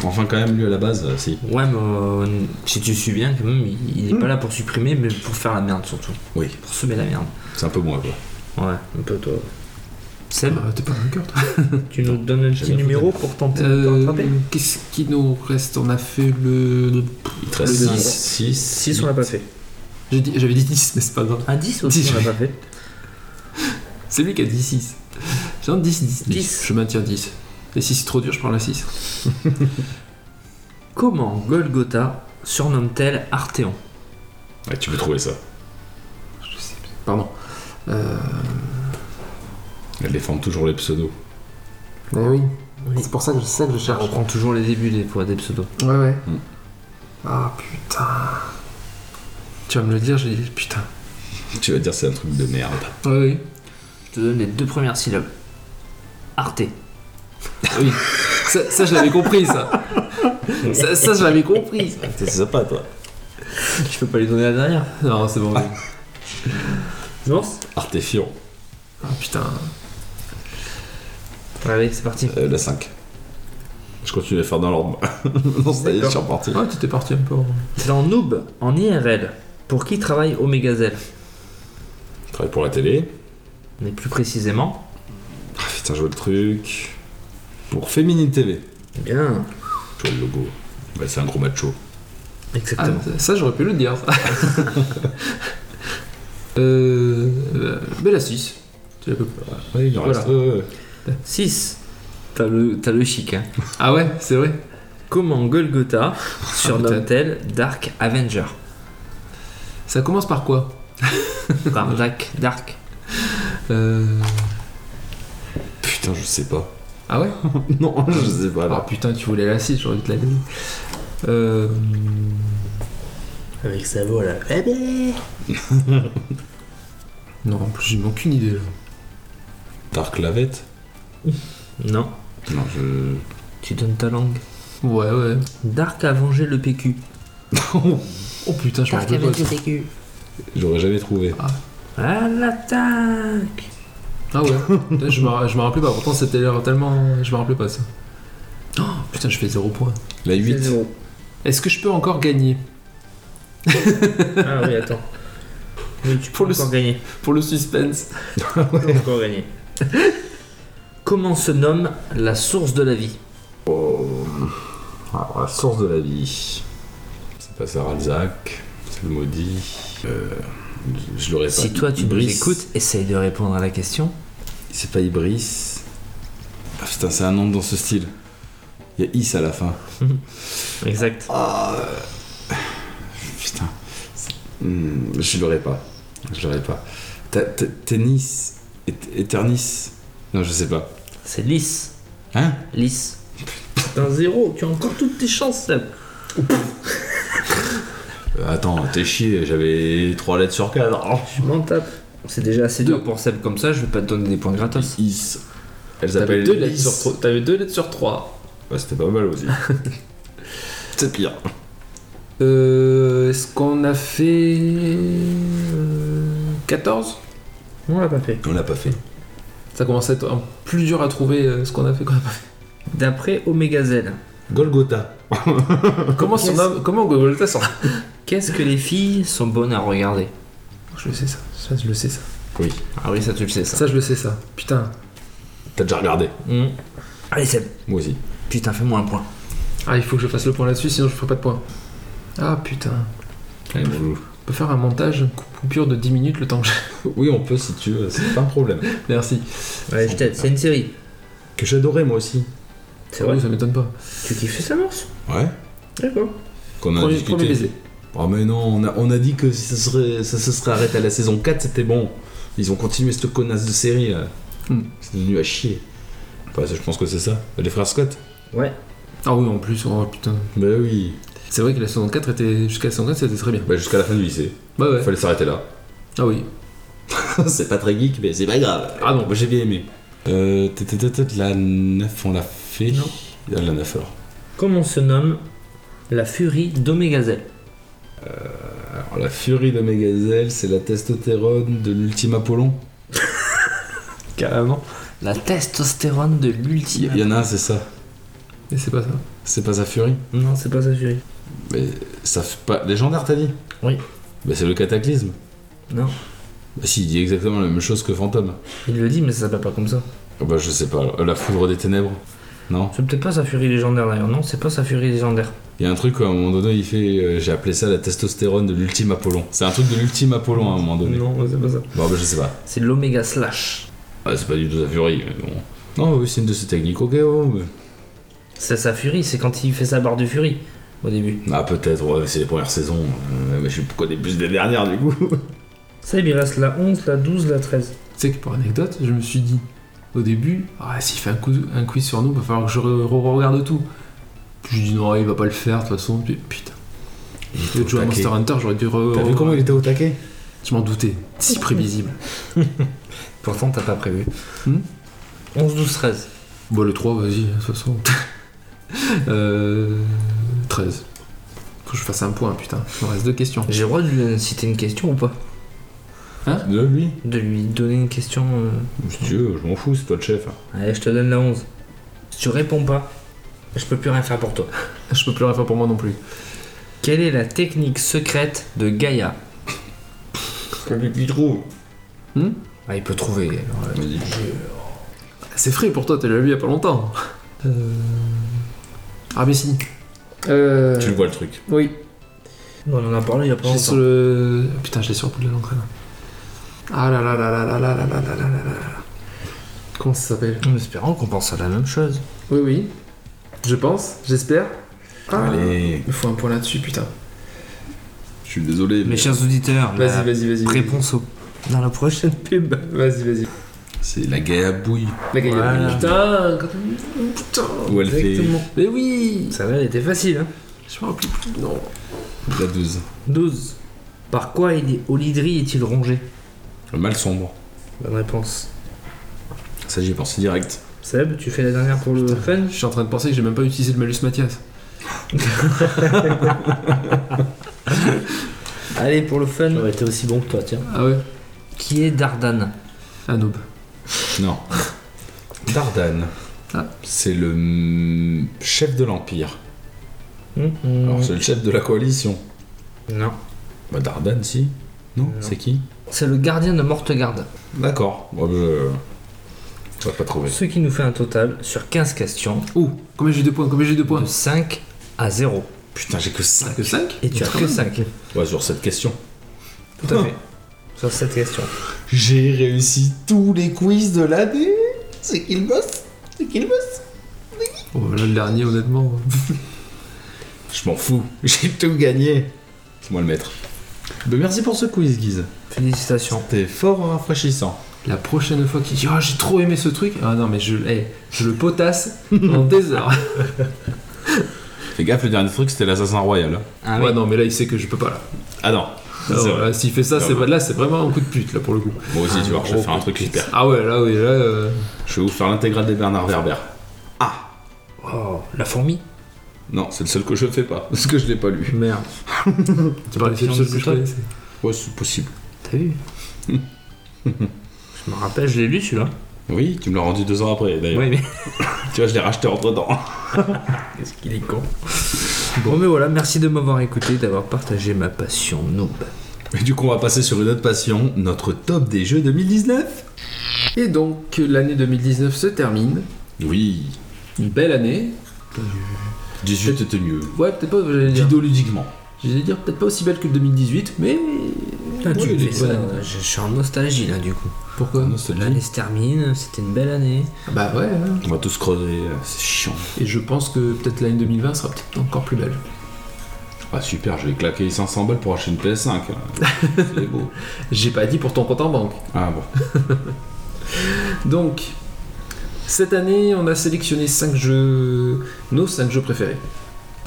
Speaker 2: Enfin, quand même, lui à la base, euh, si.
Speaker 3: Ouais, mais euh, si tu suis bien, quand même, il, il est pas là pour supprimer, mais pour faire la merde surtout.
Speaker 2: Oui,
Speaker 3: Pour semer la merde.
Speaker 2: c'est un peu moins, quoi.
Speaker 3: Ouais, un peu toi. Seb,
Speaker 4: Bah, t'es pas un hacker toi.
Speaker 3: tu nous donnes un
Speaker 2: j'ai
Speaker 3: petit
Speaker 2: bien
Speaker 3: numéro pour tenter de te
Speaker 4: Euh,
Speaker 3: rattraper
Speaker 4: Qu'est-ce qui nous reste On a fait le.
Speaker 2: Il te reste
Speaker 4: Le
Speaker 2: 6.
Speaker 4: dix.
Speaker 2: 6.
Speaker 3: on l'a pas fait.
Speaker 4: J'ai dit- J'avais dit 10, mais c'est pas grave.
Speaker 3: Ah, 10 aussi,
Speaker 4: Dix.
Speaker 3: on l'a pas fait.
Speaker 4: C'est lui qui a dit 6. J'ai un 10, 10.
Speaker 3: 10.
Speaker 4: Je maintiens 10. Et si c'est trop dur, je prends la 6.
Speaker 3: Comment Golgotha surnomme-t-elle Arthéon
Speaker 2: Ouais, tu peux trouver ça.
Speaker 4: Je sais plus. Pardon. Euh,
Speaker 2: Elle déforme toujours les pseudos.
Speaker 4: bah oui. C'est pour ça que, c'est ça que je
Speaker 3: On
Speaker 4: cherche.
Speaker 3: reprend toujours les débuts des, pour des pseudos.
Speaker 4: Ouais, ouais.
Speaker 2: Mm.
Speaker 4: Ah putain. Tu vas me le dire, j'ai putain.
Speaker 2: Tu vas dire c'est un truc de merde.
Speaker 4: Ouais, oui.
Speaker 3: Je te donne les deux premières syllabes. (laughs) Arte.
Speaker 4: oui. Ça, ça, je l'avais compris, ça. ça. ça, je l'avais compris.
Speaker 2: T'es sympa toi.
Speaker 3: Je peux pas lui donner la dernière. Ah.
Speaker 4: Non, c'est
Speaker 3: (laughs)
Speaker 4: bon.
Speaker 3: C'est bon
Speaker 2: Artéfiant,
Speaker 4: Ah putain.
Speaker 3: Allez, c'est parti.
Speaker 2: euh, la 5. Je continue à faire dans l'ordre. (laughs) non, ça y est, je suis reparti.
Speaker 4: Ouais, t'étais Ah, parti un peu. avant.
Speaker 3: Dans Noob, en IRL, pour qui travaille Omega Z
Speaker 2: Je travaille pour la télé.
Speaker 3: Mais plus précisément.
Speaker 2: Ah, putain, je vois le truc. Pour Féminine TV.
Speaker 3: Bien.
Speaker 2: Je vois le logo. Bah, c'est un gros macho.
Speaker 4: Ah,
Speaker 3: Exactement.
Speaker 4: ça, j'aurais pu le dire. ça. (laughs) euh, euh, mais la 6. Tu l'as compris.
Speaker 2: Oui, il en
Speaker 4: Voilà.
Speaker 2: reste. Ouais, ouais.
Speaker 3: Ah. 6. T'as le, t'as le chic, hein.
Speaker 4: Ah ouais, c'est vrai.
Speaker 3: Comment (laughs) Golgotha surnomme-t-elle Dark Avenger
Speaker 4: Ça commence par quoi
Speaker 3: Par (laughs) Dark, Dark.
Speaker 4: euh...
Speaker 2: Putain, je sais pas.
Speaker 4: Ah ouais
Speaker 2: non, (laughs) je sais pas.
Speaker 4: Ah
Speaker 2: là.
Speaker 4: putain, tu voulais la 6, j'aurais dû te la donner. Euh...
Speaker 5: Avec sa voix là. Eh ben
Speaker 4: Non, en plus, j'ai aucune idée. là.
Speaker 2: Dark Lavette
Speaker 3: Non.
Speaker 2: Non, je.
Speaker 3: Tu donnes ta langue.
Speaker 4: Ouais, ouais.
Speaker 3: Dark a vengé le PQ.
Speaker 4: Oh putain, je m'en rappelle pas.
Speaker 5: PQ.
Speaker 2: J'aurais jamais trouvé.
Speaker 3: À l'attaque
Speaker 4: Ah ouais, Putain, je me ra- je me rappelais pas. Pourtant, c'était l'air tellement. Je me rappelais pas ça. Oh, putain, je fais 0 points.
Speaker 2: La 8.
Speaker 4: Est-ce que je peux encore gagner
Speaker 3: Ah oui, (laughs) attends. Oui, tu
Speaker 4: Pour
Speaker 3: peux
Speaker 4: le-
Speaker 3: encore gagner.
Speaker 4: Pour le suspense.
Speaker 3: Tu peux encore gagner. Comment se nomme la source de la vie
Speaker 2: Alors, Ah, la source de la vie. C'est pas Sarah Alzac, c'est le maudit. Euh, je l'aurais pas.
Speaker 3: Si toi tu nous
Speaker 2: Ibris.
Speaker 3: écoutes, essaye de répondre à la question.
Speaker 2: C'est pas Ibris. Ah putain, c'est un nom dans ce style. Il y a Is à la fin.
Speaker 3: Exact.
Speaker 2: Putain. C'est- Hmm, je l'aurais pas. Je l'aurais pas. Ta- ta- Tennis. Et- Eternis. Non, je sais pas.
Speaker 3: C'est lisse.
Speaker 2: Hein
Speaker 3: Lisse. D'un zéro, tu as encore toutes tes chances, Seb.
Speaker 2: Euh, Attends, t'es chié, j'avais 3 lettres sur 4.
Speaker 3: Je m'en tape. C'est déjà assez
Speaker 4: Deux.
Speaker 3: dur pour Seb comme ça, je vais pas te donner des points gratos.
Speaker 2: Is. Elle
Speaker 4: T'avais
Speaker 2: s'appelle
Speaker 4: deux, lettres
Speaker 2: Is.
Speaker 4: sur trois- t'avais deux lettres sur 3.
Speaker 2: Ouais, C'était pas mal aussi. (laughs) c'est pire.
Speaker 4: Euh, Est-ce qu'on a fait. euh, 14
Speaker 3: On l'a pas fait.
Speaker 2: On l'a pas fait.
Speaker 4: Ça commence à être un- plus dur à trouver euh, ce qu'on a
Speaker 3: (laughs)
Speaker 4: fait quand même.
Speaker 3: D'après Omega Z,
Speaker 2: Golgotha.
Speaker 4: Comment son homme, comment Golgotha sort
Speaker 3: qu'est-ce que les filles sont bonnes à regarder
Speaker 4: Je le sais ça, ça je le sais ça.
Speaker 2: Oui.
Speaker 3: Ah oui, ça tu le sais, ça.
Speaker 4: Ça je le sais ça. Putain.
Speaker 2: T'as déjà regardé.
Speaker 3: Hmm. Allez, Seb,
Speaker 2: Moi aussi.
Speaker 3: putain, fais-moi un point.
Speaker 4: Ah il faut que je fasse le point là-dessus sinon je ferai pas de point. Ah putain.
Speaker 2: Allez, bonjour.
Speaker 4: On peut faire un montage, une coup- coupure de 10 minutes le temps que je... (laughs)
Speaker 2: Oui, on peut si tu veux, c'est pas un problème.
Speaker 4: Merci. Ah
Speaker 3: Ouais, je t'aide, c'est une série.
Speaker 2: Que j'adorais moi aussi.
Speaker 3: C'est
Speaker 4: Oui,
Speaker 3: vrai,
Speaker 4: ça m'étonne pas.
Speaker 3: tu kiffes ça, morse
Speaker 2: Ouais.
Speaker 3: D'accord.
Speaker 2: Qu'on a
Speaker 4: Premier,
Speaker 2: discuté.
Speaker 4: premier baiser.
Speaker 2: Oh mais non, on a, on a dit que si ça serait, ça se serait arrêté à la saison 4, c'était bon. Ils ont continué cette connasse de série là.
Speaker 4: Hmm.
Speaker 2: C'est devenu à chier. Enfin, ça, je pense que c'est ça. Les frères Scott
Speaker 3: Ouais.
Speaker 4: Ah oui en plus, oh putain.
Speaker 2: Bah oui.
Speaker 4: C'est vrai que la saison 4 était. Jusqu'à la saison 4 c'était très bien.
Speaker 2: Bah jusqu'à la fin du lycée.
Speaker 4: Bah ouais.
Speaker 2: Fallait s'arrêter là.
Speaker 4: Ah oui.
Speaker 2: (laughs) c'est pas très geek, mais c'est pas grave. Ah non, bah, j'ai bien aimé. Euh, tê- tê- tê- tê, la 9, on l'a fait.
Speaker 3: Non.
Speaker 2: Ah, La 9 alors.
Speaker 3: Comment se nomme la furie d'Omega Z
Speaker 2: Alors, la furie de Megazelle, c'est la testotérone de l'ultime Apollon. Carrément.
Speaker 3: La testostérone de
Speaker 2: Il
Speaker 3: l'ultime.
Speaker 2: y en a un, c'est ça.
Speaker 4: Mais c'est pas ça.
Speaker 2: C'est pas sa furie.
Speaker 3: Non, c'est pas sa furie.
Speaker 2: Mais ça fait pas. Légendaire, t'as dit
Speaker 3: Oui.
Speaker 2: Bah, c'est le cataclysme.
Speaker 3: Non.
Speaker 2: Bah, si, il dit exactement la même chose que Fantôme.
Speaker 3: Il le dit, mais ça s'appelle pas comme ça.
Speaker 2: Ah bah, je sais pas. alors. Euh, La foudre des ténèbres. Non
Speaker 3: C'est peut-être pas sa furie légendaire d'ailleurs, non C'est pas sa furie légendaire.
Speaker 2: Il y a un truc, à un moment donné, il fait. euh, J'ai appelé ça la testostérone de l'ultime Apollon. C'est un truc de l'ultime Apollon à un moment donné.
Speaker 3: Non, c'est pas ça.
Speaker 2: Bon, bah, je sais pas.
Speaker 3: C'est l'Omega Slash.
Speaker 2: Ah, c'est pas du tout sa furie, mais bon. Non, oui, c'est une de ces techniques, ok, ouais, ouais.
Speaker 3: C'est sa furie, c'est quand il fait sa barre de furie au début.
Speaker 2: Ah, peut-être, ouais, c'est les premières saisons. euh, mais je connais plus des dernières, du coup.
Speaker 3: Ça, il reste la 11, la 12, la 13.
Speaker 4: Tu sais que pour anecdote, je me suis dit au début, ah, s'il fait un, coup, un quiz sur nous, va falloir que je regarde tout. Puis je dis non, il va pas le faire de toute façon. Puis putain,
Speaker 2: était
Speaker 4: l'autre jour à
Speaker 2: au taquet.
Speaker 4: Monster Hunter, j'aurais dû. re-
Speaker 2: T'as vu
Speaker 4: re-
Speaker 2: comment il était au taquet
Speaker 4: Je m'en doutais. Si prévisible.
Speaker 3: Pourtant, t'as pas prévu.
Speaker 4: Hmm
Speaker 3: 11, 12, 13.
Speaker 4: Bon, le 3, vas-y, hein, de toute façon. (laughs) euh, 13. Faut que je fasse un point, putain. Il me reste deux questions.
Speaker 3: J'ai le droit de lui citer une question ou pas
Speaker 2: De lui
Speaker 3: De lui donner une question. euh,
Speaker 2: Si tu veux, oh, je m'en fous, c'est toi le chef.
Speaker 3: Allez, je te donne la 11. Si tu réponds pas, je peux plus rien faire pour toi.
Speaker 4: Je peux plus rien faire pour moi non plus.
Speaker 3: Quelle est la technique secrète de Gaïa
Speaker 2: Celui qui trouve.
Speaker 3: Ah, il peut trouver. alors, euh,
Speaker 4: C'est frais pour toi, t'as lu il y a pas longtemps. Euh... Ah, mais si. Euh...
Speaker 2: Tu le vois le truc.
Speaker 4: Oui.
Speaker 3: non, on en a parlé il y a pas
Speaker 4: J'ai sur
Speaker 3: longtemps.
Speaker 4: le. Putain, je l'ai sur le bout de la langue. là. Ah là là là là là là là là là là là là là. Comment ça s'appelle
Speaker 3: En espérant qu'on pense à la même chose.
Speaker 4: Oui, oui. Je pense, j'espère. Ah,
Speaker 2: Allez,
Speaker 4: Il faut un point là-dessus, putain.
Speaker 2: je suis désolé.
Speaker 3: Mes chers auditeurs, la
Speaker 4: Vas-y, vas-y, vas-y.
Speaker 3: réponse au... dans la prochaine pub.
Speaker 4: Vas-y, vas-y.
Speaker 2: C'est la gaia bouille.
Speaker 4: La gagne.
Speaker 3: Voilà.
Speaker 4: Putain, putain.
Speaker 2: Où elle fait
Speaker 3: Exactement.
Speaker 4: Mais oui
Speaker 3: Ça va, elle était facile. Hein
Speaker 4: Je me rappelle plus. Non.
Speaker 2: la 12.
Speaker 3: 12. Par quoi il est... Olidri est-il rongé
Speaker 2: Le mal sombre.
Speaker 3: Bonne réponse.
Speaker 2: Ça, j'y ai pensé direct.
Speaker 3: Seb, tu fais la dernière pour le fun
Speaker 4: Je suis en train de penser que j'ai même pas utilisé le malus Mathias.
Speaker 3: Allez, pour le fun.
Speaker 5: J'aurais été aussi bon que toi, tiens.
Speaker 4: Ah ouais
Speaker 3: Qui est Dardane
Speaker 4: Ah, Un noob.
Speaker 2: Non. Dardane.
Speaker 4: Ah.
Speaker 2: C'est le mm, chef de l'Empire. Alors, c'est le chef de la coalition.
Speaker 3: Non.
Speaker 2: Bah, Dardane, si. Non, C'est qui
Speaker 3: C'est le gardien de Mortegarde.
Speaker 2: D'accord. Bon, je. Je vais pas trouver.
Speaker 3: Ce qui nous fait un total sur 15 questions
Speaker 4: Oh Combien j'ai eu de points Combien j'ai eu de points
Speaker 3: de 5 à 0.
Speaker 2: Putain, j'ai que 5.
Speaker 4: Que 5
Speaker 3: Et tu as que 5.
Speaker 2: Ouais, sur cette question.
Speaker 3: Tout à fait. (laughs) Sur cette question.
Speaker 2: J'ai réussi tous les quiz de l'année. C'est qu'il bosse. C'est qu'il bosse.
Speaker 4: Oh là, le dernier, honnêtement.
Speaker 2: Je m'en fous. (laughs) J'ai tout gagné. C'est moi le maître. Ben, merci pour ce quiz, Guise.
Speaker 3: Félicitations.
Speaker 2: T'es fort rafraîchissant.
Speaker 4: La prochaine fois qu'il dit Ah, j'ai trop aimé ce truc. Ah non, mais je, eh, je le potasse
Speaker 2: (laughs)
Speaker 4: en des heures.
Speaker 2: Fais gaffe, le dernier truc, c'était l'assassin royal. hein.
Speaker 3: Ah
Speaker 4: ouais, non, mais là, il sait que je peux pas là.
Speaker 2: Ah non. C'est
Speaker 4: Alors,
Speaker 2: vrai.
Speaker 4: là, S'il fait ça,
Speaker 2: C'est
Speaker 4: c'est
Speaker 2: vrai.
Speaker 4: pas là, c'est vraiment un coup de pute là pour le coup.
Speaker 2: Moi aussi, tu vois, je vais
Speaker 4: gros
Speaker 2: faire un truc hyper.
Speaker 4: Ah ouais, là, oui, là. euh,
Speaker 2: Je vais vous faire l'intégrale des Bernard Werber.
Speaker 3: Oh, la fourmi
Speaker 2: Non, c'est le seul que je fais pas, (laughs) parce que je l'ai pas lu. (laughs)
Speaker 3: Merde.
Speaker 4: Tu parles c'est le seul que je connaissais.
Speaker 2: Ouais, c'est possible.
Speaker 3: T'as vu Je me rappelle, je l'ai lu celui-là.
Speaker 2: Oui, tu me l'as rendu deux ans après, d'ailleurs.
Speaker 3: Oui, mais.
Speaker 2: Tu vois, je l'ai racheté entre temps. (laughs)
Speaker 3: Qu'est-ce qu'il est con. (laughs) Bon, mais voilà, merci de m'avoir écouté, d'avoir partagé ma passion noob.
Speaker 2: Mais du coup, on va passer sur une autre passion, notre top des jeux 2019.
Speaker 4: Et donc, l'année 2019 se termine.
Speaker 2: Oui,
Speaker 4: Une belle année.
Speaker 2: 18 était mieux.
Speaker 4: Ouais, peut-être pas, j'allais dire.
Speaker 2: Vidéoludiquement.
Speaker 4: J'allais dire, peut-être pas aussi belle que 2018, mais.
Speaker 3: Putain, Ah, tu
Speaker 4: Ouais,
Speaker 3: me fais
Speaker 4: bonne
Speaker 3: ça,
Speaker 4: année.
Speaker 3: je, je suis en nostalgie là du coup.
Speaker 4: Pourquoi
Speaker 2: Ah, Non, c'est de la
Speaker 3: L'année se termine, c'était une belle année.
Speaker 4: Bah ouais, ouais.
Speaker 2: On va tous creuser, euh, c'est chiant.
Speaker 4: Et je pense que peut-être l'année 2020 sera peut-être encore plus belle.
Speaker 2: Ah super, je vais claquer 500 balles pour acheter une PS5. hein. C'est beau.
Speaker 4: J'ai pas dit pour ton compte en banque.
Speaker 2: Ah bon.
Speaker 4: Donc, cette année, on a sélectionné 5 jeux, nos 5 jeux préférés.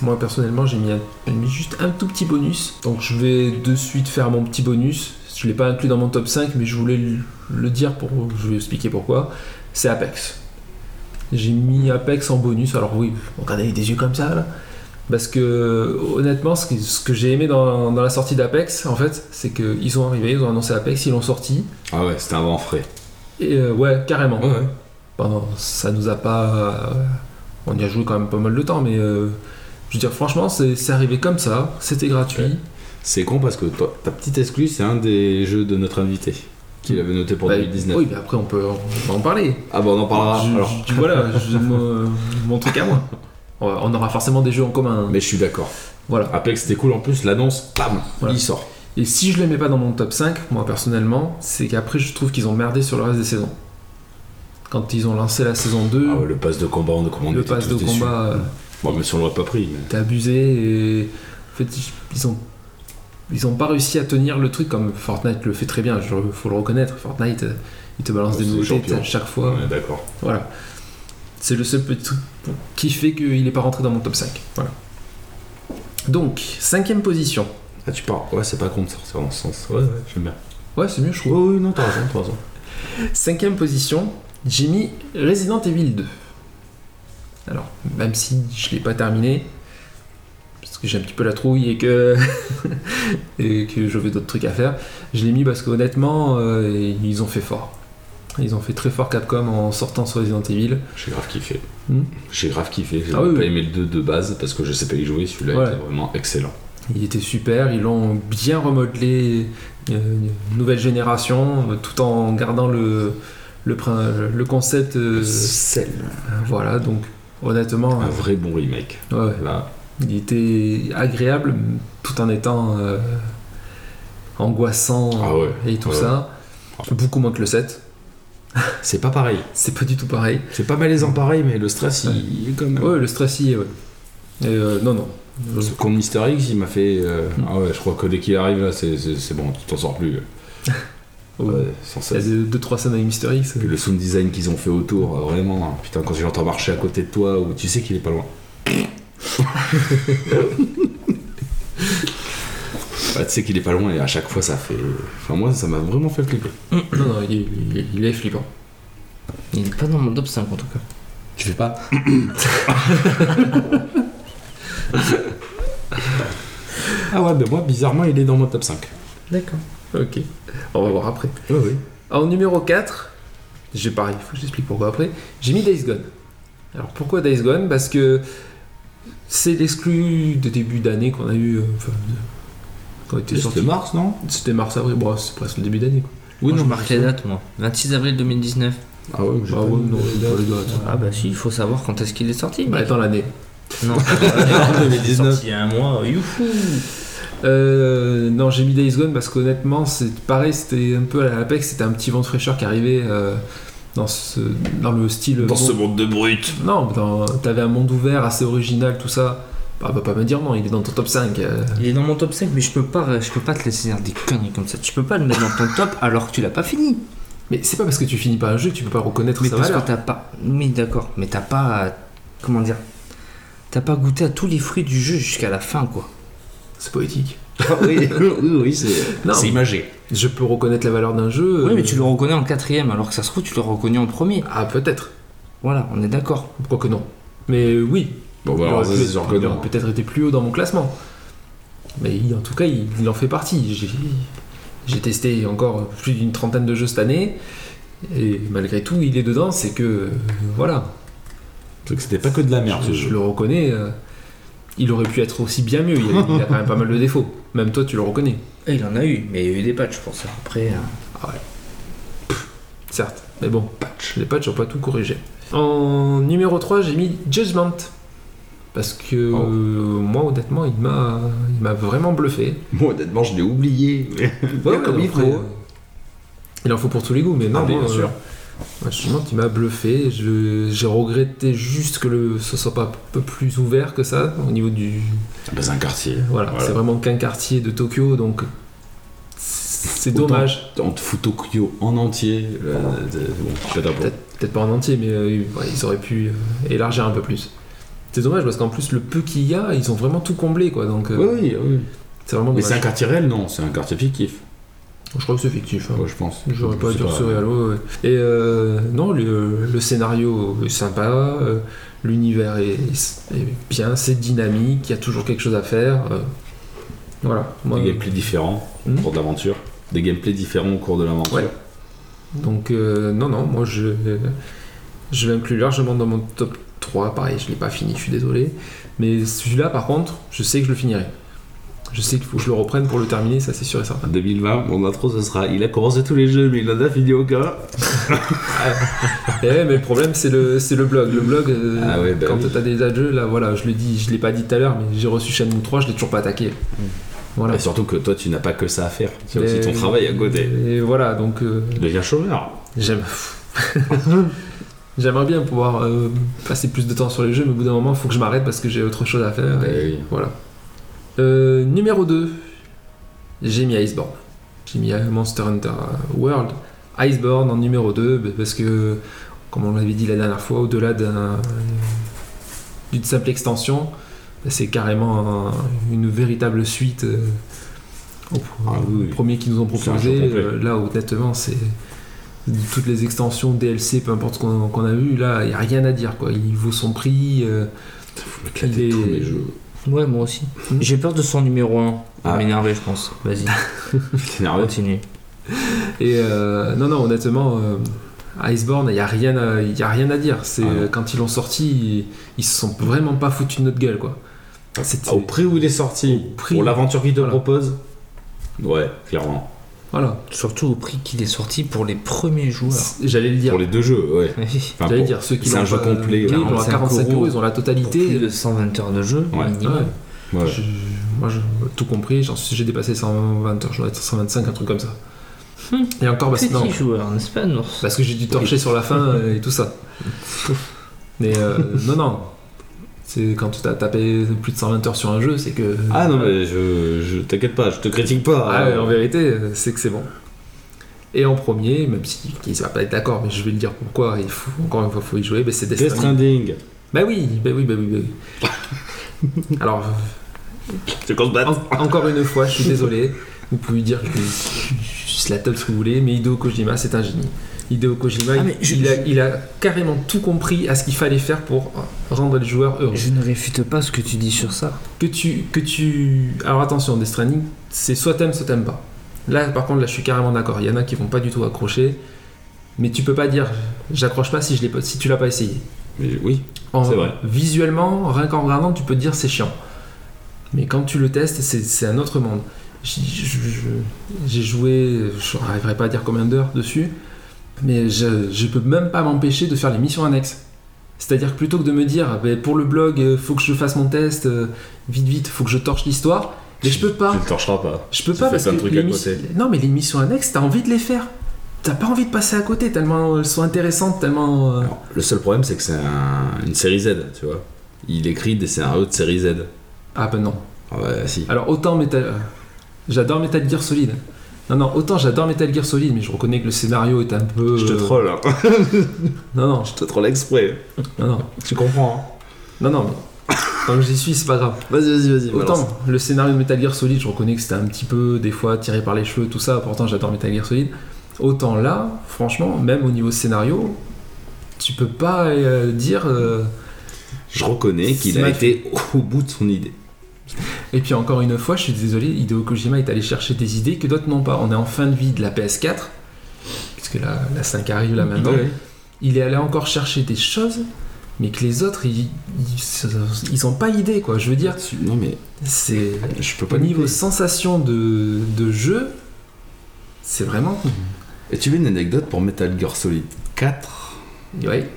Speaker 4: Moi personnellement, j'ai mis, un- j'ai mis juste un tout petit bonus. Donc, je vais de suite faire mon petit bonus. Je l'ai pas inclus dans mon top 5, mais je voulais le- le dire pour je vais expliquer pourquoi. C'est Apex. J'ai mis Apex en bonus. Alors, oui, regardez avec des yeux comme ça là. Parce que honnêtement, ce que, ce que j'ai aimé dans, dans la sortie d'Apex, en fait, c'est qu'ils sont arrivés, ils ont annoncé Apex, ils l'ont sorti.
Speaker 2: Ah ouais, c'était un vent frais.
Speaker 4: Et euh, ouais, carrément.
Speaker 2: Ouais, ouais.
Speaker 4: Bon, ça nous a pas. euh, On y a joué quand même pas mal de temps, mais euh, je veux dire, franchement, c'est c'est arrivé comme ça, c'était gratuit.
Speaker 2: Ouais. C'est con parce que toi, ta petite exclue, c'est un des jeux de notre invité qu'il avait noté pour
Speaker 4: Bah,
Speaker 2: 2019.
Speaker 4: Oui, mais après, on peut en, on peut en parler.
Speaker 2: Ah bah on en parlera.
Speaker 4: Je- je-
Speaker 2: alors.
Speaker 4: je- voilà, je- mon, euh, mon truc à moi. Ouais, On aura forcément des jeux en commun. hein.
Speaker 2: Mais je suis d'accord.
Speaker 4: Voilà.
Speaker 2: Apex c'était cool en plus, l'annonce, bam,
Speaker 4: Voilà.
Speaker 2: il sort.
Speaker 4: Et si je les mets pas dans mon top 5, moi personnellement, c'est qu'après, je trouve qu'ils ont merdé sur le reste des saisons. Quand ils ont lancé la saison 2,
Speaker 2: Ah ouais, le pass de combat, on, comment on
Speaker 4: le
Speaker 2: était
Speaker 4: pass
Speaker 2: tous
Speaker 4: de
Speaker 2: déçus. Mm.
Speaker 4: combat, euh,
Speaker 2: Bon, même si on l'aurait pas pris. mais-
Speaker 4: t'es abusé et. En fait, ils ont. Ils ont pas réussi à tenir le truc comme Fortnite le fait très bien, il faut le reconnaître. Fortnite, euh, il te balance
Speaker 2: Ouais,
Speaker 4: des
Speaker 2: c'est des
Speaker 4: nouveautés
Speaker 2: champions.
Speaker 4: à chaque fois.
Speaker 2: Ouais, d'accord.
Speaker 4: Voilà. C'est le seul petit truc qui fait qu'il n'est pas rentré dans mon top 5. Voilà. Donc, cinquième position.
Speaker 2: Ah, tu parles. Ouais, c'est pas con de sortir dans ce sens. Ouais, ouais, j'aime bien.
Speaker 4: Ouais, c'est mieux, je
Speaker 2: Ouais,
Speaker 4: trouve.
Speaker 2: ouais, non, t'as raison, t'as raison.
Speaker 4: Cinquième position, Jimmy Resident Evil 2. Alors, même si je l'ai pas terminé, parce que j'ai un petit peu la trouille et que, (laughs) et que je veux d'autres trucs à faire, je l'ai mis parce qu'honnêtement, euh, ils ont fait fort. Ils ont fait très fort Capcom en sortant sur Resident Evil.
Speaker 2: J'ai grave kiffé.
Speaker 4: Hmm.
Speaker 2: J'ai grave kiffé. J'ai
Speaker 4: Ah oui,
Speaker 2: pas
Speaker 4: oui.
Speaker 2: aimé le 2 de base parce que je sais pas y jouer. Celui-là
Speaker 4: Ouais.
Speaker 2: était vraiment excellent.
Speaker 4: Il était super, ils l'ont bien remodelé, euh, nouvelle génération, euh, tout en gardant le, le, prin- le concept. euh,
Speaker 2: C'est
Speaker 4: voilà, donc honnêtement, euh,
Speaker 2: un vrai bon remake.
Speaker 4: ouais, ouais,
Speaker 2: Là,
Speaker 4: il était agréable tout en étant euh, angoissant
Speaker 2: Ah ouais,
Speaker 4: et tout
Speaker 2: ouais,
Speaker 4: ça. Ah. Beaucoup moins que le 7,
Speaker 2: c'est pas pareil.
Speaker 4: c'est pas du tout pareil.
Speaker 2: C'est pas malaisant pareil, mais le stress, il, il est quand même.
Speaker 4: Ouais, le stress, il est, ouais. Et, euh, non, non.
Speaker 2: Ce con de Mister X, il m'a fait. euh,
Speaker 4: Mm.
Speaker 2: Ah ouais, je crois que dès qu'il arrive là, c'est- c'est c'est bon, tu t'en sors plus. Ah Ouais, sans
Speaker 4: Il y a
Speaker 2: cesse.
Speaker 4: deux, deux, trois scènes avec Mystery X.
Speaker 2: Puis le sound design qu'ils ont fait autour, euh, vraiment, hein, putain, quand tu l'entends marcher à côté de toi, ou tu sais qu'il est pas (laughs) loin. Bah, tu sais qu'il est pas loin et à chaque fois ça fait. Enfin, moi ça m'a vraiment fait flipper.
Speaker 4: Non, non, il, est- il est- il est flippant.
Speaker 3: Il n'est pas dans mon top 5 en tout cas.
Speaker 2: Tu fais pas (coughs) Ah ouais, ben moi bizarrement il est dans mon top 5.
Speaker 3: D'accord.
Speaker 4: Ok, on va voir après.
Speaker 2: Ah Oui, oui.
Speaker 4: En numéro 4, j'ai pareil, faut que j'explique pourquoi après, j'ai mis Days Gone. Alors pourquoi Days Gone Parce que c'est l'exclu de début d'année qu'on a eu. euh, Enfin, de- quand il était sorti.
Speaker 2: C'était mars, non
Speaker 4: C'était mars-avril, bon, c'est presque le début d'année. quoi.
Speaker 3: Oui,
Speaker 4: Moi,
Speaker 3: non,
Speaker 4: je
Speaker 3: je marque les dates moi. 26 avril 2019.
Speaker 2: Ah ouais, mais j'ai
Speaker 4: Bah
Speaker 2: pas
Speaker 4: ouais,
Speaker 2: mis
Speaker 4: non,
Speaker 2: de-
Speaker 4: pas les dates.
Speaker 3: Ah bah si, il faut savoir quand est-ce qu'il est sorti.
Speaker 4: Bah,
Speaker 3: mec.
Speaker 4: dans l'année.
Speaker 3: (laughs) Non, sorti Ah, il y
Speaker 2: hein.
Speaker 3: a un mois, youhou
Speaker 4: Euh, non, j'ai mis Days Gone parce qu'honnêtement, c'est pareil, c'était un peu à l'apex, c'était un petit vent de fraîcheur qui arrivait euh, dans, ce, dans le style.
Speaker 2: Dans ce monde de brutes (laughs)
Speaker 4: Non, dans- t'avais un monde ouvert assez original, tout ça. Bah, va pas me dire non, il est dans ton top 5. euh.
Speaker 3: Il est dans mon top 5, mais je peux pas, euh, je peux pas te laisser dire des conneries comme ça. Tu peux pas le mettre dans ton top alors que tu l'as pas fini.
Speaker 4: Mais c'est pas parce que tu finis pas un jeu que tu peux pas reconnaître
Speaker 3: Mais
Speaker 4: sa
Speaker 3: parce que
Speaker 4: valeur.
Speaker 3: t'as pas. Oui, d'accord, mais t'as pas. Comment dire T'as pas goûté à tous les fruits du jeu jusqu'à la fin, quoi.
Speaker 4: C'est poétique.
Speaker 2: Ah oui, oui, c'est
Speaker 4: Non.
Speaker 2: c'est imagé.
Speaker 4: Je peux reconnaître la valeur d'un jeu.
Speaker 3: Oui,
Speaker 4: euh,
Speaker 3: mais tu le reconnais en quatrième, alors que ça se trouve, tu le reconnais en premier.
Speaker 4: Ah, peut-être.
Speaker 3: Voilà, on est d'accord.
Speaker 4: Pourquoi que non Mais euh, oui.
Speaker 2: Bon, bah,
Speaker 4: Il
Speaker 2: alors,
Speaker 4: aurait
Speaker 2: ça,
Speaker 4: pu
Speaker 2: c'est
Speaker 4: être-
Speaker 2: sûr que
Speaker 4: il
Speaker 2: non.
Speaker 4: aurait peut-être été plus haut dans mon classement. Mais il- en tout cas, il, il en fait partie. J'ai- J'ai testé encore plus d'une trentaine de jeux cette année. Et malgré tout, il est dedans. C'est que. euh, voilà.
Speaker 2: Donc c'était pas que de la merde
Speaker 4: je,
Speaker 2: ce
Speaker 4: je
Speaker 2: jeu.
Speaker 4: le reconnais. euh, il aurait pu être aussi bien mieux. Il, y a- il a quand même pas mal de défauts. Même toi, tu le reconnais.
Speaker 3: Et Eh, il en a eu, mais il y a eu des patchs pour ça. Après. euh,
Speaker 4: Certes, mais bon, les patchs n'ont pas tout corrigé. En numéro 3, j'ai mis Judgment. Parce que
Speaker 2: Oh.
Speaker 4: euh, moi, honnêtement, il m'a il m'a vraiment bluffé.
Speaker 2: Moi, honnêtement, je l'ai oublié.
Speaker 4: Ouais, ouais, après, euh, Il en faut pour tous les goûts, mais non,
Speaker 2: Ah, bien
Speaker 4: moi,
Speaker 2: sûr.
Speaker 4: euh, Judgment, il m'a bluffé. Je- J'ai regretté juste que le, ce soit pas un peu plus ouvert que ça au niveau du.
Speaker 2: Dans Ah, ben, un quartier.
Speaker 4: Voilà,
Speaker 2: Voilà.
Speaker 4: c'est vraiment qu'un quartier de Tokyo, donc c'est
Speaker 2: Autant-
Speaker 4: dommage.
Speaker 2: On te fout Tokyo en entier. euh, de- bon, je t'adore.
Speaker 4: Peut-être peut-être pas en entier, mais euh, ouais, ils auraient pu euh, élargir un peu plus. C'est dommage parce qu'en plus, le peu qu'il y a, ils ont vraiment tout comblé quoi. Donc, euh,
Speaker 2: Oui, oui, oui.
Speaker 4: c'est vraiment
Speaker 2: Mais c'est un
Speaker 4: dommage.
Speaker 2: quartier réel, non C'est un quartier fictif,
Speaker 4: Je crois que c'est fictif. hein.
Speaker 2: ouais, je pense.
Speaker 4: J'aurais pas
Speaker 2: C'est
Speaker 4: dû ce réalo. ouais. Et euh, non, le, le scénario est sympa, euh, l'univers est, est bien, c'est dynamique, il y a toujours quelque chose à faire. euh, voilà. Moi,
Speaker 2: Des gameplays différents
Speaker 4: Hmm.
Speaker 2: au cours de l'aventure. Des gameplays différents au cours de l'aventure.
Speaker 4: Ouais. donc, euh, non, non, moi je, je vais inclure largement dans mon top 3. Pareil, je l'ai pas fini, je suis désolé. Mais celui-là, par contre, je sais que je le finirai. Je sais qu'il faut que je le reprenne pour le terminer, ça c'est sûr et certain.
Speaker 2: En 2020, mon intro, ce sera. Il a commencé tous les jeux, mais il en a fini aucun.
Speaker 4: Eh ouais, mais le problème, c'est le, c'est le blog. Le blog, euh,
Speaker 2: Ah ouais, bah
Speaker 4: quand
Speaker 2: oui.
Speaker 4: t'as des tas de jeux, là, voilà, je le dis, je l'ai pas dit tout à l'heure, mais j'ai reçu Shenmue 3, je l'ai toujours pas attaqué. Voilà.
Speaker 2: Mm. Et surtout que toi, tu n'as pas que ça à faire. C'est aussi
Speaker 4: Et-
Speaker 2: ton travail à côté.
Speaker 4: Et voilà, donc euh,
Speaker 2: Deviens chômeur.
Speaker 4: j'aime. (laughs) J'aimerais bien pouvoir euh, passer plus de temps sur les jeux, mais au bout d'un moment, il faut que je m'arrête parce que j'ai autre chose à faire.
Speaker 2: Ouais,
Speaker 4: et
Speaker 2: oui.
Speaker 4: Voilà. Euh, numéro 2, j'ai mis Iceborne. J'ai mis Monster Hunter World. Iceborne en numéro 2, bah, parce que, comme on l'avait dit la dernière fois, au-delà d'un- d'une simple extension, bah, c'est carrément un- une véritable suite euh, au,
Speaker 2: Ah oui, oui.
Speaker 4: premier qu'ils nous ont
Speaker 2: C'est un jeu
Speaker 4: proposé.
Speaker 2: complet.
Speaker 4: Euh, là, honnêtement, c'est toutes les extensions, DLC, peu importe ce qu'on qu'on a vu, là, il n'y a rien à dire. Quoi. Il vaut son prix. euh,
Speaker 2: Éclater
Speaker 4: il
Speaker 2: tous
Speaker 4: est-
Speaker 2: les jeux.
Speaker 3: Ouais, moi aussi. J'ai peur de son numéro 1. Il va
Speaker 2: Ah.
Speaker 3: m'énerver, je pense. Vas-y,
Speaker 2: T'es nerveux
Speaker 3: continue.
Speaker 4: Et euh, non, non, honnêtement, euh, Iceborne, il n'y a, rien à- y a rien à dire. C'est
Speaker 2: Ah non.
Speaker 4: euh, Quand ils l'ont sorti, ils, ils se sont vraiment pas foutus de notre gueule. quoi.
Speaker 2: Ah,
Speaker 4: C'était-
Speaker 2: Au prix où il est sorti,
Speaker 4: prix.
Speaker 2: pour l'aventure qu'il te
Speaker 4: Voilà.
Speaker 2: propose Ouais, clairement.
Speaker 4: Voilà,
Speaker 3: Surtout au prix qu'il est sorti pour les premiers joueurs.
Speaker 4: C'est- j'allais le dire.
Speaker 2: Pour les deux jeux, ouais. (laughs) Enfin,
Speaker 4: J'allais
Speaker 2: pour-
Speaker 4: dire, ceux qui
Speaker 2: c'est
Speaker 4: l'ont
Speaker 2: un jeu
Speaker 4: pas-
Speaker 2: complet,
Speaker 4: ils l'ont à
Speaker 2: 45
Speaker 4: 45 euros,
Speaker 2: euros.
Speaker 4: ils ont la
Speaker 3: Pour plus
Speaker 4: totalité.
Speaker 3: de 120 heures de jeu,
Speaker 2: Ouais.
Speaker 3: minimum.
Speaker 4: Ouais.
Speaker 2: ouais.
Speaker 4: Je- moi, je- tout compris, j'en suis- j'ai dépassé 120 heures, je dois être 125, un truc comme ça.
Speaker 3: Hmm.
Speaker 4: Et encore, bah, c'est-
Speaker 3: Petit
Speaker 4: non,
Speaker 3: joueur, n'est-ce pas non
Speaker 4: parce que j'ai dû torcher sur la fin euh, et tout ça. Mais euh, non, non. C'est quand tu as tapé plus de 120 heures sur un jeu, c'est que.
Speaker 2: Ah non, mais je, je t'inquiète pas, je te critique pas.
Speaker 4: Ah ouais, en
Speaker 2: Euh,
Speaker 4: vérité, euh, c'est que c'est bon. Et en premier, même si il va pas être d'accord, mais je vais le dire pourquoi, il faut, encore une fois, faut y jouer, ben c'est
Speaker 2: Death
Speaker 4: Destiny.
Speaker 2: Stranding.
Speaker 4: Bah oui, bah oui, bah oui, bah oui. Alors,
Speaker 2: C'est qu'on se batte.
Speaker 4: en- encore une fois, je suis désolé. Vous pouvez dire que je suis la table si vous voulez, mais Hideo Kojima, c'est un génie. Hideo Kojima,
Speaker 3: Ah,
Speaker 4: il-
Speaker 3: mais je-
Speaker 4: il, a, il a carrément tout compris à ce qu'il fallait faire pour rendre les joueurs heureux.
Speaker 3: Je ne réfute pas ce que tu dis sur ça.
Speaker 4: que tu que tu alors attention Death Stranding c'est soit t'aimes soit t'aimes pas là par contre là je suis carrément d'accord il y en a qui vont pas du tout accrocher mais tu peux pas dire j'accroche pas si je l'ai pas si tu l'as pas essayé
Speaker 2: Mais oui,
Speaker 4: En-
Speaker 2: C'est vrai.
Speaker 4: visuellement rien qu'en regardant tu peux te dire c'est chiant mais quand tu le testes c'est- c'est un autre monde J- je- je- j'ai joué je n'arriverai pas à dire combien d'heures dessus mais je, je peux même pas m'empêcher de faire les missions annexes c'est-à-dire que plutôt que de me dire Ah ben, pour le blog euh, faut que je fasse mon test euh, vite vite faut que je torche l'histoire mais je peux pas
Speaker 2: tu ne torcheras pas.
Speaker 4: je peux
Speaker 2: Tu
Speaker 4: pas
Speaker 2: fais
Speaker 4: parce
Speaker 2: plein de
Speaker 4: que
Speaker 2: trucs
Speaker 4: les
Speaker 2: à
Speaker 4: miss-
Speaker 2: côté.
Speaker 4: non mais les missions annexes t'as envie de les faire t'as pas envie de passer à côté tellement elles sont intéressantes tellement euh,
Speaker 2: Alors, le seul problème, c'est que c'est un- une série Z, tu vois. Il écrit des scénarios de série Z.
Speaker 4: ah ben non
Speaker 2: Ah ouais, si.
Speaker 4: Alors autant Metal, euh, j'adore Metal Gear Solid. Non non, autant j'adore Metal Gear Solid, mais je reconnais que le scénario est un peu. euh,
Speaker 2: Je te troll, hein. (laughs)
Speaker 4: Non non,
Speaker 2: je te troll exprès.
Speaker 4: non non,
Speaker 2: Tu comprends.
Speaker 4: non non. mais Tant que j'y suis, c'est pas grave.
Speaker 2: hein. Vas-y, vas-y, vas-y.
Speaker 4: Autant
Speaker 2: balance.
Speaker 4: le scénario de Metal Gear Solid, je reconnais que c'était un petit peu des fois tiré par les cheveux, tout ça. Pourtant, j'adore Metal Gear Solid. Autant là, franchement, même au niveau scénario, tu peux pas euh, dire. euh,
Speaker 2: Je reconnais qu'il
Speaker 4: C'est
Speaker 2: a
Speaker 4: ma-
Speaker 2: été au bout de son idée.
Speaker 4: Et puis encore une fois, je suis désolé, Hideo Kojima est allé chercher des idées que d'autres n'ont pas. On est en fin de vie de la PS4, puisque la, la 5 arrive là maintenant.
Speaker 2: Ouais.
Speaker 4: Il est allé encore chercher des choses, mais que les autres, ils, ils, ils ont pas idée, quoi. Je veux dire,
Speaker 2: Non, mais
Speaker 4: c'est
Speaker 2: je peux
Speaker 4: au
Speaker 2: pas
Speaker 4: niveau
Speaker 2: niveaux.
Speaker 4: sensation de, de jeu, c'est vraiment.
Speaker 2: Et tu veux une anecdote pour Metal Gear Solid 4
Speaker 4: Ouais.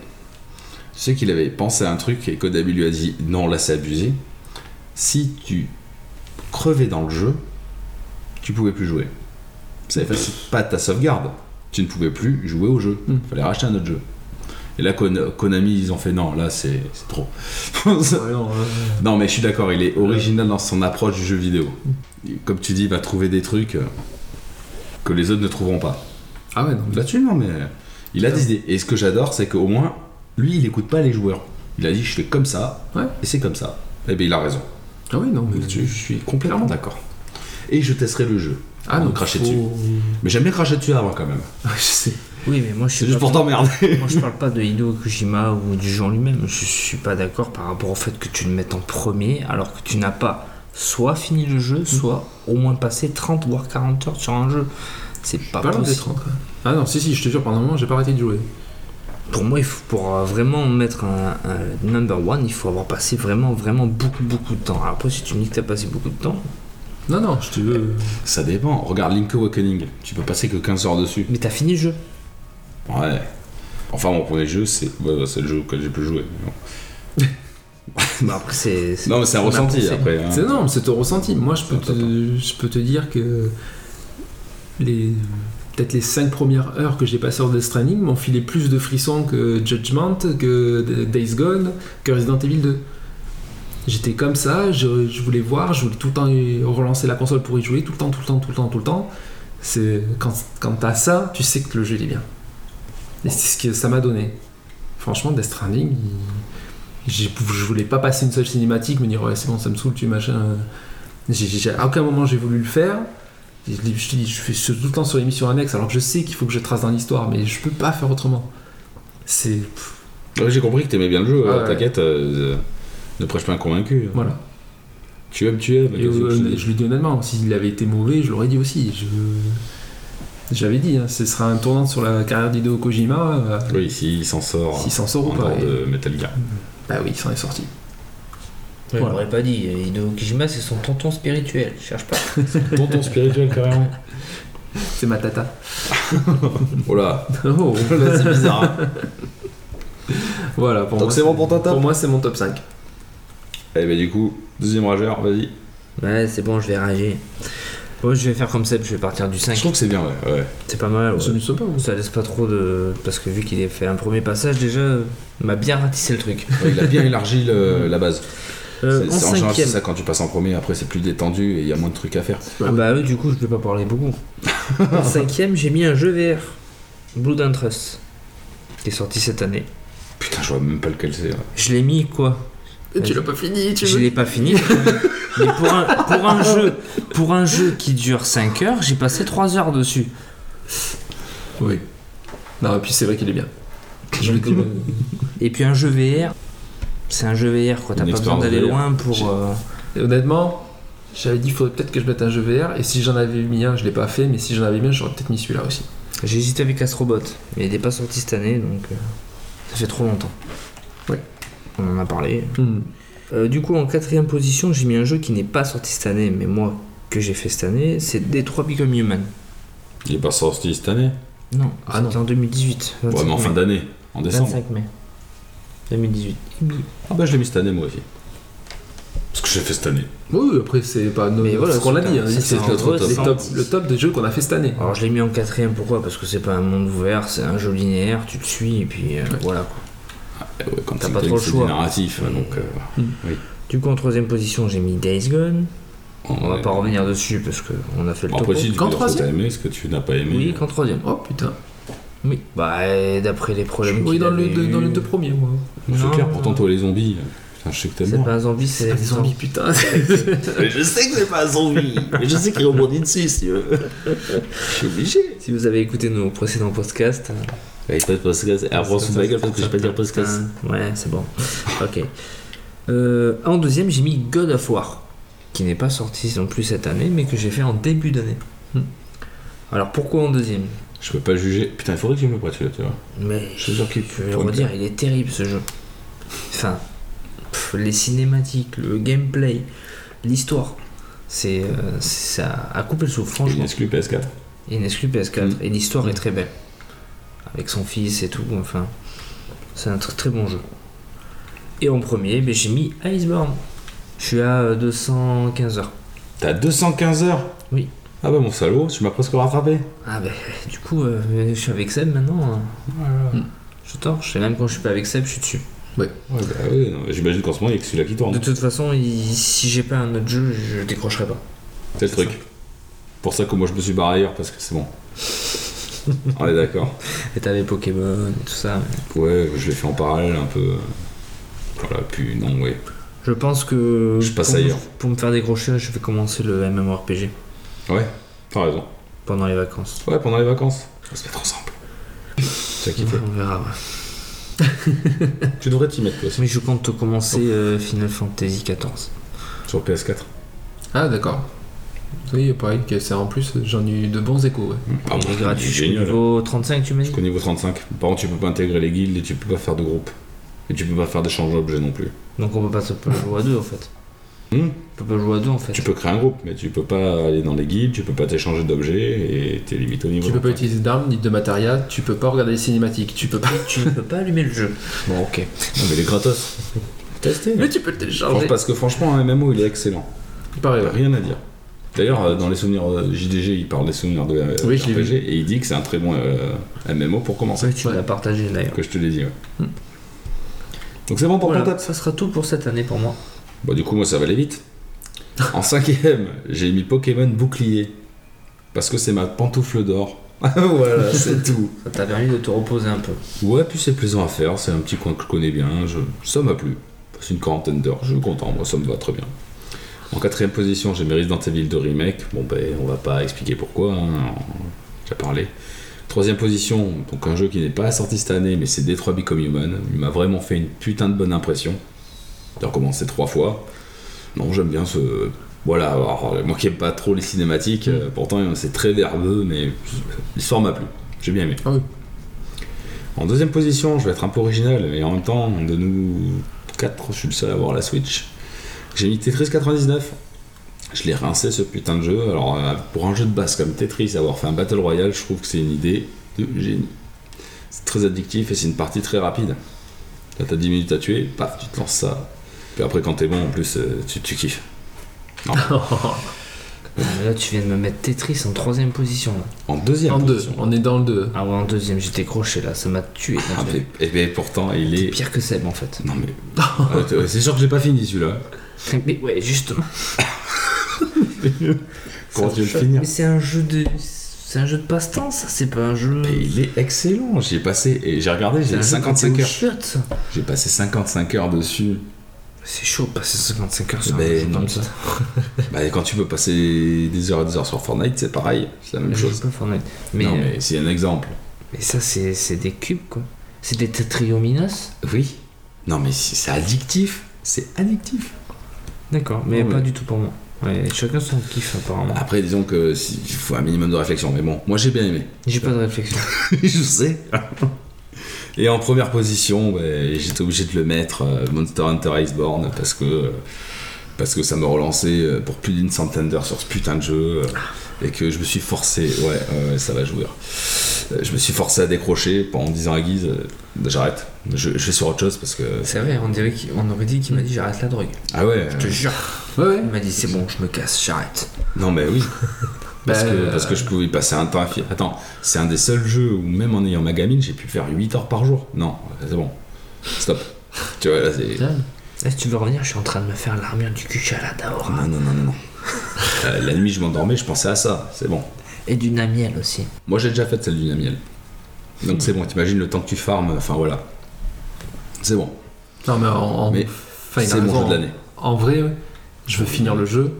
Speaker 2: Je sais qu'il avait pensé à un truc et Kodabi lui a dit non, là c'est abusé. Si tu crevais dans le jeu, tu pouvais plus jouer. Ça efface pas ta sauvegarde. Tu ne pouvais plus jouer au jeu.
Speaker 4: Mm.
Speaker 2: Fallait racheter un autre jeu. Et là, Kon- Konami, ils ont fait non, là c'est c'est trop. (laughs) non, mais je suis d'accord, il est original dans son approche du jeu vidéo. Comme tu dis, il va trouver des trucs euh, que les autres ne trouveront pas.
Speaker 4: Ah ouais, non. mais-
Speaker 2: Là-dessus, non, mais euh, il a des idées. Et ce que j'adore, c'est qu'au moins, lui, il écoute pas les joueurs. Il a dit, je fais comme ça,
Speaker 4: Ouais.
Speaker 2: et c'est comme ça. Et bien, il a raison.
Speaker 4: Ah oui, non, mais
Speaker 2: Là-dessus, je suis complètement d'accord. Et je testerai le jeu.
Speaker 4: Ah
Speaker 2: Avant
Speaker 4: non,
Speaker 2: de cracher
Speaker 4: faut-
Speaker 2: dessus. Mais j'aime bien cracher dessus avant, quand même.
Speaker 4: (laughs) je sais.
Speaker 3: Oui, mais moi je
Speaker 2: C'est
Speaker 3: suis.
Speaker 2: juste
Speaker 3: pas-
Speaker 2: pour t'emmerder.
Speaker 3: (laughs) Moi je parle pas de Hideo Kojima ou du genre lui-même. Je suis pas d'accord par rapport au fait que tu le mettes en premier alors que tu n'as pas soit fini le jeu, soit au moins passé 30 voire 40 heures sur un jeu. C'est pas,
Speaker 4: Pas loin des
Speaker 3: possible.
Speaker 4: 30. quoi. Ah non, si, si, je te jure, pendant un moment, j'ai pas arrêté de jouer.
Speaker 3: Pour moi, il faut, pour euh, vraiment mettre un, un number one, il faut avoir passé vraiment, vraiment beaucoup, beaucoup de temps. Alors après, si tu me dis que t'as passé beaucoup de temps,
Speaker 4: Non, non, je te veux.
Speaker 2: ça dépend. Regarde Link Awakening. Tu peux passer que 15 heures dessus.
Speaker 3: mais t'as fini le jeu. (laughs)
Speaker 2: Ouais. Enfin, mon premier jeu, c'est ouais, c'est le jeu auquel j'ai plus joué.
Speaker 3: Bah, après, c'est. c'est-
Speaker 2: Non, mais c'est un
Speaker 3: on a
Speaker 2: ressenti
Speaker 3: pensé.
Speaker 2: après. hein.
Speaker 4: C'est non, mais c'est ton ressenti. Moi, je peux,
Speaker 2: Ça,
Speaker 4: te, je peux te dire que les, peut-être les 5 premières heures que j'ai passées sur Death Stranding m'ont filé plus de frissons que Judgment, que D- Days Gone, que Resident Evil 2. J'étais comme ça, je, je voulais voir, je voulais tout le temps y- relancer la console pour y jouer, tout le temps, tout le temps, tout le temps, tout le temps. C'est quand, quand t'as ça, tu sais que le jeu il est bien. Et c'est ce que ça m'a donné. Franchement, Death Stranding, il- j'ai- je voulais pas passer une seule cinématique, me dire ouais c'est bon, ça me saoule, tu machin. J'ai- j'ai- à aucun moment j'ai voulu le faire. Je te dis, je fais ce- tout le temps sur l'émission annexe, alors que je sais qu'il faut que je trace dans l'histoire, mais je peux pas faire autrement. C'est. pff,
Speaker 2: Ouais, J'ai compris que t'aimais bien le jeu,
Speaker 4: Ah
Speaker 2: euh,
Speaker 4: ouais.
Speaker 2: t'inquiète, euh, euh, ne prêche pas un convaincu.
Speaker 4: Voilà.
Speaker 2: Tu aimes, tu aimes.
Speaker 4: Et,
Speaker 2: qu'est-ce que
Speaker 4: euh,
Speaker 2: tu dis
Speaker 4: je lui dis honnêtement, s'il avait été mauvais, je l'aurais dit aussi. Je- J'avais dit, hein, ce sera un tournant sur la carrière d'Hideo Kojima, euh,
Speaker 2: Oui, s'il s'en sort. euh,
Speaker 4: s'il s'en sort ou
Speaker 2: en
Speaker 4: pas.
Speaker 2: dehors
Speaker 4: Et-
Speaker 2: de Metal Gear.
Speaker 4: Bah oui, il s'en est sorti.
Speaker 3: Ouais,
Speaker 4: Voilà.
Speaker 3: On l'aurait pas dit. Hideo Kojima, c'est son tonton spirituel. Cherche pas.
Speaker 2: Tonton spirituel, (laughs) carrément.
Speaker 4: C'est ma tata. (laughs)
Speaker 2: Oh là,
Speaker 4: Oh,
Speaker 2: c'est bizarre. (laughs) hein.
Speaker 4: voilà, pour
Speaker 2: Donc
Speaker 4: moi,
Speaker 2: c'est bon pour ta tata
Speaker 4: Pour moi, c'est mon top 5.
Speaker 2: Eh ben du coup, deuxième rageur, vas-y.
Speaker 3: Ouais, c'est bon, je vais rager. Bon, je vais faire comme Seb, je vais partir du
Speaker 2: Je
Speaker 3: 5.
Speaker 2: trouve que c'est bien, ouais.
Speaker 4: (laughs)
Speaker 2: ouais.
Speaker 3: C'est pas mal. ouais.
Speaker 4: ne sais pas.
Speaker 3: Ça laisse pas trop de. Parce que vu qu'il a fait un premier passage, déjà, euh, il m'a bien ratissé le truc.
Speaker 2: Ouais, il a bien élargi le- la base.
Speaker 3: Euh,
Speaker 2: C'est-
Speaker 3: en
Speaker 2: c'est- en général, c'est
Speaker 3: cinquième.
Speaker 2: ça quand tu passes en premier, après c'est plus détendu et il y a moins de trucs à faire.
Speaker 3: Ah bah oui, du coup, je vais pas parler
Speaker 4: (laughs)
Speaker 3: beaucoup. en cinquième, j'ai mis un jeu VR, Blood and Trust, qui est sorti cette année.
Speaker 2: Putain, je vois même pas lequel c'est. ouais.
Speaker 3: Je l'ai mis quoi
Speaker 4: Tu l'as pas fini, tu
Speaker 3: Je
Speaker 4: veux.
Speaker 3: l'ai pas
Speaker 4: (laughs)
Speaker 3: fini. mais pour un, pour un jeu, pour un jeu qui dure 5 heures, j'ai passé 3 heures dessus.
Speaker 4: Oui. Non, et puis c'est vrai qu'il est bien. Je le dis.
Speaker 3: Et puis un jeu VR, c'est un jeu VR quoi. T'as
Speaker 2: Une
Speaker 3: pas besoin
Speaker 2: expérience
Speaker 3: d'aller
Speaker 2: VR.
Speaker 3: loin
Speaker 4: J'ai-
Speaker 3: pour. euh,
Speaker 4: Et honnêtement, j'avais dit il faudrait peut-être que je mette un jeu VR. Et si j'en avais mis un, je l'ai pas fait, mais si j'en avais mis un, j'aurais peut-être mis celui-là aussi.
Speaker 3: J'ai hésité avec Astrobot, mais il n'est pas sorti cette année, donc euh, ça fait trop longtemps.
Speaker 4: Ouais.
Speaker 3: On en a parlé. Euh, du coup, en quatrième position, j'ai mis un jeu qui n'est pas sorti cette année, mais moi, que j'ai fait cette année, c'est Detroit Become Human.
Speaker 2: Il est pas sorti cette année.
Speaker 3: Non,
Speaker 4: Ah
Speaker 3: c'était en 2018. 25
Speaker 2: Ouais, mais en fin
Speaker 3: mai.
Speaker 2: d'année, en décembre.
Speaker 3: 25 mai 2018.
Speaker 2: Ah bah je l'ai mis cette année moi aussi. Parce que j'ai fait cette année.
Speaker 4: Oui, oui, après, c'est pas no-
Speaker 3: Mais voilà,
Speaker 4: ce qu'on
Speaker 3: c'est
Speaker 4: a dit.
Speaker 3: un-
Speaker 4: hein.
Speaker 3: c'est
Speaker 4: C'est
Speaker 3: un
Speaker 4: notre
Speaker 3: vrai
Speaker 4: top, les
Speaker 3: sens. Ah,
Speaker 4: top- le top des jeux qu'on a fait cette année.
Speaker 3: Alors, je l'ai mis en quatrième, pourquoi Parce que c'est pas un monde ouvert, c'est un jeu linéaire, tu te suis, et puis euh, voilà quoi.
Speaker 2: Eh ouais, quand
Speaker 3: T'as
Speaker 2: t'as
Speaker 3: pas
Speaker 2: pas
Speaker 3: trop le choix.
Speaker 2: narratif, hein, donc. euh,
Speaker 3: Du coup, en troisième position, j'ai mis Days Gone. On va
Speaker 2: est-
Speaker 3: pas revenir dessus parce qu'on a fait le
Speaker 2: Bon,
Speaker 3: topo.
Speaker 2: après, si tu
Speaker 4: Qu'en
Speaker 2: peux dire ce que t'as
Speaker 4: troisième
Speaker 2: aimé, ce que tu n'as pas aimé.
Speaker 3: Oui, qu'en troisième.
Speaker 4: Oh putain.
Speaker 3: Oui. Bah, euh, d'après les problèmes
Speaker 4: Oui,
Speaker 3: qu'il
Speaker 4: dans, le,
Speaker 3: avait
Speaker 4: deux- dans
Speaker 3: eu-
Speaker 4: les deux premiers, moi.
Speaker 2: hein. C'est
Speaker 3: Non,
Speaker 2: clair,
Speaker 3: non,
Speaker 2: pourtant,
Speaker 3: non.
Speaker 2: toi, les zombies. euh, Putain, je sais que t'aimes (laughs)
Speaker 3: C'est
Speaker 2: bien.
Speaker 3: pas un zombie, c'est
Speaker 4: Pas des zombies, (laughs) putain.
Speaker 6: Mais je sais que c'est pas un zombie, mais je sais qu'il rebondit dessus, si tu veux. Je suis obligé.
Speaker 3: Si vous avez écouté nos précédents podcasts,
Speaker 6: Mais pas de podcast. Apprends sous ma gueule parce que je vais pas dire podcast.
Speaker 3: euh, ouais, c'est bon. ok. Euh, en deuxième, j'ai mis God of War, qui n'est pas sorti non plus cette année, mais que j'ai fait en début d'année. Hmm. Alors pourquoi en deuxième
Speaker 2: Je peux pas juger. Putain, il faudrait que tu me le prêtes, celui-là, tu vois.
Speaker 3: Mais
Speaker 2: Je suis sûr qu'il
Speaker 3: je vais le
Speaker 2: pourrait me
Speaker 3: redire, il est terrible ce jeu. Enfin, pff, les cinématiques, le gameplay, l'histoire, c'est euh, c'est à, à couper le
Speaker 2: Il y
Speaker 3: souffle,
Speaker 2: a
Speaker 3: franchement.
Speaker 2: une exclu PS4.
Speaker 3: Et une exclu PS4.
Speaker 2: Mm.
Speaker 3: Et l'histoire est très belle. Avec son fils et tout, enfin. C'est un très très bon jeu. Et en premier, ben, j'ai mis Iceborne. Je suis à euh, 215 heures.
Speaker 2: T'as 215 heures
Speaker 3: Oui.
Speaker 2: Ah bah, mon salaud, tu m'as presque rattrapé.
Speaker 3: Ah ben, (laughs) du coup, euh, je suis avec Seb maintenant. hein.
Speaker 4: Mm.
Speaker 3: Je torche. Et même quand je suis pas avec Seb, je suis dessus.
Speaker 2: Ouais, bah, oui, non, mais j'imagine qu'en ce moment, il y a que celui-là qui tourne.
Speaker 3: De toute façon, il- si j'ai pas un autre jeu, je décrocherai pas.
Speaker 2: C'est le truc. Pour ça que moi, je me suis barré ailleurs, parce que c'est (laughs) bon. On est d'accord.
Speaker 3: Et t'avais Pokémon et tout ça.
Speaker 2: Ouais, je l'ai fait en parallèle un peu. Voilà, puis non, ouais.
Speaker 3: Je pense que.
Speaker 2: Je passe
Speaker 3: pour,
Speaker 2: ailleurs.
Speaker 3: Pour me faire décrocher, je vais commencer le MMORPG
Speaker 2: Ouais, t'as raison.
Speaker 3: pendant les vacances.
Speaker 2: Ouais, pendant les vacances. On va se mettre ensemble. C'est ça qui fait.
Speaker 3: On verra. ouais.
Speaker 2: Tu devrais t'y mettre, toi aussi.
Speaker 3: Mais je compte commencer euh, Final Fantasy XIV.
Speaker 2: Sur PS4.
Speaker 4: Ah, d'accord. Oui, pareil, que c'est en plus, j'en ai eu de bons échos. ouais.
Speaker 2: Ah,
Speaker 3: Il
Speaker 2: bon,
Speaker 3: est gratuit
Speaker 2: il est
Speaker 3: jusqu'au
Speaker 2: génial.
Speaker 3: niveau 35, tu m'as dit
Speaker 2: Jusqu'au niveau 35. Par contre, tu peux pas intégrer les guildes et tu peux pas faire de groupe. Et tu peux pas faire d'échange d'objets non plus.
Speaker 3: Donc on peut pas se pas jouer à deux en fait.
Speaker 2: Hmm.
Speaker 3: On peut pas jouer à deux en fait.
Speaker 2: Tu peux créer un groupe, mais tu peux pas aller dans les guildes, tu peux pas t'échanger d'objets et t'es limité au niveau.
Speaker 4: Tu peux pas
Speaker 2: 35.
Speaker 4: utiliser d'armes ni de matériel, tu peux pas regarder les cinématiques, tu peux pas. (laughs)
Speaker 3: Tu ne peux pas allumer
Speaker 2: (laughs)
Speaker 3: le jeu.
Speaker 2: Bon, ok. Non, mais il est gratos.
Speaker 4: Mais tu peux le télécharger.
Speaker 2: Franchement, Parce que franchement, un MMO, il est excellent.
Speaker 4: Pareil,
Speaker 2: Euh, Rien à dire. D'ailleurs, euh, dans les souvenirs euh, JDG, il parle des souvenirs de la
Speaker 4: Oui, je l'ai
Speaker 2: RPG, et il dit que c'est un très bon euh, MMO pour commencer.
Speaker 3: Ouais, tu l'as partagé d'ailleurs.
Speaker 2: Que je te l'ai dit. ouais. Donc c'est bon pour
Speaker 3: Voilà,
Speaker 2: ton top
Speaker 3: ça sera tout pour cette année pour moi.
Speaker 2: Bah du coup moi ça va aller vite. En cinquième, j'ai mis Pokémon bouclier. Parce que c'est ma pantoufle d'or. (laughs) voilà, c'est tout.
Speaker 3: Ça t'a permis de te reposer un peu.
Speaker 2: Ouais, puis c'est plaisant à faire, c'est un petit coin que je connais bien, je... ça m'a plu. C'est une quarantaine d'heures, je suis content, moi ça me va très bien. En quatrième position, j'ai mes Resident Evil de remake. Bon ben, on va pas expliquer pourquoi, hein, on- j'ai parlé. Troisième position, donc un jeu qui n'est pas sorti cette année, mais c'est Detroit Become Human. Il m'a vraiment fait une putain de bonne impression. J'ai recommencé trois fois. Non, j'aime bien ce. Voilà, alors, moi qui aime pas trop les cinématiques, euh, pourtant c'est très verbeux, mais l'histoire m'a plu. J'ai bien aimé.
Speaker 4: Ah oui.
Speaker 2: En deuxième position, je vais être un peu original, mais en même temps, de nous quatre, je suis le seul à avoir la Switch. J'ai mis Tetris 99. Je l'ai rincé ce putain de jeu. Alors, euh, pour un jeu de base comme Tetris, avoir fait un Battle Royale, je trouve que c'est une idée de génie. C'est très addictif et c'est une partie très rapide. Là, t'as 10 minutes à tuer, paf, tu te lances ça. Puis après, quand t'es bon, en plus, euh, tu, tu kiffes.
Speaker 3: Mais là, tu viens de me mettre Tetris en troisième position. Là.
Speaker 2: En deuxième
Speaker 4: En deux,
Speaker 2: position.
Speaker 4: on est dans le 2.
Speaker 3: Ah ouais, en deuxième, j'étais croché là, ça m'a tué.
Speaker 2: Ah, mais- et bien, pourtant, il
Speaker 3: C'est
Speaker 2: est.
Speaker 3: pire que Seb en
Speaker 2: (laughs)
Speaker 3: fait.
Speaker 2: Non, mais.
Speaker 4: (laughs)
Speaker 2: Euh, t- c'est sûr que j'ai pas fini celui-là.
Speaker 3: Mais ouais, justement.
Speaker 2: Comment tu veux
Speaker 3: Ça me
Speaker 2: le
Speaker 3: choque.
Speaker 2: finir
Speaker 3: Mais c'est un jeu de. C'est un jeu de passe-temps, ça, c'est pas un jeu.
Speaker 2: Mais il est excellent. J'ai passé. Et j'ai regardé,
Speaker 3: C'est un
Speaker 2: j'ai
Speaker 3: jeu quand
Speaker 2: 55
Speaker 3: t'es au
Speaker 2: heures.
Speaker 3: shot, ça.
Speaker 2: J'ai passé 55 heures
Speaker 3: (laughs)
Speaker 2: dessus.
Speaker 3: C'est chaud de passer 55 heures sur un
Speaker 2: Ben,
Speaker 3: jeu
Speaker 2: non.
Speaker 3: comme ça.
Speaker 2: Bah, et quand tu peux passer des heures et des heures sur Fortnite, c'est pareil. C'est la même
Speaker 3: Je joue
Speaker 2: chose.
Speaker 3: pas Fortnite. Mais,
Speaker 2: non,
Speaker 3: euh,
Speaker 2: mais c'est un exemple.
Speaker 3: mais ça, c'est c'est des cubes quoi. C'est des Tetriominos
Speaker 2: Oui. Non, mais c'est c'est addictif. C'est addictif.
Speaker 3: D'accord, mais
Speaker 2: Ouais.
Speaker 3: pas du tout pour moi. Ah, Ouais, chacun son kiff apparemment.
Speaker 2: Après, disons que si- il faut un minimum de réflexion. Mais bon, moi j'ai bien aimé.
Speaker 3: J'ai pas de réflexion.
Speaker 2: (laughs) je sais. Et en première position, ben, j'étais obligé de le mettre euh, Monster Hunter Iceborne parce que euh, parce que ça me relançait euh, pour plus d'une centaine d'heures sur ce putain de jeu euh, et que je me suis forcé. Ouais, ouais, ouais, ça va jouer. Euh, Je me suis forcé à décrocher en me disant à Guise, euh, j'arrête, je, je vais sur autre chose parce que.
Speaker 3: C'est vrai, on dirait qu'on aurait dit qu'il m'a dit j'arrête la drogue.
Speaker 2: Ah ouais.
Speaker 3: Je te
Speaker 2: euh,
Speaker 3: jure.
Speaker 4: Ouais, ouais.
Speaker 3: Il m'a dit c'est bon, je me casse, j'arrête.
Speaker 2: Non mais oui. Parce,
Speaker 4: Bah,
Speaker 2: que,
Speaker 4: euh,
Speaker 2: parce que je pouvais y passer un temps. affi- Attends, c'est un des seuls jeux où même en ayant ma gamine, j'ai pu faire 8 heures par jour. Non, euh, c'est bon. Stop. (laughs) Tu vois, là c'est...
Speaker 3: Là, si tu veux revenir, je suis en train de me faire l'armure du cul à la Daora.
Speaker 2: Non, non, non, non. non. (laughs) Euh, la nuit, je m'endormais, je pensais à ça. C'est bon.
Speaker 3: Et du Namiel aussi.
Speaker 2: Moi, j'ai déjà fait celle du miel. Donc c'est bon, t'imagines le temps que tu farmes. Enfin voilà. C'est bon.
Speaker 4: Non, mais en. en-
Speaker 2: Mais
Speaker 4: enfin, il a
Speaker 2: c'est mon
Speaker 4: raison. hein.
Speaker 2: jeu de l'année.
Speaker 4: En vrai, ouais, je veux finir le jeu.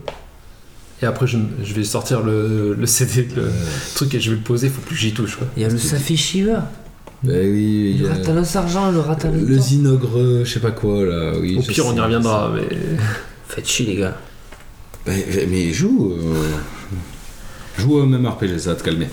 Speaker 4: Et après, je, je vais sortir le, le CD, le
Speaker 2: Euh.
Speaker 4: truc, et je vais le poser. Faut plus que j'y touche. Quoi.
Speaker 3: Il y a le Safi Shiva,
Speaker 2: Ben oui, il y
Speaker 3: le
Speaker 2: a-
Speaker 3: Ratalos Argent, le Ratalos.
Speaker 2: le zinogre, je sais pas quoi là. Oui,
Speaker 4: Au
Speaker 2: je
Speaker 4: pire, on
Speaker 2: sais.
Speaker 4: y reviendra. Mais...
Speaker 3: Faites chier les gars.
Speaker 2: Ben, ben, mais joue. euh, Joue au même RPG, ça va te calmer.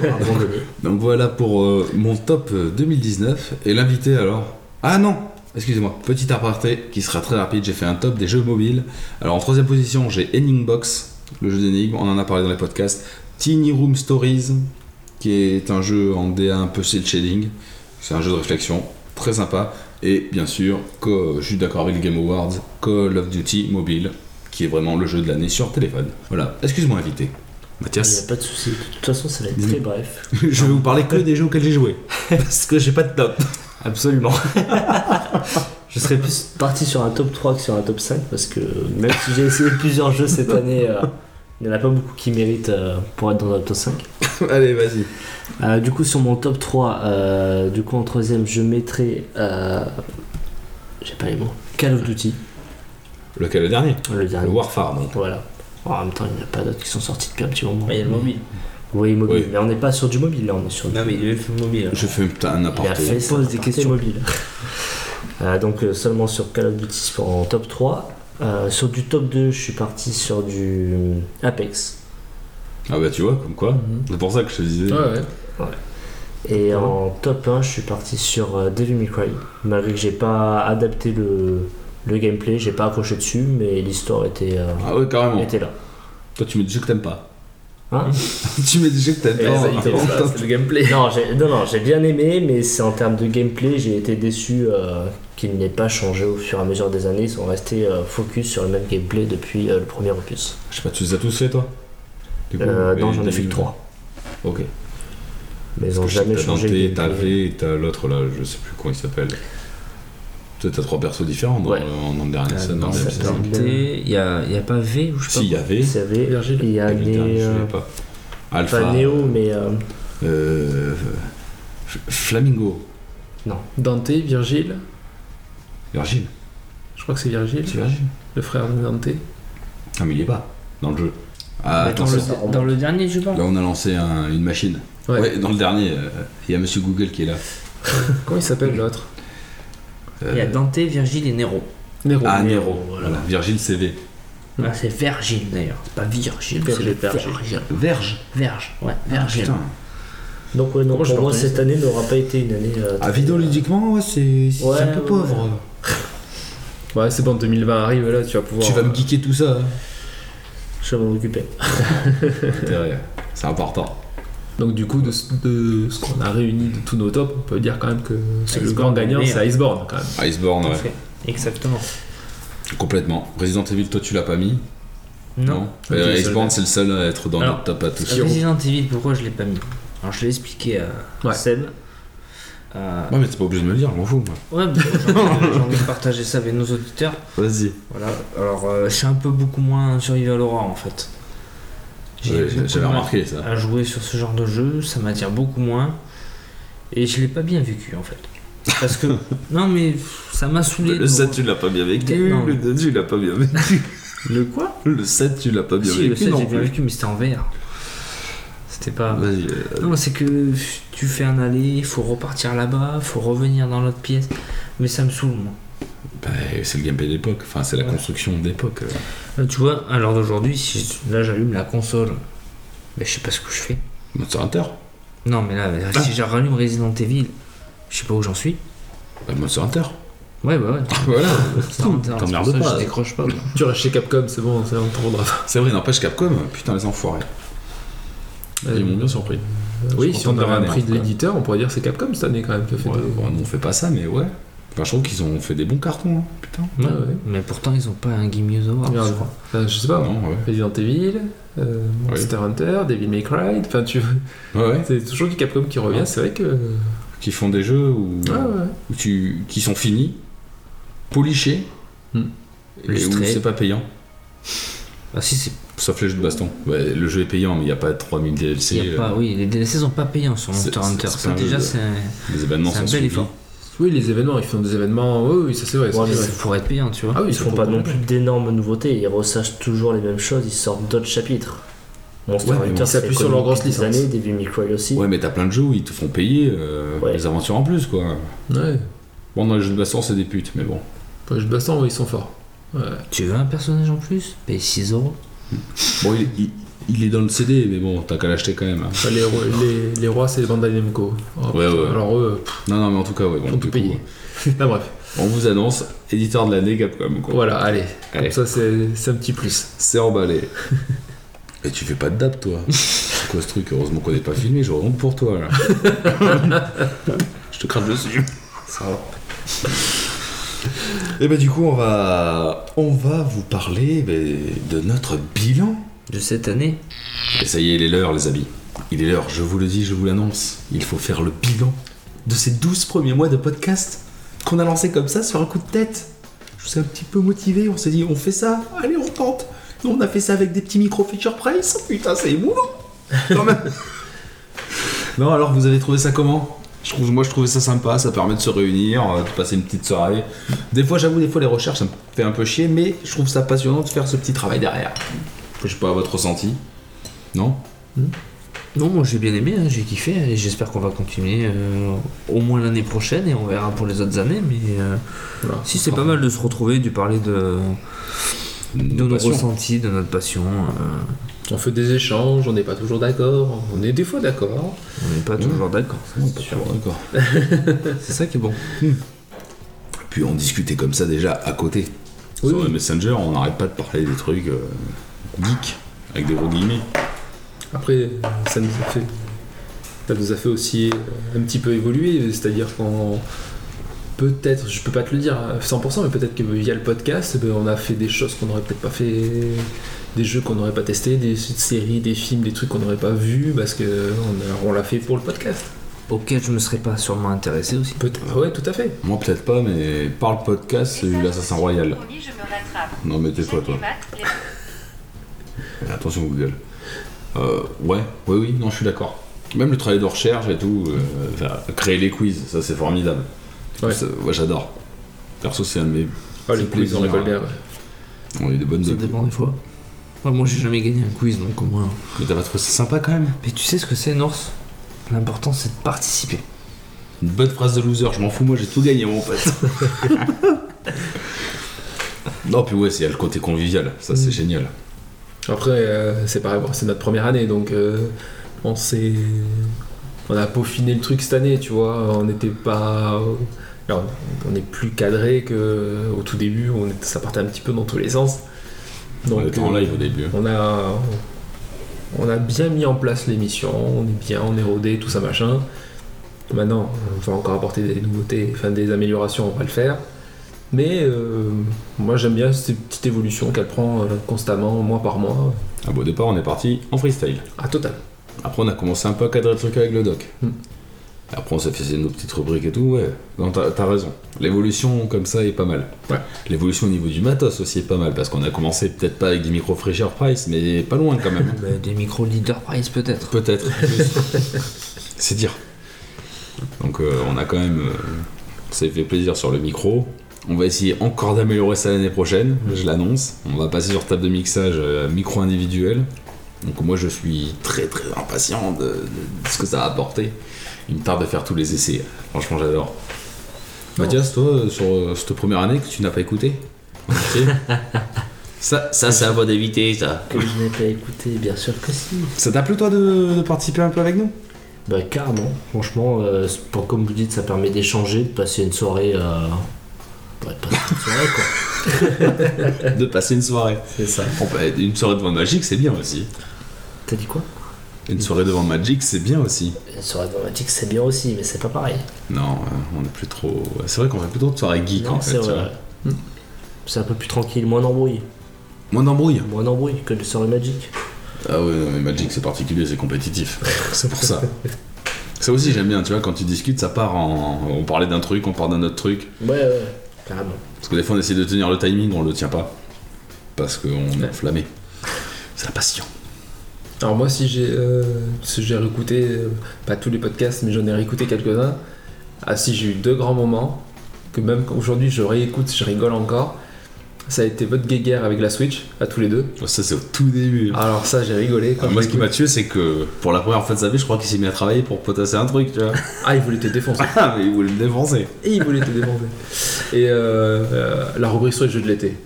Speaker 4: (laughs)
Speaker 2: Donc voilà pour euh, mon top euh, 2019. Et l'invité alors Ah non Excusez-moi, petit aparté qui sera très rapide. J'ai fait un top des jeux mobiles. Alors en troisième position, j'ai Enigma Box, le jeu d'énigmes. On en a parlé dans les podcasts. Tiny Room Stories, qui est un jeu en DA un peu cel shading. C'est un jeu de réflexion, très sympa. Et bien sûr, co- je suis d'accord avec le Game Awards, Call of Duty Mobile, qui est vraiment le jeu de l'année sur téléphone. Voilà, excuse-moi invité.
Speaker 5: Il n'y a
Speaker 2: Mathias,
Speaker 5: pas de souci. De toute façon, ça va être très bref.
Speaker 2: (laughs) je vais vous parler que des jeux auxquels j'ai
Speaker 5: (laughs)
Speaker 2: joué. Parce que j'ai pas de top.
Speaker 5: Absolument. (laughs) Je serais plus parti sur un top 3 que sur un top 5 parce que même si j'ai essayé plusieurs
Speaker 3: (laughs)
Speaker 5: jeux cette année, euh, il n'y en a pas beaucoup qui méritent euh, pour être dans un top 5.
Speaker 2: (laughs) Allez, vas-y.
Speaker 5: Euh, du coup, sur mon top 3, euh, du coup, en troisième, je mettrai. euh, J'ai pas les mots. Call of Duty,
Speaker 2: Lequel le dernier
Speaker 5: le
Speaker 2: Le
Speaker 5: dernier.
Speaker 2: Warfare, donc.
Speaker 5: Voilà. Oh, En même temps, il n'y en a pas d'autres qui sont sortis depuis un petit moment.
Speaker 3: il y a le mobile.
Speaker 5: Oui, mobile.
Speaker 2: Oui.
Speaker 5: Mais on n'est pas sur du mobile là, on est sur du.
Speaker 3: Non, mais il est le mobile.
Speaker 2: Je fais putain, un
Speaker 5: Il a
Speaker 2: aparté.
Speaker 5: fait
Speaker 3: Pose des
Speaker 5: des
Speaker 3: questions.
Speaker 5: questions mobiles. Euh, donc euh, seulement sur Call of Duty Sport en top 3. Euh, sur du top 2, je suis parti sur du euh, Apex.
Speaker 2: Ah bah tu vois, comme quoi.
Speaker 5: Mhm.
Speaker 2: C'est pour ça que je te disais.
Speaker 4: Ouais, ouais.
Speaker 5: Et en top 1, je suis parti sur euh, Devil May Cry. Malgré que j'ai pas adapté le, le gameplay, j'ai pas accroché dessus, mais l'histoire était, euh,
Speaker 2: Ah ouais, carrément.
Speaker 5: était là.
Speaker 2: Toi, tu mets des jeux que t'aimes pas.
Speaker 5: Hein
Speaker 2: (laughs) tu mets des jeux que t'aimes
Speaker 5: Eh, ça y
Speaker 2: pas. Ah,
Speaker 5: est, ça,
Speaker 2: Putain,
Speaker 3: Ah, le gameplay.
Speaker 5: non, j'ai, non, non, j'ai bien aimé, mais c'est en termes de gameplay, j'ai été déçu euh, qu'il qui n'est pas changé au fur et à mesure des années. Ils sont restés euh, focus sur le même gameplay depuis euh, le premier opus.
Speaker 2: Je sais pas, tu les as tous fait toi Du
Speaker 5: Euh, non,
Speaker 2: mais
Speaker 5: j'en ai
Speaker 2: t'as
Speaker 5: fait
Speaker 2: mis-
Speaker 5: que 3.
Speaker 2: Ok.
Speaker 5: Mais ils n'ont
Speaker 2: Je sais que
Speaker 5: jamais
Speaker 2: t'as
Speaker 5: changé.
Speaker 2: Dante,
Speaker 5: le
Speaker 2: T'as
Speaker 5: gameplay.
Speaker 2: V et t'as l'autre là, je sais plus comment il s'appelle. Peut-être t'as trois persos différents dans
Speaker 5: Ouais.
Speaker 2: le- en en
Speaker 5: Euh,
Speaker 2: dernier
Speaker 3: Ah,
Speaker 2: set, dans
Speaker 3: dans
Speaker 2: le dernier
Speaker 3: cette
Speaker 2: set.
Speaker 5: Dante.
Speaker 3: identité, il n'y a, il y a pas V ou je sais
Speaker 2: Si, il y avait.
Speaker 5: C'est V,
Speaker 4: Virgile.
Speaker 5: il y a Né-
Speaker 2: Je
Speaker 5: euh,
Speaker 2: l'ai pas.
Speaker 5: Pas
Speaker 2: Alpha.
Speaker 5: Néo, mais. euh,
Speaker 2: euh, F- Flamingo.
Speaker 4: Dante, Virgile,
Speaker 2: Virgile.
Speaker 4: je crois que c'est Virgile,
Speaker 2: C'est Virgile.
Speaker 4: le frère de Dante.
Speaker 2: Ah, mais il est pas dans le jeu. Ah,
Speaker 3: pas.
Speaker 2: attends,
Speaker 3: dans,
Speaker 2: ça-
Speaker 3: le, dans le dernier, je pense.
Speaker 2: là on a lancé un- une machine. Ouais.
Speaker 4: Ouais.
Speaker 2: dans le dernier, euh, il y a Monsieur Google qui est là.
Speaker 4: Comment il s'appelle l'autre
Speaker 2: Euh,
Speaker 3: Il y a Dante, Virgile et Nero.
Speaker 4: Nero.
Speaker 2: ah, Nero.
Speaker 5: Nero,
Speaker 2: Voilà.
Speaker 5: voilà.
Speaker 2: Virgile CV.
Speaker 3: Ah, c'est Vergile d'ailleurs, c'est pas Virgile,
Speaker 5: Vergile,
Speaker 3: c'est
Speaker 5: Vergile.
Speaker 3: Vergile.
Speaker 2: Verge.
Speaker 3: Verge, ouais,
Speaker 2: Ah,
Speaker 3: Vergile.
Speaker 2: putain.
Speaker 5: Donc, ouais, non,
Speaker 4: Pourquoi je
Speaker 5: pour moi,
Speaker 4: l'ai
Speaker 5: cette année n'aura pas été une année. euh,
Speaker 2: Ah,
Speaker 5: très-
Speaker 2: vidéoludiquement, ouais, c'est c'est
Speaker 5: Ouais,
Speaker 2: un peu
Speaker 5: ouais,
Speaker 2: pauvre.
Speaker 4: Ouais, c'est bon, 2020 arrive là, tu vas pouvoir.
Speaker 2: Tu vas me geeker tout ça. hein.
Speaker 5: Je vais m'en occuper.
Speaker 2: Intérêt. C'est important.
Speaker 4: Donc, du coup, de, ce- de ce qu'on a réuni de tous nos tops, on peut dire quand même que c'est le grand
Speaker 3: Iceborne,
Speaker 4: gagnant,
Speaker 3: oui, hein.
Speaker 4: c'est Iceborne euh, quand même.
Speaker 2: Iceborne, ouais.
Speaker 3: Parfait. Exactement.
Speaker 2: Complètement. Resident Evil, toi, tu l'as pas mis
Speaker 3: Non.
Speaker 2: Euh,
Speaker 4: Ok,
Speaker 2: Iceborne, c'est le seul à être dans
Speaker 3: Alors,
Speaker 2: notre top à tous.
Speaker 3: Resident Evil, pourquoi je l'ai pas mis Alors je l'ai expliqué à
Speaker 4: Ouais.
Speaker 3: Seb. Euh,
Speaker 2: Ouais, mais t'es pas obligé de me le dire, je m'en fous. moi.
Speaker 3: ouais, bah, j'ai envie- j'ai envie de partager ça avec nos auditeurs.
Speaker 2: Vas-y.
Speaker 3: Voilà. Alors euh, je suis un peu beaucoup moins survival horror en fait. J'ai
Speaker 2: Ouais,
Speaker 3: beaucoup de
Speaker 2: J'avais
Speaker 3: mal
Speaker 2: remarqué ça.
Speaker 3: à jouer sur ce genre de jeu, ça m'attire beaucoup moins. Et je l'ai pas bien vécu en fait. Parce que non mais ça m'a saoulé.
Speaker 6: Le
Speaker 3: de-
Speaker 6: 7, tu l'as pas bien vécu.
Speaker 3: Non.
Speaker 6: Le 2, tu l'as pas bien vécu.
Speaker 3: le quoi
Speaker 6: Le 7, tu l'as pas bien
Speaker 3: Si, le
Speaker 6: vécu.
Speaker 3: 7,
Speaker 6: non
Speaker 3: j'ai bien
Speaker 6: plus.
Speaker 3: vécu, mais c'était en verre. C'était pas.
Speaker 6: Vas-y, euh,
Speaker 3: Non, c'est que tu fais un aller, il faut repartir là-bas, faut revenir dans l'autre pièce. Mais ça me saoule, moi.
Speaker 2: Bah, c'est le gameplay d'époque, enfin, c'est la
Speaker 3: Ouais.
Speaker 2: construction d'époque. euh.
Speaker 3: Là, tu vois, à l'heure d'aujourd'hui, si là j'allume la console, mais je sais pas ce que je fais.
Speaker 2: Monster Hunter
Speaker 3: Non, mais là, euh, si je rallume Resident Evil, je sais pas où j'en suis.
Speaker 2: bah, Monster Hunter
Speaker 3: Ouais, bah ouais.
Speaker 2: Voilà
Speaker 3: T'emmerdes
Speaker 2: t'emmerdes Ah, pas.
Speaker 3: Je décroche pas. moi.
Speaker 4: Tu restes chez Capcom, c'est bon, ça, on te rendra.
Speaker 2: (laughs) C'est vrai, n'empêche Capcom, euh, putain, les enfoirés. Ils m'ont bien surpris.
Speaker 4: Oui,
Speaker 2: Je suis
Speaker 4: si on
Speaker 2: content
Speaker 4: avait
Speaker 2: de
Speaker 4: un
Speaker 2: l'année, en
Speaker 4: prix de
Speaker 2: tout cas.
Speaker 4: l'éditeur, on pourrait dire que c'est Capcom cette année quand même qui a fait
Speaker 2: Ouais,
Speaker 4: des-
Speaker 2: bon, nous, on fait pas ça, mais ouais. Enfin, je trouve qu'ils ont fait des bons cartons, hein, putain.
Speaker 4: Ouais,
Speaker 3: Ouais.
Speaker 4: ouais.
Speaker 3: Mais pourtant, ils ont pas un Gimme the Award,
Speaker 4: Regarde.
Speaker 3: je crois.
Speaker 4: Enfin, je sais pas, hein.
Speaker 2: Non, ouais.
Speaker 4: Resident Evil, euh,
Speaker 2: Oui.
Speaker 4: Monster Hunter, Devil May Cry, enfin tu
Speaker 2: Ouais, ouais.
Speaker 4: (laughs) c'est toujours du Capcom qui revient,
Speaker 2: Ouais.
Speaker 4: c'est vrai que euh,
Speaker 2: Qui font des jeux où,
Speaker 4: ouais,
Speaker 3: Ah
Speaker 4: ouais.
Speaker 2: où tu... qui sont finis, polichés,
Speaker 4: Hmm.
Speaker 2: et où
Speaker 3: Lustrés.
Speaker 2: c'est pas payant.
Speaker 3: Ah, si, c'est.
Speaker 2: Sauf les jeux de baston. Ouais, le jeu est payant, mais il n'y a pas 3000 DLC.
Speaker 3: y a pas... Oui, les DLC sont pas payants sur
Speaker 2: c'est-
Speaker 3: Monster
Speaker 2: c'est-
Speaker 3: Hunter.
Speaker 2: c'est
Speaker 3: Ça,
Speaker 2: pas un jeu
Speaker 3: déjà,
Speaker 2: de-
Speaker 3: c'est.
Speaker 2: euh, Les événements
Speaker 3: C'est un
Speaker 2: sont
Speaker 3: bel
Speaker 2: suivis.
Speaker 3: effort.
Speaker 4: Oui, les événements, ils font des événements. Oui, oui, ça c'est vrai. ça,
Speaker 3: Ouais, mais
Speaker 4: c'est vrai.
Speaker 3: ça pourrait être payant, tu vois.
Speaker 4: Ah oui,
Speaker 5: Ils
Speaker 4: ça
Speaker 5: font
Speaker 4: faut
Speaker 5: pas non
Speaker 4: comprendre.
Speaker 5: plus d'énormes nouveautés, ils ressachent toujours les mêmes choses, ils sortent d'autres chapitres. Monster
Speaker 2: Ouais, mais
Speaker 5: Hunter,
Speaker 2: bon,
Speaker 4: ils
Speaker 5: c'est
Speaker 4: s'appuient sur
Speaker 5: connu
Speaker 4: leur grosse
Speaker 5: depuis des
Speaker 4: licence.
Speaker 5: années, Devil May Cry aussi.
Speaker 2: Ouais, mais t'as plein de jeux où ils te font payer euh,
Speaker 5: Ouais.
Speaker 2: les aventures en plus, quoi.
Speaker 4: Ouais.
Speaker 2: Bon, dans les jeux de baston, c'est des putes, mais bon.
Speaker 4: Pour les jeux de baston, ouais, ils sont forts. Ouais.
Speaker 3: Tu veux un personnage en plus Paye 6 euros.
Speaker 2: Bon, il, il- il est dans le CD, mais bon, t'as qu'à l'acheter quand même. hein.
Speaker 4: Enfin, les, rois- les, les rois, c'est les Bandai Namco. Oh,
Speaker 2: Ouais,
Speaker 4: putain.
Speaker 2: ouais.
Speaker 4: Alors eux, pff,
Speaker 2: Non, non, mais en tout cas, ouais, bon,
Speaker 4: ils ont
Speaker 2: du
Speaker 4: tout
Speaker 2: coup,
Speaker 4: (laughs) payé. Ah, bref,
Speaker 2: on vous annonce éditeur de l'année Capcom, quoi.
Speaker 4: voilà, allez.
Speaker 2: Allez.
Speaker 4: Comme ça, c'est c'est un petit plus.
Speaker 2: C'est emballé. (laughs) Et tu fais pas de dab, toi. C'est quoi ce truc Heureusement qu'on n'est pas filmé, je honte pour toi, là. (laughs) je te crache dessus. Ça va. Et bah du coup on va on va vous parler ben, de notre bilan.
Speaker 3: De cette année
Speaker 2: Et ça y est, il est l'heure les amis. Il est l'heure, je vous le dis, je vous l'annonce. Il faut faire le bilan de ces 12 premiers mois de podcast qu'on a lancé comme ça sur un coup de tête. Je suis un petit peu motivé, on s'est dit on fait ça, allez on tente. Nous, on a fait ça avec des petits micro feature price. Putain, c'est émouvant quand (laughs) même. non, alors vous avez trouvé ça comment je trouve, moi je trouvais ça sympa, ça permet de se réunir, euh, de passer une petite soirée. Des fois j'avoue, des fois les recherches ça me fait un peu chier, mais je trouve ça passionnant de faire ce petit travail derrière. Je sais pas votre ressenti. Non
Speaker 3: Non, moi j'ai bien aimé, hein, j'ai kiffé et j'espère qu'on va continuer euh, au moins l'année prochaine et on verra pour les autres années. Mais euh,
Speaker 4: Voilà.
Speaker 3: si c'est pas mal de se retrouver, de parler de, de nos ressentis, de notre passion. euh,
Speaker 4: On fait des échanges, on n'est pas toujours d'accord, on est des fois d'accord.
Speaker 3: on n'est pas toujours d'accord. ça, c'est sûr.
Speaker 2: D'accord. c'est ça qui est bon. euh, Puis on discutait comme ça déjà à côté.
Speaker 4: Oui,
Speaker 2: Sur
Speaker 4: oui.
Speaker 2: le Messenger, on n'arrête pas de parler des trucs euh, geeks, avec des gros guillemets.
Speaker 4: Après, ça nous a fait, ça nous a fait aussi euh, un petit peu évoluer, c'est-à-dire qu'on peut-être, je peux pas te le dire à 100%, mais peut-être que via le podcast, ben, on a fait des choses qu'on n'aurait peut-être pas fait, des jeux qu'on n'aurait pas testés, des séries, des films, des trucs qu'on n'aurait pas vus parce que on, a- on l'a fait pour le podcast.
Speaker 3: auquel je me serais pas sûrement intéressé aussi.
Speaker 4: Peut-être, ouais, tout à fait.
Speaker 2: Moi peut-être pas, mais par le podcast, c'est eu l'Assassin Royal.
Speaker 7: Je me rattrape.
Speaker 2: Non mais tais-toi toi. Attention Google. Euh, ouais, oui, oui, non, je suis d'accord. Même le travail de recherche et tout, euh, enfin, créer les quiz, ça c'est formidable.
Speaker 4: Ouais.
Speaker 2: Ça, ouais, j'adore. Perso, c'est un de mes.
Speaker 4: Ah, les
Speaker 2: C'est
Speaker 4: quiz, on
Speaker 2: plaisir,
Speaker 4: rigole
Speaker 2: hein.
Speaker 4: bien. ouais.
Speaker 2: On a eu des bonnes
Speaker 5: Ça
Speaker 2: idées.
Speaker 5: dépend des fois. Ouais, moi j'ai jamais gagné un quiz donc au moins.
Speaker 2: Mais t'as pas trouvé ça sympa quand même
Speaker 3: Mais tu sais ce que c'est, Norse L'important c'est de participer.
Speaker 2: Une bonne phrase de loser, je m'en fous, moi j'ai tout gagné mon pote. non, puis ouais, c'est il y a le côté convivial, ça
Speaker 4: Mm.
Speaker 2: c'est génial.
Speaker 4: Après, euh, c'est pareil, bon, c'est notre première année, donc euh, on s'est. On a peaufiné le truc cette année, tu vois. On n'était pas. Alors, on est plus cadré que au tout début, on est- ça partait un petit peu dans tous les sens.
Speaker 2: on était en
Speaker 4: euh,
Speaker 2: live au début.
Speaker 4: on a, on a bien mis en place l'émission, on est bien, on est rodé, tout ça machin. Maintenant, on va encore apporter des nouveautés, enfin des améliorations, on va le faire. Mais euh, moi j'aime bien cette petite évolution qu'elle prend euh, constamment, mois par mois,
Speaker 2: Ah, bon, au départ, on est parti en freestyle.
Speaker 4: à total.
Speaker 2: Après, on a commencé un peu à cadrer le truc avec le doc.
Speaker 4: Mm.
Speaker 2: Après, on s'est fait nos petites rubriques et tout, ouais. Non, t'as t'as raison. L'évolution comme ça est pas mal.
Speaker 4: Ouais.
Speaker 2: L'évolution au niveau du matos aussi est pas mal, parce qu'on a commencé peut-être pas avec des micros Fresher Price, mais pas loin quand même.
Speaker 3: Bah, des micros leader price peut-être.
Speaker 2: (laughs) peut-être. C'est dire. Donc, euh, on a quand même. euh, on s'est fait plaisir sur le micro. On va essayer encore d'améliorer ça l'année prochaine, je l'annonce. On va passer sur table de mixage euh, micro individuel. Donc moi je suis très très impatient de, de ce que ça va apporter. Il me tarde de faire tous les essais. Franchement j'adore. Mathias, toi, euh, sur euh, cette première année que tu n'as pas écouté (laughs) Ok. Ça, ça c'est à moi d'éviter ça.
Speaker 5: Que je n'ai pas écouté, bien sûr que si.
Speaker 2: Ça t'a plu toi de, de participer un peu avec nous
Speaker 5: Bah carrément, franchement, euh, c'est pour, comme vous dites, ça permet d'échanger, de passer une soirée. Euh... Ouais, passer une soirée quoi.
Speaker 2: De passer une soirée.
Speaker 5: C'est ça.
Speaker 2: On peut- Une soirée devant Magic c'est bien aussi.
Speaker 5: T'as dit quoi Mm.
Speaker 2: Une soirée devant Magic c'est bien aussi.
Speaker 5: Une soirée dramatique, c'est bien aussi, mais c'est pas pareil.
Speaker 2: Non, euh, on est plus trop. ouais, C'est vrai qu'on fait plutôt de soirée geek en
Speaker 5: non,
Speaker 2: fait.
Speaker 5: c'est
Speaker 2: tu
Speaker 5: vrai.
Speaker 2: vois.
Speaker 5: Hmm. C'est un peu plus tranquille, moins d'embrouille.
Speaker 2: Moins d'embrouille.
Speaker 5: Moins d'embrouille que les soirées magiques.
Speaker 2: Ah ouais, non, mais Magic c'est particulier, c'est
Speaker 5: (laughs)
Speaker 2: compétitif. c'est pour ça. Ça aussi j'aime bien, tu vois, quand tu discutes, ça part en. On parlait d'un truc, on part d'un autre truc.
Speaker 5: Ouais, ouais, carrément.
Speaker 2: Parce que des fois on essaie de tenir le timing, on le tient pas. Parce qu'on est enflammé. C'est la passion.
Speaker 4: Alors moi si j'ai euh, si j'ai réécouté, euh, pas tous les podcasts, mais j'en ai réécouté quelques-uns, ah si j'ai eu deux grands moments, que même aujourd'hui je réécoute, je rigole encore, ça a été votre guéguerre avec la Switch, à tous les deux.
Speaker 2: Ça c'est au tout début.
Speaker 4: Alors ça, j'ai rigolé. Quand
Speaker 2: Ah, moi, ce
Speaker 4: j'ai
Speaker 2: qui
Speaker 4: écouté.
Speaker 2: m'a tué, c'est que pour la première fois de sa vie, je crois qu'il s'est mis à travailler pour potasser un truc, tu vois.
Speaker 4: Ah, il voulait te défoncer.
Speaker 2: (laughs) Ah, mais il voulait me défoncer.
Speaker 4: Et il voulait te défoncer. Et euh, euh, la rubrique sur les jeux
Speaker 2: (laughs)
Speaker 4: de l'été.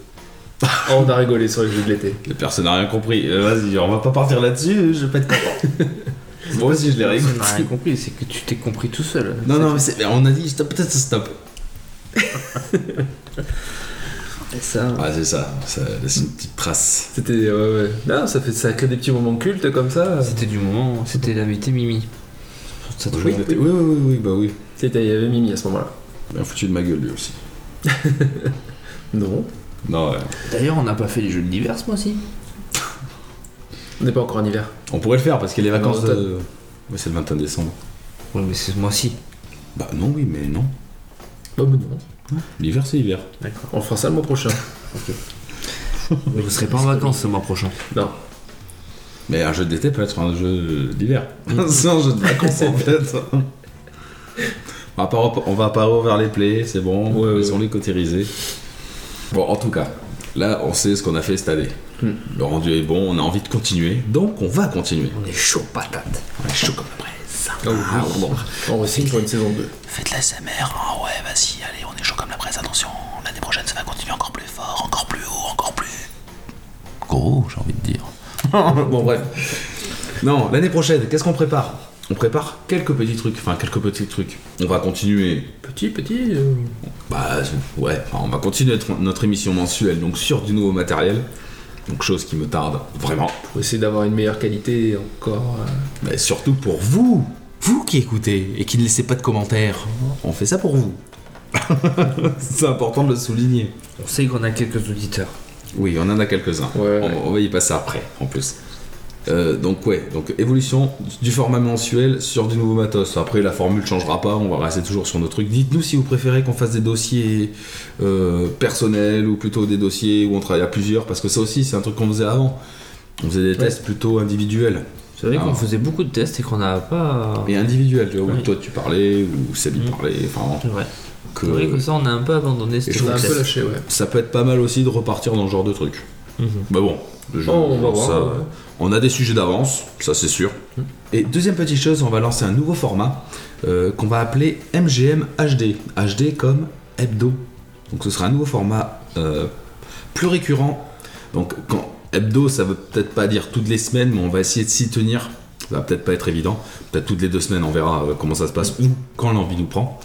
Speaker 4: On a rigolé sur les jeux de l'été.
Speaker 2: Et Personne n'a rien compris. Euh, Vas-y, on va pas partir là-dessus, je vais pas être content. moi aussi, je l'ai
Speaker 3: On
Speaker 2: réécouté.
Speaker 3: n'a rien compris, c'est que tu t'es compris tout seul.
Speaker 2: Non, non, mais, c'est- mais on a dit stop, peut-être stop.
Speaker 3: C'est ça.
Speaker 2: Ah, c'est ça, ça laisse une petite trace.
Speaker 4: C'était. Ouais, ouais. Non, ça, fait, ça crée des petits moments cultes comme ça.
Speaker 3: C'était du moment, c'était l'invité Mimi. Ça te
Speaker 2: Oui, oui, oui, oui, oui, bah oui.
Speaker 4: C'était, il y avait Mimi à ce moment-là.
Speaker 2: Bien foutu de ma gueule, lui aussi.
Speaker 4: Non.
Speaker 2: Non, ouais.
Speaker 3: D'ailleurs, on n'a pas fait les jeux de l'hiver ce mois-ci.
Speaker 4: On n'est pas encore en hiver.
Speaker 2: On pourrait le faire parce qu'il y a les vacances
Speaker 4: Non,
Speaker 2: de. Ouais, c'est le 21 décembre.
Speaker 3: Oui, mais c'est ce mois-ci.
Speaker 2: Bah non, oui, mais non.
Speaker 4: Bah, mais non.
Speaker 2: L'hiver, c'est hiver.
Speaker 4: On fera ça le mois prochain.
Speaker 3: Vous serez pas en vacances ce mois prochain.
Speaker 4: Non.
Speaker 2: Mais un jeu d'été peut être un jeu d'hiver. (laughs) c'est un jeu de vacances en fait. On va pas, rep- on va pas ouvrir les plaies, c'est bon,
Speaker 4: Ouais, ouais,
Speaker 2: laissons-les cautériser. Bon, en tout cas, là on sait ce qu'on a fait cette année. Le rendu est bon, on a envie de continuer, donc on va continuer.
Speaker 3: On est chaud patate.
Speaker 2: On est chaud comme la braise.
Speaker 4: Ah, oui.
Speaker 2: Ah, bon.
Speaker 4: On ressigne pour une saison 2.
Speaker 6: Faites la SMR, hein, ouais, vas-y, allez, on est chaud comme la presse, attention, l'année prochaine ça va continuer encore plus fort, encore plus haut, encore plus. Gros, j'ai envie de dire.
Speaker 2: Bon, bref. Non, l'année prochaine, qu'est-ce qu'on prépare On prépare quelques petits trucs, enfin quelques petits trucs. On va continuer
Speaker 4: Petit, petit. euh,
Speaker 2: Bah ouais, enfin, on va continuer notre, notre émission mensuelle donc sur du nouveau matériel. Donc chose qui me tarde vraiment.
Speaker 4: pour essayer d'avoir une meilleure qualité encore. euh.
Speaker 2: Mais surtout pour vous, vous qui écoutez et qui ne laissez pas de commentaires. On fait ça pour vous.
Speaker 8: (laughs) C'est important de le souligner.
Speaker 3: On sait qu'on a quelques auditeurs.
Speaker 2: Oui, on en a quelques-uns.
Speaker 4: Ouais, ouais.
Speaker 2: On, on va y passer après, en plus. Euh, donc ouais, donc évolution du format mensuel sur du nouveau matos. Après la formule changera pas, on va rester toujours sur nos trucs. Dites-nous si vous préférez qu'on fasse des dossiers euh, personnels ou plutôt des dossiers où on travaille à plusieurs, parce que ça aussi c'est un truc qu'on faisait avant. On faisait des tests plutôt individuels.
Speaker 3: C'est vrai qu'on
Speaker 2: Ah.
Speaker 3: faisait beaucoup de tests et qu'on n'a pas.
Speaker 2: Et individuels, tu vois, où
Speaker 3: Oui.
Speaker 2: toi tu parlais, ou Sabi
Speaker 3: Mm.
Speaker 2: parlait, enfin
Speaker 3: C'est vrai.
Speaker 2: que-
Speaker 3: C'est vrai que ça, on a un peu abandonné ce
Speaker 2: Et je
Speaker 4: On a un
Speaker 2: trouve
Speaker 4: peu
Speaker 2: que
Speaker 4: lâché, ouais.
Speaker 2: ça peut être pas mal aussi de repartir dans ce genre de truc. Bah bon, le genre-
Speaker 4: Oh, on va
Speaker 2: ça-
Speaker 4: voir, ouais.
Speaker 2: On a des sujets d'avance, ça c'est sûr. Et deuxième petite chose, on va lancer un nouveau format euh, qu'on va appeler MGM HD. HD comme hebdo. Donc ce sera un nouveau format euh, plus récurrent. Donc quand hebdo, ça veut peut-être pas dire toutes les semaines, mais on va essayer de s'y tenir. Ça va peut-être pas être évident. Peut-être toutes les deux semaines, on verra euh, comment ça se passe ou quand l'envie nous prend.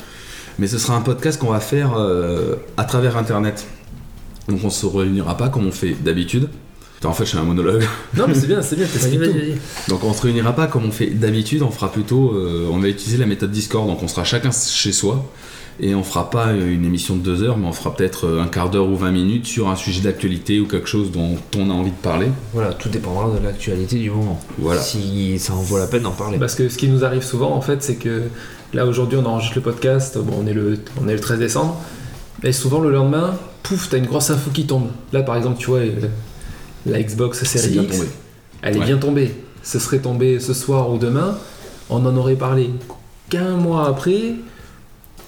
Speaker 2: Mais ce sera un podcast qu'on va faire euh, à travers Internet. Donc on se réunira pas comme on fait d'habitude. Putain, En fait, je suis un monologue. (laughs)
Speaker 4: Non, mais c'est bien, c'est bien, t'expliques
Speaker 3: Vas-y, vas-y,
Speaker 4: tout.
Speaker 3: vas-y.
Speaker 2: Donc on se réunira pas comme on fait d'habitude, on fera plutôt, euh, on va utiliser la méthode Discord, donc on sera chacun chez soi et on fera pas euh, une émission de deux heures, mais on fera peut-être euh, un quart d'heure ou 20 minutes sur un sujet d'actualité ou quelque chose dont on a envie de parler.
Speaker 3: Voilà, tout dépendra de l'actualité du moment.
Speaker 2: Voilà.
Speaker 3: Si ça en vaut la peine d'en parler.
Speaker 2: Bah,
Speaker 4: Parce que ce qui nous arrive souvent, en fait, c'est que là aujourd'hui, on enregistre le podcast. Bon, on est le, on est le 13 décembre. Et souvent, le lendemain, pouf, t'as une grosse info qui tombe. Là, par exemple, tu vois, euh, la Xbox
Speaker 2: C'est
Speaker 4: Series
Speaker 2: bien
Speaker 4: X,
Speaker 2: tombé.
Speaker 4: elle est
Speaker 2: Ouais.
Speaker 4: bien tombée. Ce serait tombé ce soir ou demain. On en aurait parlé qu'un mois après.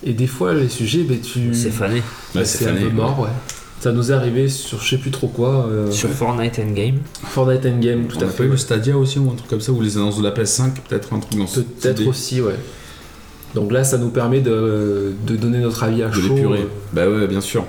Speaker 4: Et des fois, les sujets, ben, tu.
Speaker 2: mm.
Speaker 3: C'est fané.
Speaker 4: ben,
Speaker 2: Ouais,
Speaker 4: c'est
Speaker 2: cette
Speaker 4: un
Speaker 2: année,
Speaker 4: peu mort, ouais. Ça nous est arrivé sur je sais plus trop quoi. euh,
Speaker 3: Sur Fortnite Endgame.
Speaker 4: Fortnite Endgame, tout
Speaker 2: On
Speaker 4: à
Speaker 2: a
Speaker 4: fait.
Speaker 2: pas eu
Speaker 4: ouais.
Speaker 2: le Stadia aussi ou un truc comme ça ou les annonces de la PS5 peut-être un truc dans ce
Speaker 4: Peut-être
Speaker 2: idée
Speaker 4: aussi, ouais. Donc là, ça nous permet de, de donner notre avis à
Speaker 2: de
Speaker 4: chaud.
Speaker 2: l'épurer. Bah ouais, bien sûr.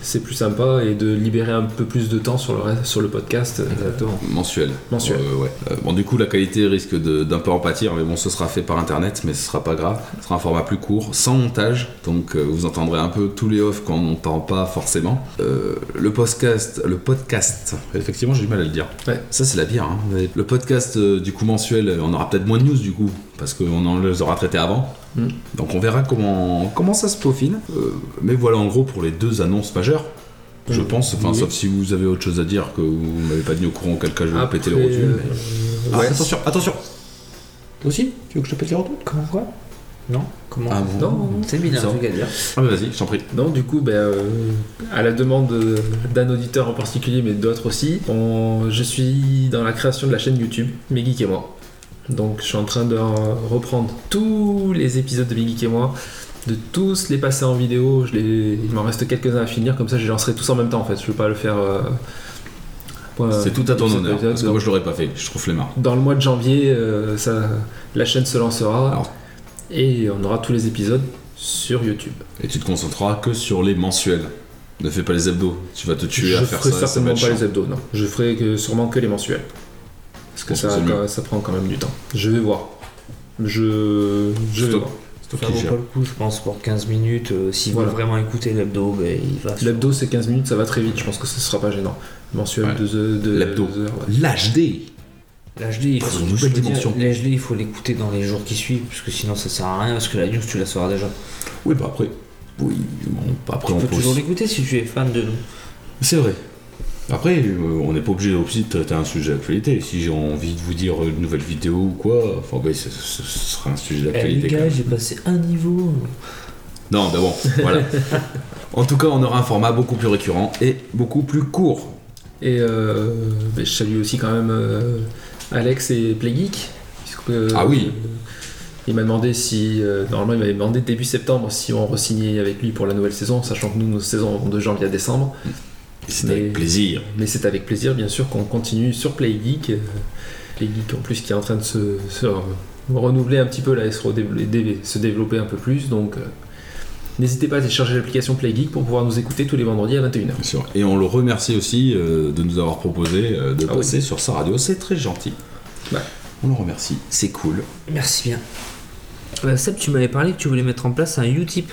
Speaker 4: C'est plus sympa et de libérer un peu plus de temps sur le, reste- sur le podcast. Exactement.
Speaker 2: Mensuel.
Speaker 4: Mensuel.
Speaker 2: Euh, ouais. Euh, bon, du coup, la qualité risque de- d'un peu en pâtir, mais bon, ce sera fait par internet, mais ce sera pas grave. Ce sera un format plus court, sans montage, donc euh, vous entendrez un peu tous les offs qu'on n'entend pas forcément. Euh, le podcast, le podcast, effectivement, j'ai du mal à le dire.
Speaker 4: Ouais.
Speaker 2: Ça, c'est la bière. hein. Le podcast, euh, du coup, mensuel, euh, on aura peut-être moins de news, du coup, parce qu'on en les aura traités avant.
Speaker 4: Mm.
Speaker 2: Donc, on verra comment, comment ça se peaufine. Euh, mais voilà, en gros, pour les deux annonces majeures. Je
Speaker 4: Mm.
Speaker 2: pense, enfin,
Speaker 4: Oui.
Speaker 2: sauf si vous avez autre chose à dire que vous m'avez pas dit au courant, auquel cas je vais vous
Speaker 4: Après,
Speaker 2: péter le rotule.
Speaker 4: euh,
Speaker 2: mais- Ah,
Speaker 4: euh, ouais.
Speaker 2: attention, attention Toi aussi Tu veux que je te pète les rotules
Speaker 3: Comment quoi Non Comment
Speaker 2: Ah bon
Speaker 4: Non,
Speaker 3: C'est bizarre,
Speaker 2: Ça.
Speaker 3: truc à dire.
Speaker 2: Ah bah vas-y, je t'en prie.
Speaker 4: non, du coup, ben, euh, à la demande euh, d'un auditeur en particulier, mais d'autres aussi, on- je suis dans la création de la chaîne YouTube, Mes Geeks et moi. Donc, je suis en train de euh, reprendre tous les épisodes de Mes Geeks et moi, de tous les passer en vidéo. Je les... Il m'en reste quelques-uns à finir, comme ça, je les lancerai tous en même temps en fait. Je veux pas le faire. euh, point-
Speaker 2: Euh, C'est tout à ton
Speaker 4: épisode
Speaker 2: honneur,
Speaker 4: par épisode.
Speaker 2: parce que moi je l'aurais pas fait, je trouve les marres.
Speaker 4: Dans le mois de janvier, euh, ça, la chaîne se lancera
Speaker 2: Alors.
Speaker 4: et on aura tous les épisodes sur YouTube.
Speaker 2: Et tu te concentreras que sur les mensuels. Ne fais pas les abdos, tu vas te tuer
Speaker 4: je
Speaker 2: à faire
Speaker 4: ferai
Speaker 2: ça, ça va
Speaker 4: certainement
Speaker 2: être
Speaker 4: pas
Speaker 2: chiant.
Speaker 4: les abdos, non. Je ferai que, sûrement que les mensuels. Parce que
Speaker 2: Je pense que
Speaker 4: ça,
Speaker 2: c'est mieux.
Speaker 4: ça prend quand même du temps. Je vais voir. Je, je vais
Speaker 2: Stop.
Speaker 4: voir.
Speaker 2: C'est toi
Speaker 3: Ça
Speaker 2: qui
Speaker 3: vaut
Speaker 2: gères.
Speaker 3: pas le coup, je pense, pour 15 minutes. euh, S'il
Speaker 4: Voilà.
Speaker 3: veut vraiment écouter l'hebdo, ben, il va. sur-
Speaker 4: L'abdo, c'est 15 minutes, ça va très vite. Je pense que ce sera pas gênant. Mensuel,
Speaker 2: Ouais.
Speaker 4: 2 heures. deux-
Speaker 2: L'abdo.
Speaker 4: deux heures, ouais.
Speaker 2: L'HD
Speaker 3: L'HD, il
Speaker 2: Dans
Speaker 3: faut
Speaker 2: une nouvelle
Speaker 3: je veux
Speaker 2: dimension.
Speaker 3: dire, L'HD, il faut l'écouter dans les jours qui suivent, parce que sinon ça sert à rien, parce que la news, tu la sauras déjà.
Speaker 2: Oui, bah après. Oui, bon, bah après
Speaker 3: tu
Speaker 2: on
Speaker 3: peux
Speaker 2: peut
Speaker 3: toujours
Speaker 2: aussi-
Speaker 3: l'écouter si tu es fan de nous.
Speaker 2: C'est vrai. Après, euh, on n'est pas obligé aussi de traiter un sujet d'actualité. Si j'ai envie de vous dire une nouvelle vidéo ou quoi, enfin, bah, ce, ce- ce sera un sujet
Speaker 3: Eh, les
Speaker 2: d'actualité. quand
Speaker 3: gars,
Speaker 2: même.
Speaker 3: j'ai passé un niveau.
Speaker 2: Non, mais bon, voilà. (laughs) En tout cas, on aura un format beaucoup plus récurrent et beaucoup plus court.
Speaker 4: Et euh, ben, je salue aussi quand même euh, Alex et Playgeek. puisque, euh,
Speaker 2: Ah oui.
Speaker 4: euh, il m'a demandé si. euh, normalement, il m'avait demandé début septembre si on re-signait avec lui pour la nouvelle saison, sachant que nous, nos saisons vont de janvier à décembre.
Speaker 2: Et C'est
Speaker 4: Mais-
Speaker 2: avec plaisir.
Speaker 4: Mais c'est avec plaisir, bien sûr, qu'on continue sur Playgeek. Euh, Playgeek, en plus, qui est en train de se, se re- renouveler un petit peu, là, et se, redévelopper- dé- se développer un peu plus. Donc, euh, n'hésitez pas à télécharger l'application Playgeek pour pouvoir nous écouter tous les vendredis à 21h.
Speaker 2: Bien sûr. Et on le remercie aussi euh, de nous avoir proposé euh, de
Speaker 4: Ah oui.
Speaker 2: passer sur sa radio. C'est très gentil.
Speaker 4: Ouais.
Speaker 2: On le remercie. Bah. C'est cool.
Speaker 3: Merci bien. Euh, Seb, tu m'avais parlé que tu voulais mettre en place un Utip.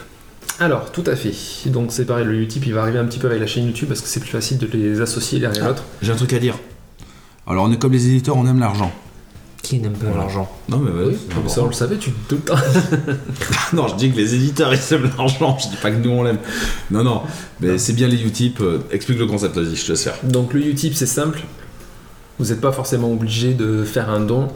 Speaker 4: Alors, tout à fait. Donc, c'est pareil, le Utip, il va arriver un petit peu avec la chaîne YouTube parce que c'est plus facile de les associer l'un et l'autre.
Speaker 2: J'ai un truc à dire. Alors, on est comme les éditeurs, on aime l'argent.
Speaker 7: Qui n'aime pas l'argent
Speaker 2: Non, mais vas-y. c'est
Speaker 4: Mais ça, on le savait, tu te doutes.
Speaker 2: Non, je dis que les éditeurs (laughs) ils aiment l'argent, je dis pas que nous on l'aime. Non, non, mais c'est bien les Utip. euh, explique le concept, vas-y, je te sers.
Speaker 4: Donc le Utip c'est simple. Vous n'êtes pas forcément obligé de faire un don.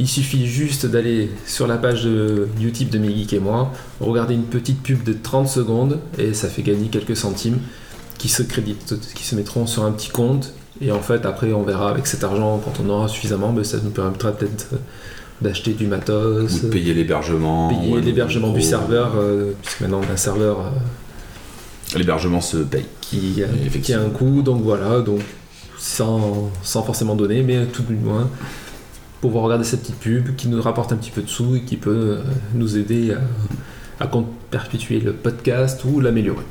Speaker 4: Il suffit juste d'aller sur la page de Utip de Megeek et moi, regarder une petite pub de 30 secondes et ça fait gagner quelques centimes qui se créditent, qui se mettront sur un petit compte. Et en fait, après, on verra avec cet argent, quand on aura suffisamment, ben, ça nous permettra peut-être d'acheter du
Speaker 2: Ou
Speaker 4: matos, euh,
Speaker 2: de payer l'hébergement.
Speaker 4: payer
Speaker 2: ou un
Speaker 4: l'hébergement du
Speaker 2: micro.
Speaker 4: serveur, euh, puisque maintenant on a un serveur euh,
Speaker 2: L'hébergement se paye.
Speaker 4: qui, a-
Speaker 2: Effectivement.
Speaker 4: qui a un coût, donc voilà, donc sans, sans forcément donner, mais tout du moins pouvoir regarder cette petite pub qui nous rapporte un petit peu de sous et qui peut euh, nous aider à, à con- perpétuer le podcast ou l'améliorer.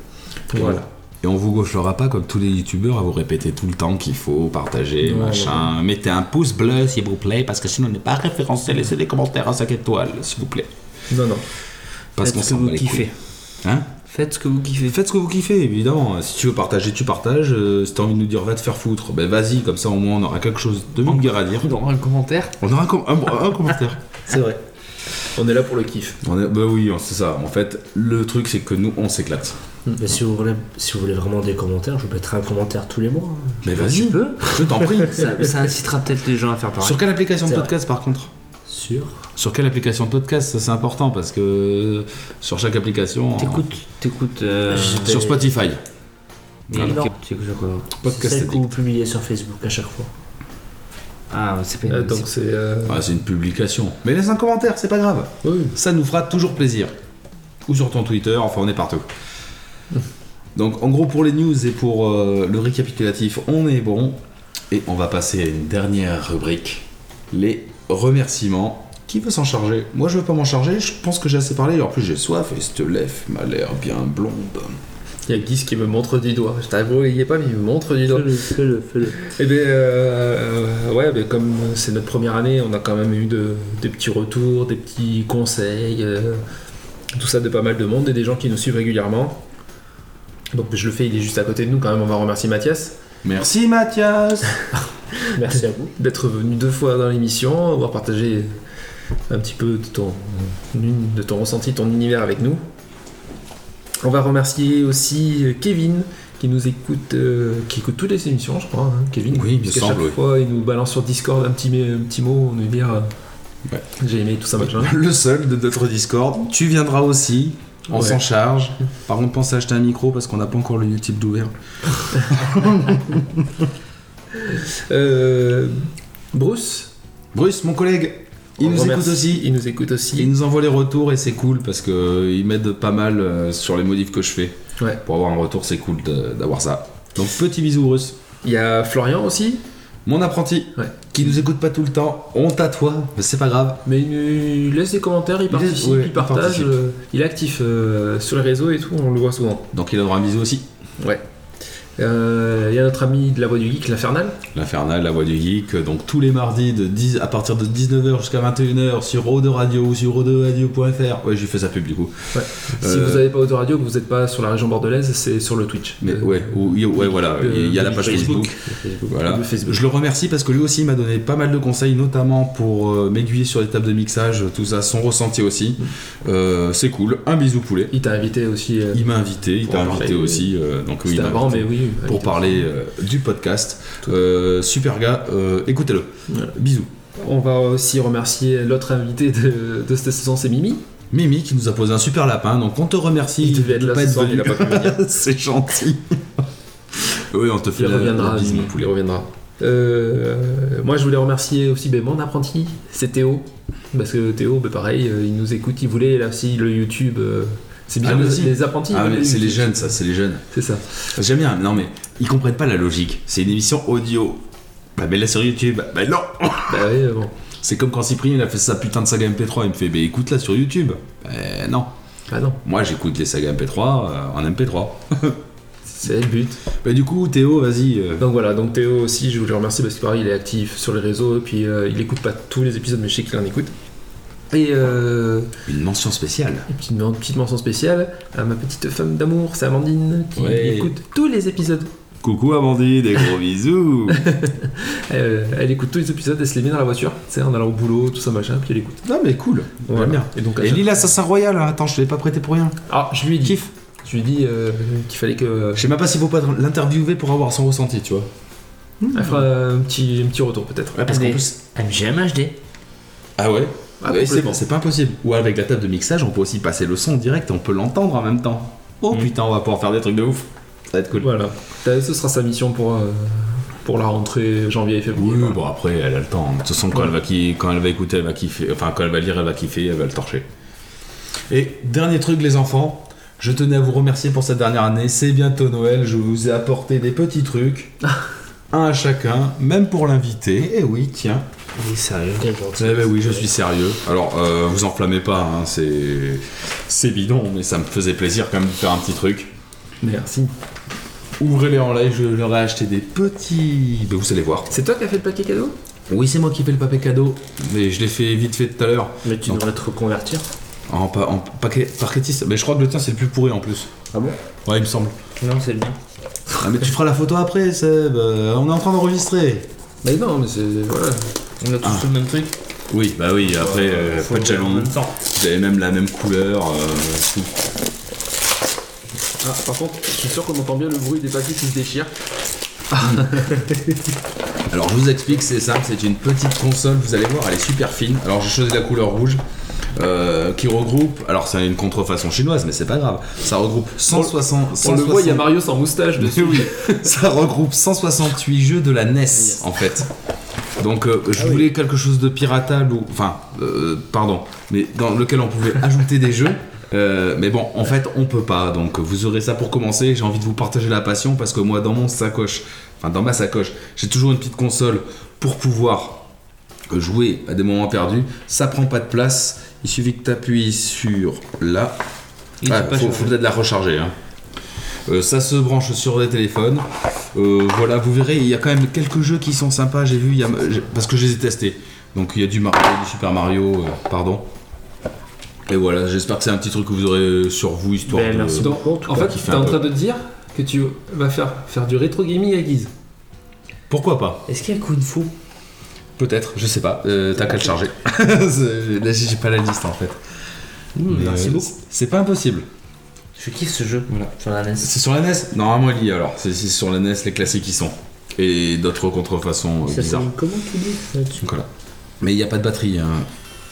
Speaker 4: Voilà.
Speaker 2: Et on vous gauchera pas, comme tous les youtubeurs, à vous répéter tout le temps qu'il faut partager,
Speaker 4: Non,
Speaker 2: machin. Mettez un pouce bleu s'il vous plaît, parce que sinon on n'est pas référencé. Laissez des commentaires à 5 étoiles, s'il vous plaît.
Speaker 4: Non, non.
Speaker 2: Parce
Speaker 7: Faites
Speaker 2: qu'on
Speaker 7: ce que
Speaker 2: s'en
Speaker 7: vous
Speaker 2: bat les couilles.
Speaker 7: kiffez.
Speaker 2: Hein
Speaker 7: Faites ce que vous kiffez.
Speaker 2: Faites ce que vous kiffez, évidemment. Euh, Si tu veux partager, tu partages. Euh, si t'as envie de nous dire va te faire foutre, ben vas-y, comme ça au moins on aura quelque chose de vulgaire à dire.
Speaker 7: On aura un commentaire.
Speaker 2: On aura un, com- un- un
Speaker 7: (laughs)
Speaker 2: commentaire.
Speaker 7: C'est vrai.
Speaker 4: On est là pour le kiff.
Speaker 2: On est- bah oui, c'est ça. En fait, le truc c'est que nous on s'éclate.
Speaker 5: Mais si vous, voulez, si vous voulez vraiment des commentaires, je vous mettrai un commentaire tous les mois. hein.
Speaker 3: Bah,
Speaker 2: Mais Ben vas-y,
Speaker 7: Tu peux
Speaker 2: je t'en prie.
Speaker 7: ça, ça incitera peut-être les gens à faire pareil.
Speaker 2: Sur quelle application de
Speaker 5: C'est vrai.
Speaker 2: podcast par contre
Speaker 5: Sûr.
Speaker 2: Sur quelle application de podcast Ça c'est important parce que euh, sur chaque application. on-
Speaker 7: T'écoutes, t'écoutes. euh,
Speaker 2: Sur Spotify.
Speaker 7: mais
Speaker 5: Non.
Speaker 7: non, t'écoutes sur quoi
Speaker 5: C'est
Speaker 2: Podcast
Speaker 5: celle que
Speaker 2: addict.
Speaker 5: vous publiez sur Facebook à chaque fois.
Speaker 7: Ah, c'est pas
Speaker 4: Euh,
Speaker 7: une.
Speaker 4: donc c'est. euh,
Speaker 2: Ah, c'est une publication. Mais laisse un commentaire, c'est pas grave.
Speaker 4: oui.
Speaker 2: Ça nous fera toujours plaisir. Ou sur ton Twitter, enfin on est partout. Donc en gros pour les news et pour euh, le récapitulatif, on est bon. Et on va passer à une dernière rubrique, les remerciements. Qui veut s'en charger Moi je veux pas m'en charger, je pense que j'ai assez parlé, en plus j'ai soif et cette lèvre m'a l'air bien blonde.
Speaker 4: Il y a Guise qui me montre du doigt. Je t'avoue, il y est pas, mais il me montre du doigt.
Speaker 5: Fais-le, fais-le, fais-le.
Speaker 4: Et bien, Eh ben, ouais, ben, comme c'est notre première année, on a quand même eu de- des petits retours, des petits conseils, euh, tout ça de pas mal de monde et des gens qui nous suivent régulièrement. Donc je le fais, il est juste à côté de nous quand même, on va remercier Mathias
Speaker 2: Merci Mathias
Speaker 5: Merci à vous.
Speaker 4: d'être venu deux fois dans l'émission, avoir partagé un petit peu de ton, de ton ressenti, ton univers avec nous. On va remercier aussi euh, Kevin qui nous écoute, euh, qui écoute toutes les émissions, je crois. hein, Kevin,
Speaker 2: Oui, il me
Speaker 4: Parce qu'à
Speaker 2: semble,
Speaker 4: chaque
Speaker 2: oui.
Speaker 4: fois, il nous balance sur Discord un petit, un petit mot, nous dire euh,
Speaker 2: Ouais.
Speaker 4: j'ai aimé tout ça machin.
Speaker 2: Le seul de notre Discord, tu viendras aussi, on
Speaker 4: Ouais.
Speaker 2: s'en charge. Par contre pense à acheter un micro parce qu'on n'a pas encore le YouTube d'ouvert.
Speaker 4: Euh, Bruce,
Speaker 2: Bruce, mon collègue, il
Speaker 4: on
Speaker 2: nous
Speaker 4: remercie.
Speaker 2: écoute aussi.
Speaker 4: Il nous écoute aussi.
Speaker 2: Il nous envoie les retours et c'est cool parce que euh, il m'aide pas mal euh, sur les modifs que je fais.
Speaker 4: Ouais.
Speaker 2: Pour avoir un retour, c'est cool de- d'avoir ça. Donc petit bisou Bruce.
Speaker 4: Il y a Florian aussi,
Speaker 2: Mon apprenti,
Speaker 4: Ouais.
Speaker 2: qui nous écoute pas tout le temps, on tatoue, mais c'est pas grave.
Speaker 4: mais il, nous- il laisse des commentaires, il participe,
Speaker 2: ouais,
Speaker 4: il
Speaker 2: il
Speaker 4: partage,
Speaker 2: participe.
Speaker 4: euh, il est actif euh, sur les réseaux et tout, on le voit souvent.
Speaker 2: Donc il aura un bisou aussi.
Speaker 4: Euh, il y a notre ami de la voix du geek, l'Infernal.
Speaker 2: L'Infernal, la voix du geek, euh, donc tous les mardis de 10, à partir de 19h jusqu'à 21h sur Ode Radio ou sur Radio.fr. Ouais, j'ai fait sa pub du coup.
Speaker 4: Si
Speaker 2: Euh,
Speaker 4: vous n'avez pas autoradio, que vous n'êtes pas sur la région bordelaise, c'est sur le Twitch.
Speaker 2: Mais
Speaker 4: Euh,
Speaker 2: ouais, ou- ouais, voilà, il y a la page Facebook. Voilà.
Speaker 4: De Facebook.
Speaker 2: Je le remercie parce que lui aussi il m'a donné pas mal de conseils, notamment pour euh, m'aiguiller sur les tables de mixage, tout ça, son ressenti aussi.
Speaker 4: Mm.
Speaker 2: Euh, c'est cool. Un bisou poulet.
Speaker 4: Il t'a invité aussi. euh,
Speaker 2: Il m'a invité, il
Speaker 4: Pour
Speaker 2: t'a
Speaker 4: en
Speaker 2: invité
Speaker 4: parler.
Speaker 2: aussi. euh, donc oui, il
Speaker 4: C'était
Speaker 2: m'a
Speaker 4: avant,
Speaker 2: invité
Speaker 4: mais oui.
Speaker 2: pour parler euh, du podcast. Euh, super gars, euh, écoutez-le. Bisous.
Speaker 4: On va aussi remercier l'autre invité de, de cette saison, c'est Mimi.
Speaker 2: Mimi qui nous a posé un super lapin, donc on te remercie.
Speaker 4: Il devait être
Speaker 2: de
Speaker 4: là
Speaker 2: pas
Speaker 4: ce soir,
Speaker 2: venu.
Speaker 4: il a pas pu venir.
Speaker 2: (laughs) c'est gentil.
Speaker 4: (laughs)
Speaker 2: oui, on te fait
Speaker 4: Il
Speaker 2: la-
Speaker 4: reviendra,
Speaker 2: la bise,
Speaker 4: Mimi,
Speaker 2: mon poulet.
Speaker 4: il reviendra. Euh, moi, je voulais remercier aussi ben, mon apprenti, c'est Théo. Parce que Théo, ben, pareil, euh, il nous écoute, il voulait là aussi le YouTube. euh, c'est bizarre,
Speaker 2: Ah, mais
Speaker 4: les,
Speaker 2: si.
Speaker 4: les apprentis.
Speaker 2: Ah,
Speaker 4: ils veulent
Speaker 2: mais
Speaker 4: le
Speaker 2: c'est les
Speaker 4: YouTube.
Speaker 2: jeunes, ça, c'est les jeunes.
Speaker 4: C'est ça.
Speaker 2: J'aime bien, non mais ils comprennent pas la logique. C'est une émission audio. Bah mais là sur YouTube, bah non
Speaker 4: Bah oui, euh, bon.
Speaker 2: C'est comme quand Cyprien il a fait sa putain de saga MP3, il me fait bah écoute là sur YouTube. Bah non.
Speaker 4: Ah non,
Speaker 2: Moi j'écoute les sagas MP3 euh, en MP3.
Speaker 4: c'est le but.
Speaker 2: Bah du coup Théo, vas-y. euh,
Speaker 4: Donc voilà, donc Théo aussi, je voulais le remercier parce que pareil, il est actif sur les réseaux et puis euh, il écoute pas tous les épisodes, mais je sais qu'il en écoute. Et euh,
Speaker 2: une mention spéciale.
Speaker 4: une petite, une petite mention spéciale à ma petite femme d'amour, c'est Amandine, qui
Speaker 2: Ouais.
Speaker 4: écoute tous les épisodes.
Speaker 2: Coucou Amandine, des (laughs) gros bisous.
Speaker 4: Elle, Euh, elle écoute tous les épisodes, elle se les met dans la voiture, tu sais, en allant au boulot, tout ça machin, puis elle écoute.
Speaker 8: Non, mais cool.
Speaker 4: Voilà.
Speaker 8: J'aime bien.
Speaker 4: Et donc, à
Speaker 8: Et
Speaker 4: chaque-
Speaker 8: l'île Assassin Royal, hein, attends, je l'ai pas prêté pour rien.
Speaker 4: ah, je lui ai dit,
Speaker 8: Kiff.
Speaker 4: je lui ai dit euh, qu'il fallait que.
Speaker 8: Je sais même pas s'il faut pas l'interviewer pour avoir son ressenti, tu vois.
Speaker 4: Elle fera un petit, un petit retour peut-être.
Speaker 8: Ouais, parce qu'en
Speaker 3: Allez.
Speaker 8: plus.
Speaker 3: MGM HD.
Speaker 2: Ah ouais
Speaker 4: Ah,
Speaker 2: Ouais, c'est
Speaker 4: complètement.
Speaker 2: c'est pas impossible. Ou avec la table de mixage, on peut aussi passer le son en direct et on peut l'entendre en même temps. Oh
Speaker 8: Mm.
Speaker 2: putain, on va pouvoir faire des trucs de ouf. Ça va être cool.
Speaker 4: Voilà. T'as- Ce sera sa mission pour, euh, pour la rentrée janvier et février.
Speaker 2: Oui,
Speaker 4: voilà.
Speaker 2: bon après, elle a le temps. De toute façon, quand, elle va qui- quand elle va écouter, elle va kiffer. Enfin, quand elle va lire, elle va kiffer, elle va le torcher.
Speaker 8: Et dernier truc, les enfants, je tenais à vous remercier pour cette dernière année. C'est bientôt Noël, je vous ai apporté des petits
Speaker 2: (laughs)
Speaker 8: trucs. un à chacun, même pour l'invité. Et oui, tiens.
Speaker 7: Il est sérieux.
Speaker 5: Quel gentil.
Speaker 3: bah
Speaker 2: Eh ben oui, je suis sérieux. Alors, euh, vous enflammez pas, hein, c'est c'est bidon, mais ça me faisait plaisir quand même de faire un petit truc.
Speaker 4: Merci.
Speaker 2: Ouvrez-les en live, je leur ai acheté des petits. Ben, vous allez voir.
Speaker 4: C'est toi qui as fait le paquet cadeau
Speaker 2: Oui, c'est moi qui fais le papier cadeau, mais je l'ai fait vite fait tout à l'heure.
Speaker 5: Mais tu
Speaker 2: Non.
Speaker 5: devrais te reconvertir.
Speaker 2: En, pa- en paquet, parquetiste. Mais je crois que le tien c'est le plus pourri en plus.
Speaker 5: Ah bon
Speaker 2: Ouais, il me semble.
Speaker 5: Non, c'est bien.
Speaker 2: Ah, mais tu feras la photo après, Seb. euh, on est en train d'enregistrer.
Speaker 4: Mais non, mais c'est. Voilà.
Speaker 3: On a tous
Speaker 2: Ah.
Speaker 3: le même truc.
Speaker 2: Oui, bah oui, après, euh,
Speaker 3: Faut
Speaker 2: pas de
Speaker 3: le voir en
Speaker 2: challenge.
Speaker 3: même temps.
Speaker 2: Vous avez même la même couleur. euh, tout.
Speaker 4: Ah, par contre, je suis sûr qu'on entend bien le bruit des papiers qui se déchirent.
Speaker 2: Alors je vous explique, c'est simple, c'est une petite console, vous allez voir, elle est super fine. Alors j'ai choisi la couleur rouge. euh, qui regroupe, alors c'est une contrefaçon chinoise, mais c'est pas grave. Ça regroupe 160.
Speaker 4: On le voit, il y a
Speaker 2: 160
Speaker 4: Mario sans
Speaker 2: (laughs)
Speaker 4: moustache dessus.
Speaker 2: oui, ça regroupe 168 jeux de la NES en fait. Donc euh, je voulais quelque chose de piratable ou enfin euh, pardon, mais dans lequel on pouvait ajouter des jeux. Euh, mais bon, en fait, on peut pas. Donc vous aurez ça pour commencer. J'ai envie de vous partager la passion parce que moi, dans mon sacoche, enfin dans ma sacoche, j'ai toujours une petite console pour pouvoir jouer à des moments perdus. Ça prend pas de place. Il suffit que tu appuies sur là.
Speaker 7: Il
Speaker 2: Ah,
Speaker 7: est pas
Speaker 2: faut,
Speaker 7: chargé.
Speaker 2: faut peut-être la recharger. hein. Euh, ça se branche sur des téléphones. Euh, voilà, vous verrez, il y a quand même quelques jeux qui sont sympas. J'ai vu, il y a- j'ai- parce que je les ai testés. Donc il y a du Mario, du Super Mario, euh, pardon. Et voilà, j'espère que c'est un petit truc que vous aurez euh, sur vous, histoire
Speaker 5: Ben,
Speaker 2: de.
Speaker 5: merci
Speaker 4: Donc,
Speaker 5: beaucoup, en tout
Speaker 4: en
Speaker 5: cas.
Speaker 4: fait,
Speaker 2: qui fait
Speaker 4: t'es
Speaker 2: un
Speaker 4: en
Speaker 2: peu.
Speaker 4: train de dire que tu vas faire, faire du rétro gaming à Guise.
Speaker 2: Pourquoi pas
Speaker 3: Est-ce qu'il y a Kung Fu
Speaker 2: Peut-être, je sais pas. Euh, T'as qu'à le charger. (laughs) C'est- Là, j'ai pas la liste en fait. Mais,
Speaker 3: merci
Speaker 2: euh,
Speaker 3: beaucoup.
Speaker 2: C'est pas impossible.
Speaker 3: Je kiffe ce jeu
Speaker 2: Voilà.
Speaker 3: sur la NES.
Speaker 2: C'est sur la E NES Normalement, il y a alors. C'est c'est sur la NES, les classiques y sont. Et d'autres contrefaçons euh,
Speaker 5: Ça
Speaker 2: bizarres.
Speaker 5: sonne comment tu dis là-dessus
Speaker 2: Donc voilà. Mais il n'y a pas de batterie. hein.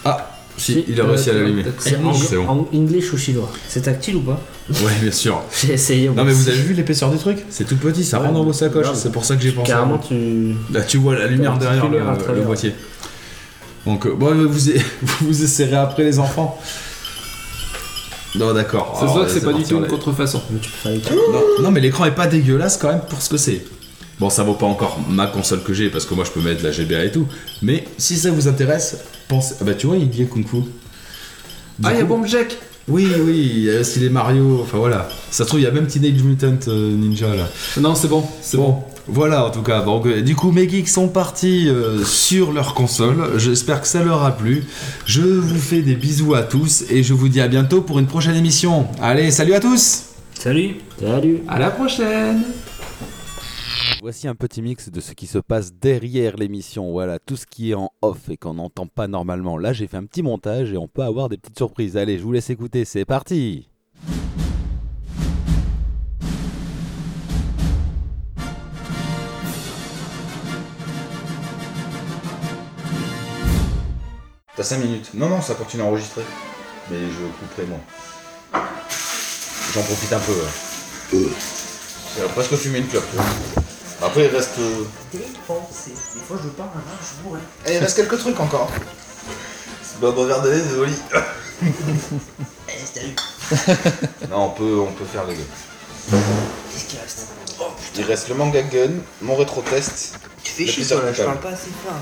Speaker 2: Ah si,
Speaker 5: Si,
Speaker 2: il a réussi à l'allumer.
Speaker 5: C'est en,
Speaker 2: C'est bon.
Speaker 5: en English ou chinois
Speaker 3: C'est tactile ou pas
Speaker 2: Ouais, bien sûr.
Speaker 5: J'ai essayé.
Speaker 2: Non,
Speaker 5: moi
Speaker 2: mais vous
Speaker 5: aussi.
Speaker 2: avez vu l'épaisseur du truc C'est tout petit, ça
Speaker 5: Ouais,
Speaker 2: rentre dans vos sacoches.
Speaker 5: grave.
Speaker 2: C'est pour ça que j'ai pensé. à
Speaker 5: Carrément,
Speaker 2: vous.
Speaker 5: tu.
Speaker 2: Là, Bah, tu vois la lumière
Speaker 5: un petit
Speaker 2: derrière le,
Speaker 5: thriller à travers.
Speaker 2: le boîtier. Donc, euh, bon, vous, (laughs) vous vous essayerez après, les enfants. Non, d'accord.
Speaker 4: Ça se
Speaker 2: Alors,
Speaker 4: voit que Ah, c'est pas du
Speaker 2: parti,
Speaker 4: tout
Speaker 2: on
Speaker 4: une
Speaker 2: est-
Speaker 4: contrefaçon.
Speaker 9: Ah,
Speaker 5: Mais tu peux faire avec-
Speaker 2: Non, non, mais l'écran est pas dégueulasse quand même pour ce que c'est. Bon, ça vaut pas encore ma console que j'ai parce que moi je peux mettre la GBA et tout. Mais si ça vous intéresse, pensez. Ah bah tu vois, il y a Kung Fu. Du
Speaker 4: Ah, il y a
Speaker 2: coup-
Speaker 4: Bomb Jack
Speaker 2: Oui, oui, il y a aussi les Mario. Enfin voilà. Ça se trouve, il y a même Teenage Mutant euh, Ninja là.
Speaker 4: Non, c'est bon, c'est bon.
Speaker 2: Voilà en tout cas. Donc, euh, du coup, mes geeks sont partis euh, sur leur console. J'espère que ça leur a plu. Je vous fais des bisous à tous et je vous dis à bientôt pour une prochaine émission. Allez, salut à tous!
Speaker 3: Salut
Speaker 5: Salut
Speaker 4: À la prochaine
Speaker 10: Voici un petit mix de ce qui se passe derrière l'émission. Voilà, tout ce qui est en off et qu'on n'entend pas normalement. Là, j'ai fait un petit montage et on peut avoir des petites surprises. Allez, je vous laisse écouter, c'est parti
Speaker 2: T'as 5 minutes. Non, non, ça continue à enregistrer. Mais je couperai moi. J'en profite un peu. ouais. Euh. C'est après presque fumé une clope. Après, il reste. euh, Eh, il reste quelques trucs (laughs) encore. C'est pas un bon verre de lait, Bah, (laughs) désolé. Eh, (laughs) Non, on peut, on peut faire les gars. Qu'est-ce qu'il reste Il reste le manga gun, mon rétro test. Tu fais chier toi là, je parle pas assez fort,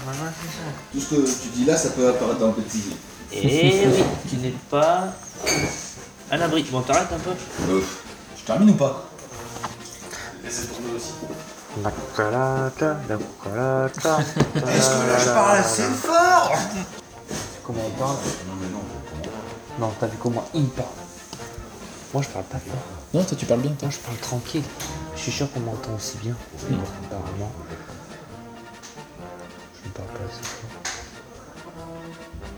Speaker 2: Tout ce que tu dis là, ça peut apparaître dans le petit.
Speaker 7: Eh oui, tu n'es pas à l'abri. Bon, t'arrêtes un peu.
Speaker 2: Euh, je termine ou pas Ah,
Speaker 6: Ah,
Speaker 7: Comment on parle Non, t'as vu comment il parle Moi, je parle pas fort.
Speaker 2: Non, toi tu parles bien, toi.
Speaker 7: Je parle tranquille. Je
Speaker 9: Je suis sûr qu'on m'entend aussi bien. Apparemment. Je ne parle pas assez fort.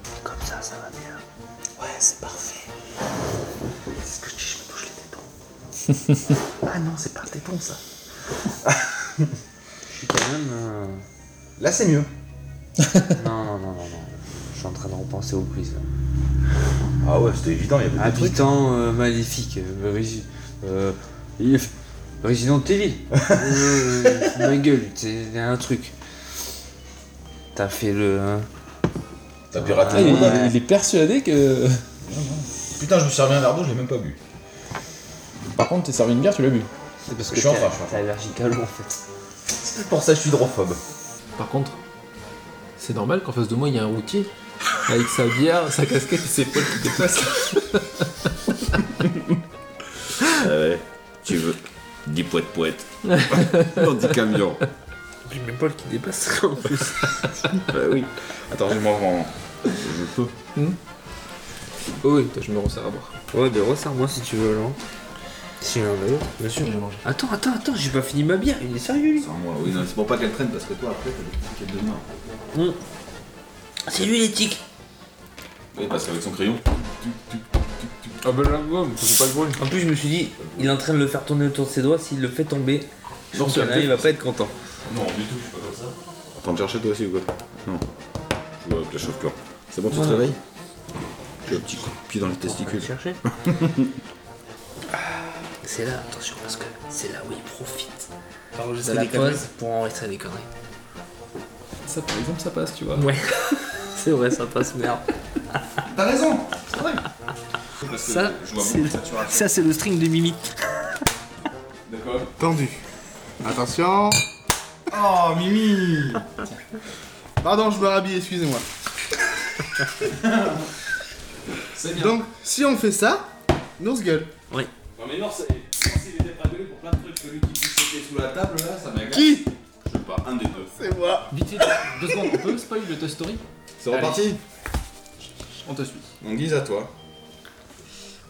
Speaker 9: Mais Comme ça, ça va bien. Ouais, c'est parfait. C'est ce que je dis, je me touche les tétons. (laughs) ah non, c'est pas un téton ça. je suis quand même. euh, Là, c'est mieux. (laughs) non, non, non, non, non. Je suis en train de repenser au quiz. là.
Speaker 6: Ah ouais, c'était évident, il y avait des trucs.
Speaker 9: Habitant euh, maléfique. euh, Régi- euh, il- Resident (laughs) Evil. Euh, ma gueule, c'est un truc. T'as fait le. hein.
Speaker 6: T'as piraté
Speaker 9: Ah,
Speaker 6: le
Speaker 9: il-
Speaker 6: monde.
Speaker 9: Ouais.
Speaker 4: il est persuadé que. (laughs)
Speaker 2: Ah,
Speaker 6: Putain, je me suis servi un verre d'eau, je l'ai même pas bu.
Speaker 4: Par contre, t'es servi une bière, tu l'as bu.
Speaker 9: C'est parce
Speaker 6: Je
Speaker 9: que
Speaker 6: suis en
Speaker 9: t'es-
Speaker 6: rage, hein.
Speaker 9: t'es allergique à l'eau en fait.
Speaker 6: C'est pour ça que je suis hydrophobe.
Speaker 4: Par contre, c'est normal qu'en face de moi, il y a un routier. Avec sa bière, sa casquette et ses poils qui dépassent.
Speaker 9: Ah
Speaker 2: Tu veux des poètes (laughs) poètes dans des camions.
Speaker 9: J'ai mes (laughs) poils qui dépassent.
Speaker 4: Oh,
Speaker 2: Bah oui. Attends, je m'en rends. Je peux.
Speaker 4: Oh oui, je me resserre à boire.
Speaker 9: Ouais, mais resserre-moi si tu veux, là. Si j'en veux, bien sûr. Attends, attends, attends, j'ai pas fini ma bière, il est sérieux lui.
Speaker 2: C'est moi. Oui, non, c'est pour pas qu'elle traîne parce que toi après t'as des tickets de main.
Speaker 9: Hmm. C'est lui les tics.
Speaker 2: Oui, parce qu'avec son crayon.
Speaker 4: Ah ben là, ouais, mais c'est pas le bruit.
Speaker 9: En plus, je me suis dit, il est en train de le faire tourner autour de ses doigts, s'il le fait tomber, je pense que là, il va pas être content.
Speaker 2: Non, du tout, je suis pas comme ça. Attends, de chercher toi aussi ou quoi Non. Je vois avec la chauffe-cœur. C'est bon, tu te réveilles Tu as un petit coup de pied dans les testicules.
Speaker 9: chercher C'est là, attention, parce que c'est là où il profite de la pause pour enregistrer des conneries.
Speaker 4: Ça, par exemple, ça passe, tu vois.
Speaker 9: Ouais, c'est vrai, ça passe merde.
Speaker 2: T'as raison C'est vrai Parce que
Speaker 9: Ça,
Speaker 2: je vois
Speaker 9: c'est
Speaker 2: beaucoup
Speaker 9: le,
Speaker 2: de saturation.
Speaker 9: ça, c'est le string de Mimi.
Speaker 2: D'accord
Speaker 11: Tendu. Attention.
Speaker 2: Oh, Mimi
Speaker 11: Pardon, je me rhabille,
Speaker 9: (laughs)
Speaker 11: excusez-moi.
Speaker 2: C'est bien.
Speaker 11: Donc, si on fait ça, nous on se gueule.
Speaker 2: Non, mais non, c'est. S'il était prêt à gueuler pour plein de trucs, celui qui pousse sauter sous la table là, ça m'agace.
Speaker 11: Qui
Speaker 2: Je sais pas, un des deux.
Speaker 11: C'est moi.
Speaker 4: Vite, vite, deux secondes, on peut spoil le Toy Story
Speaker 2: C'est reparti
Speaker 4: On te suit.
Speaker 2: On guise à toi.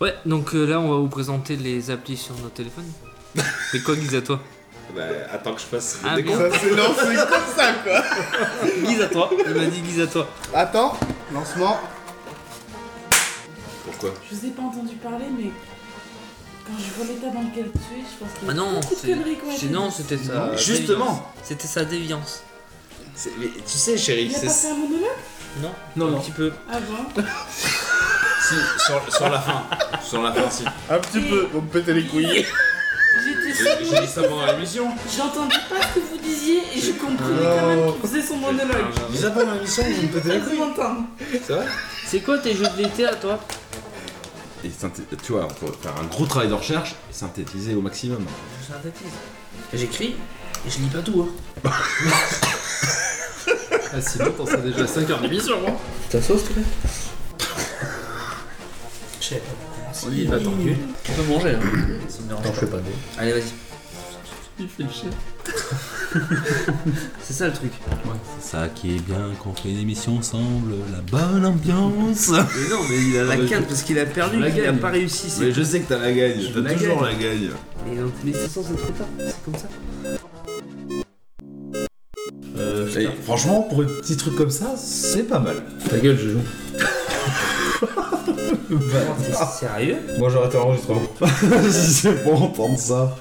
Speaker 9: Ouais, donc euh, là, on va vous présenter les applis sur
Speaker 4: (laughs)
Speaker 9: nos téléphones. Mais quoi, guise à toi
Speaker 2: Bah, attends que je fasse.
Speaker 9: Ah,
Speaker 2: décompte.
Speaker 11: Ça s'est lancé comme ça, quoi.
Speaker 9: Guise à toi Il m'a dit guise à toi.
Speaker 11: Attends, lancement.
Speaker 2: Pourquoi
Speaker 12: Je vous ai pas entendu parler, mais quand je vois l'état dans lequel tu es, je pense qu'il y
Speaker 9: Ah
Speaker 12: a
Speaker 9: non,
Speaker 12: beaucoup de
Speaker 9: c'est-
Speaker 12: conneries qu'on a
Speaker 9: c'est-
Speaker 12: faites.
Speaker 9: non, c'était ça.
Speaker 6: Justement
Speaker 9: C'était sa déviance.
Speaker 6: C'est- mais Tu sais, chérie,
Speaker 12: Il a
Speaker 6: c'est.
Speaker 12: pas fait un monologue Ah
Speaker 9: Non
Speaker 4: Non,
Speaker 9: Un
Speaker 4: non.
Speaker 9: petit peu.
Speaker 12: avant.
Speaker 6: Si, sur, sur la fin.
Speaker 2: (laughs) Sur la fin, si.
Speaker 11: Un petit peu, on me pétait les couilles.
Speaker 12: J'étais
Speaker 2: J'ai dit ça pendant l'émission.
Speaker 12: J'entendais pas ce que vous disiez et je comprenais quand même qu'il faisait son monologue.
Speaker 6: Dis ça pendant l'émission, vous me pétez
Speaker 12: Je
Speaker 6: la
Speaker 12: vous
Speaker 6: couille.
Speaker 12: entendre.
Speaker 9: C'est quoi tes jeux de l'été à toi
Speaker 2: Et synthé- tu vois, faut faire un gros travail de recherche et synthétiser au maximum.
Speaker 9: Je synthétise. J'écris et je lis pas tout. Hein.
Speaker 4: Ah, sinon, t'en serais déjà à 5 heures d'émission, moi.
Speaker 9: Ta sauce, toi Je sais pas. On y va, t'encules. Tu peux manger, hein. Ça me dérange pas.
Speaker 5: fais pas de
Speaker 9: Allez, vas-y.
Speaker 4: Il fait le chef.
Speaker 9: (laughs) C'est ça le truc.
Speaker 10: C'est ça qui est bien qu'on fait une émission ensemble, la bonne ambiance.
Speaker 9: Mais non, mais il a la canne parce qu'il a perdu,
Speaker 4: la
Speaker 9: qu'il a
Speaker 4: gagne.
Speaker 9: pas réussi. c'est-
Speaker 2: Mais je sais que t'as la gagne, t'as
Speaker 9: la
Speaker 2: toujours la gagne.
Speaker 9: Mais donc, mais de toute façon, c'est trop tard. C'est comme ça.
Speaker 2: Euh,
Speaker 6: Et franchement, pour un petit truc comme ça, c'est pas mal.
Speaker 4: Ta gueule,
Speaker 6: (laughs)
Speaker 4: je joue.
Speaker 9: Sérieux
Speaker 6: (laughs) Moi j'arrête l'enregistrement. si c'est bon entendre ça.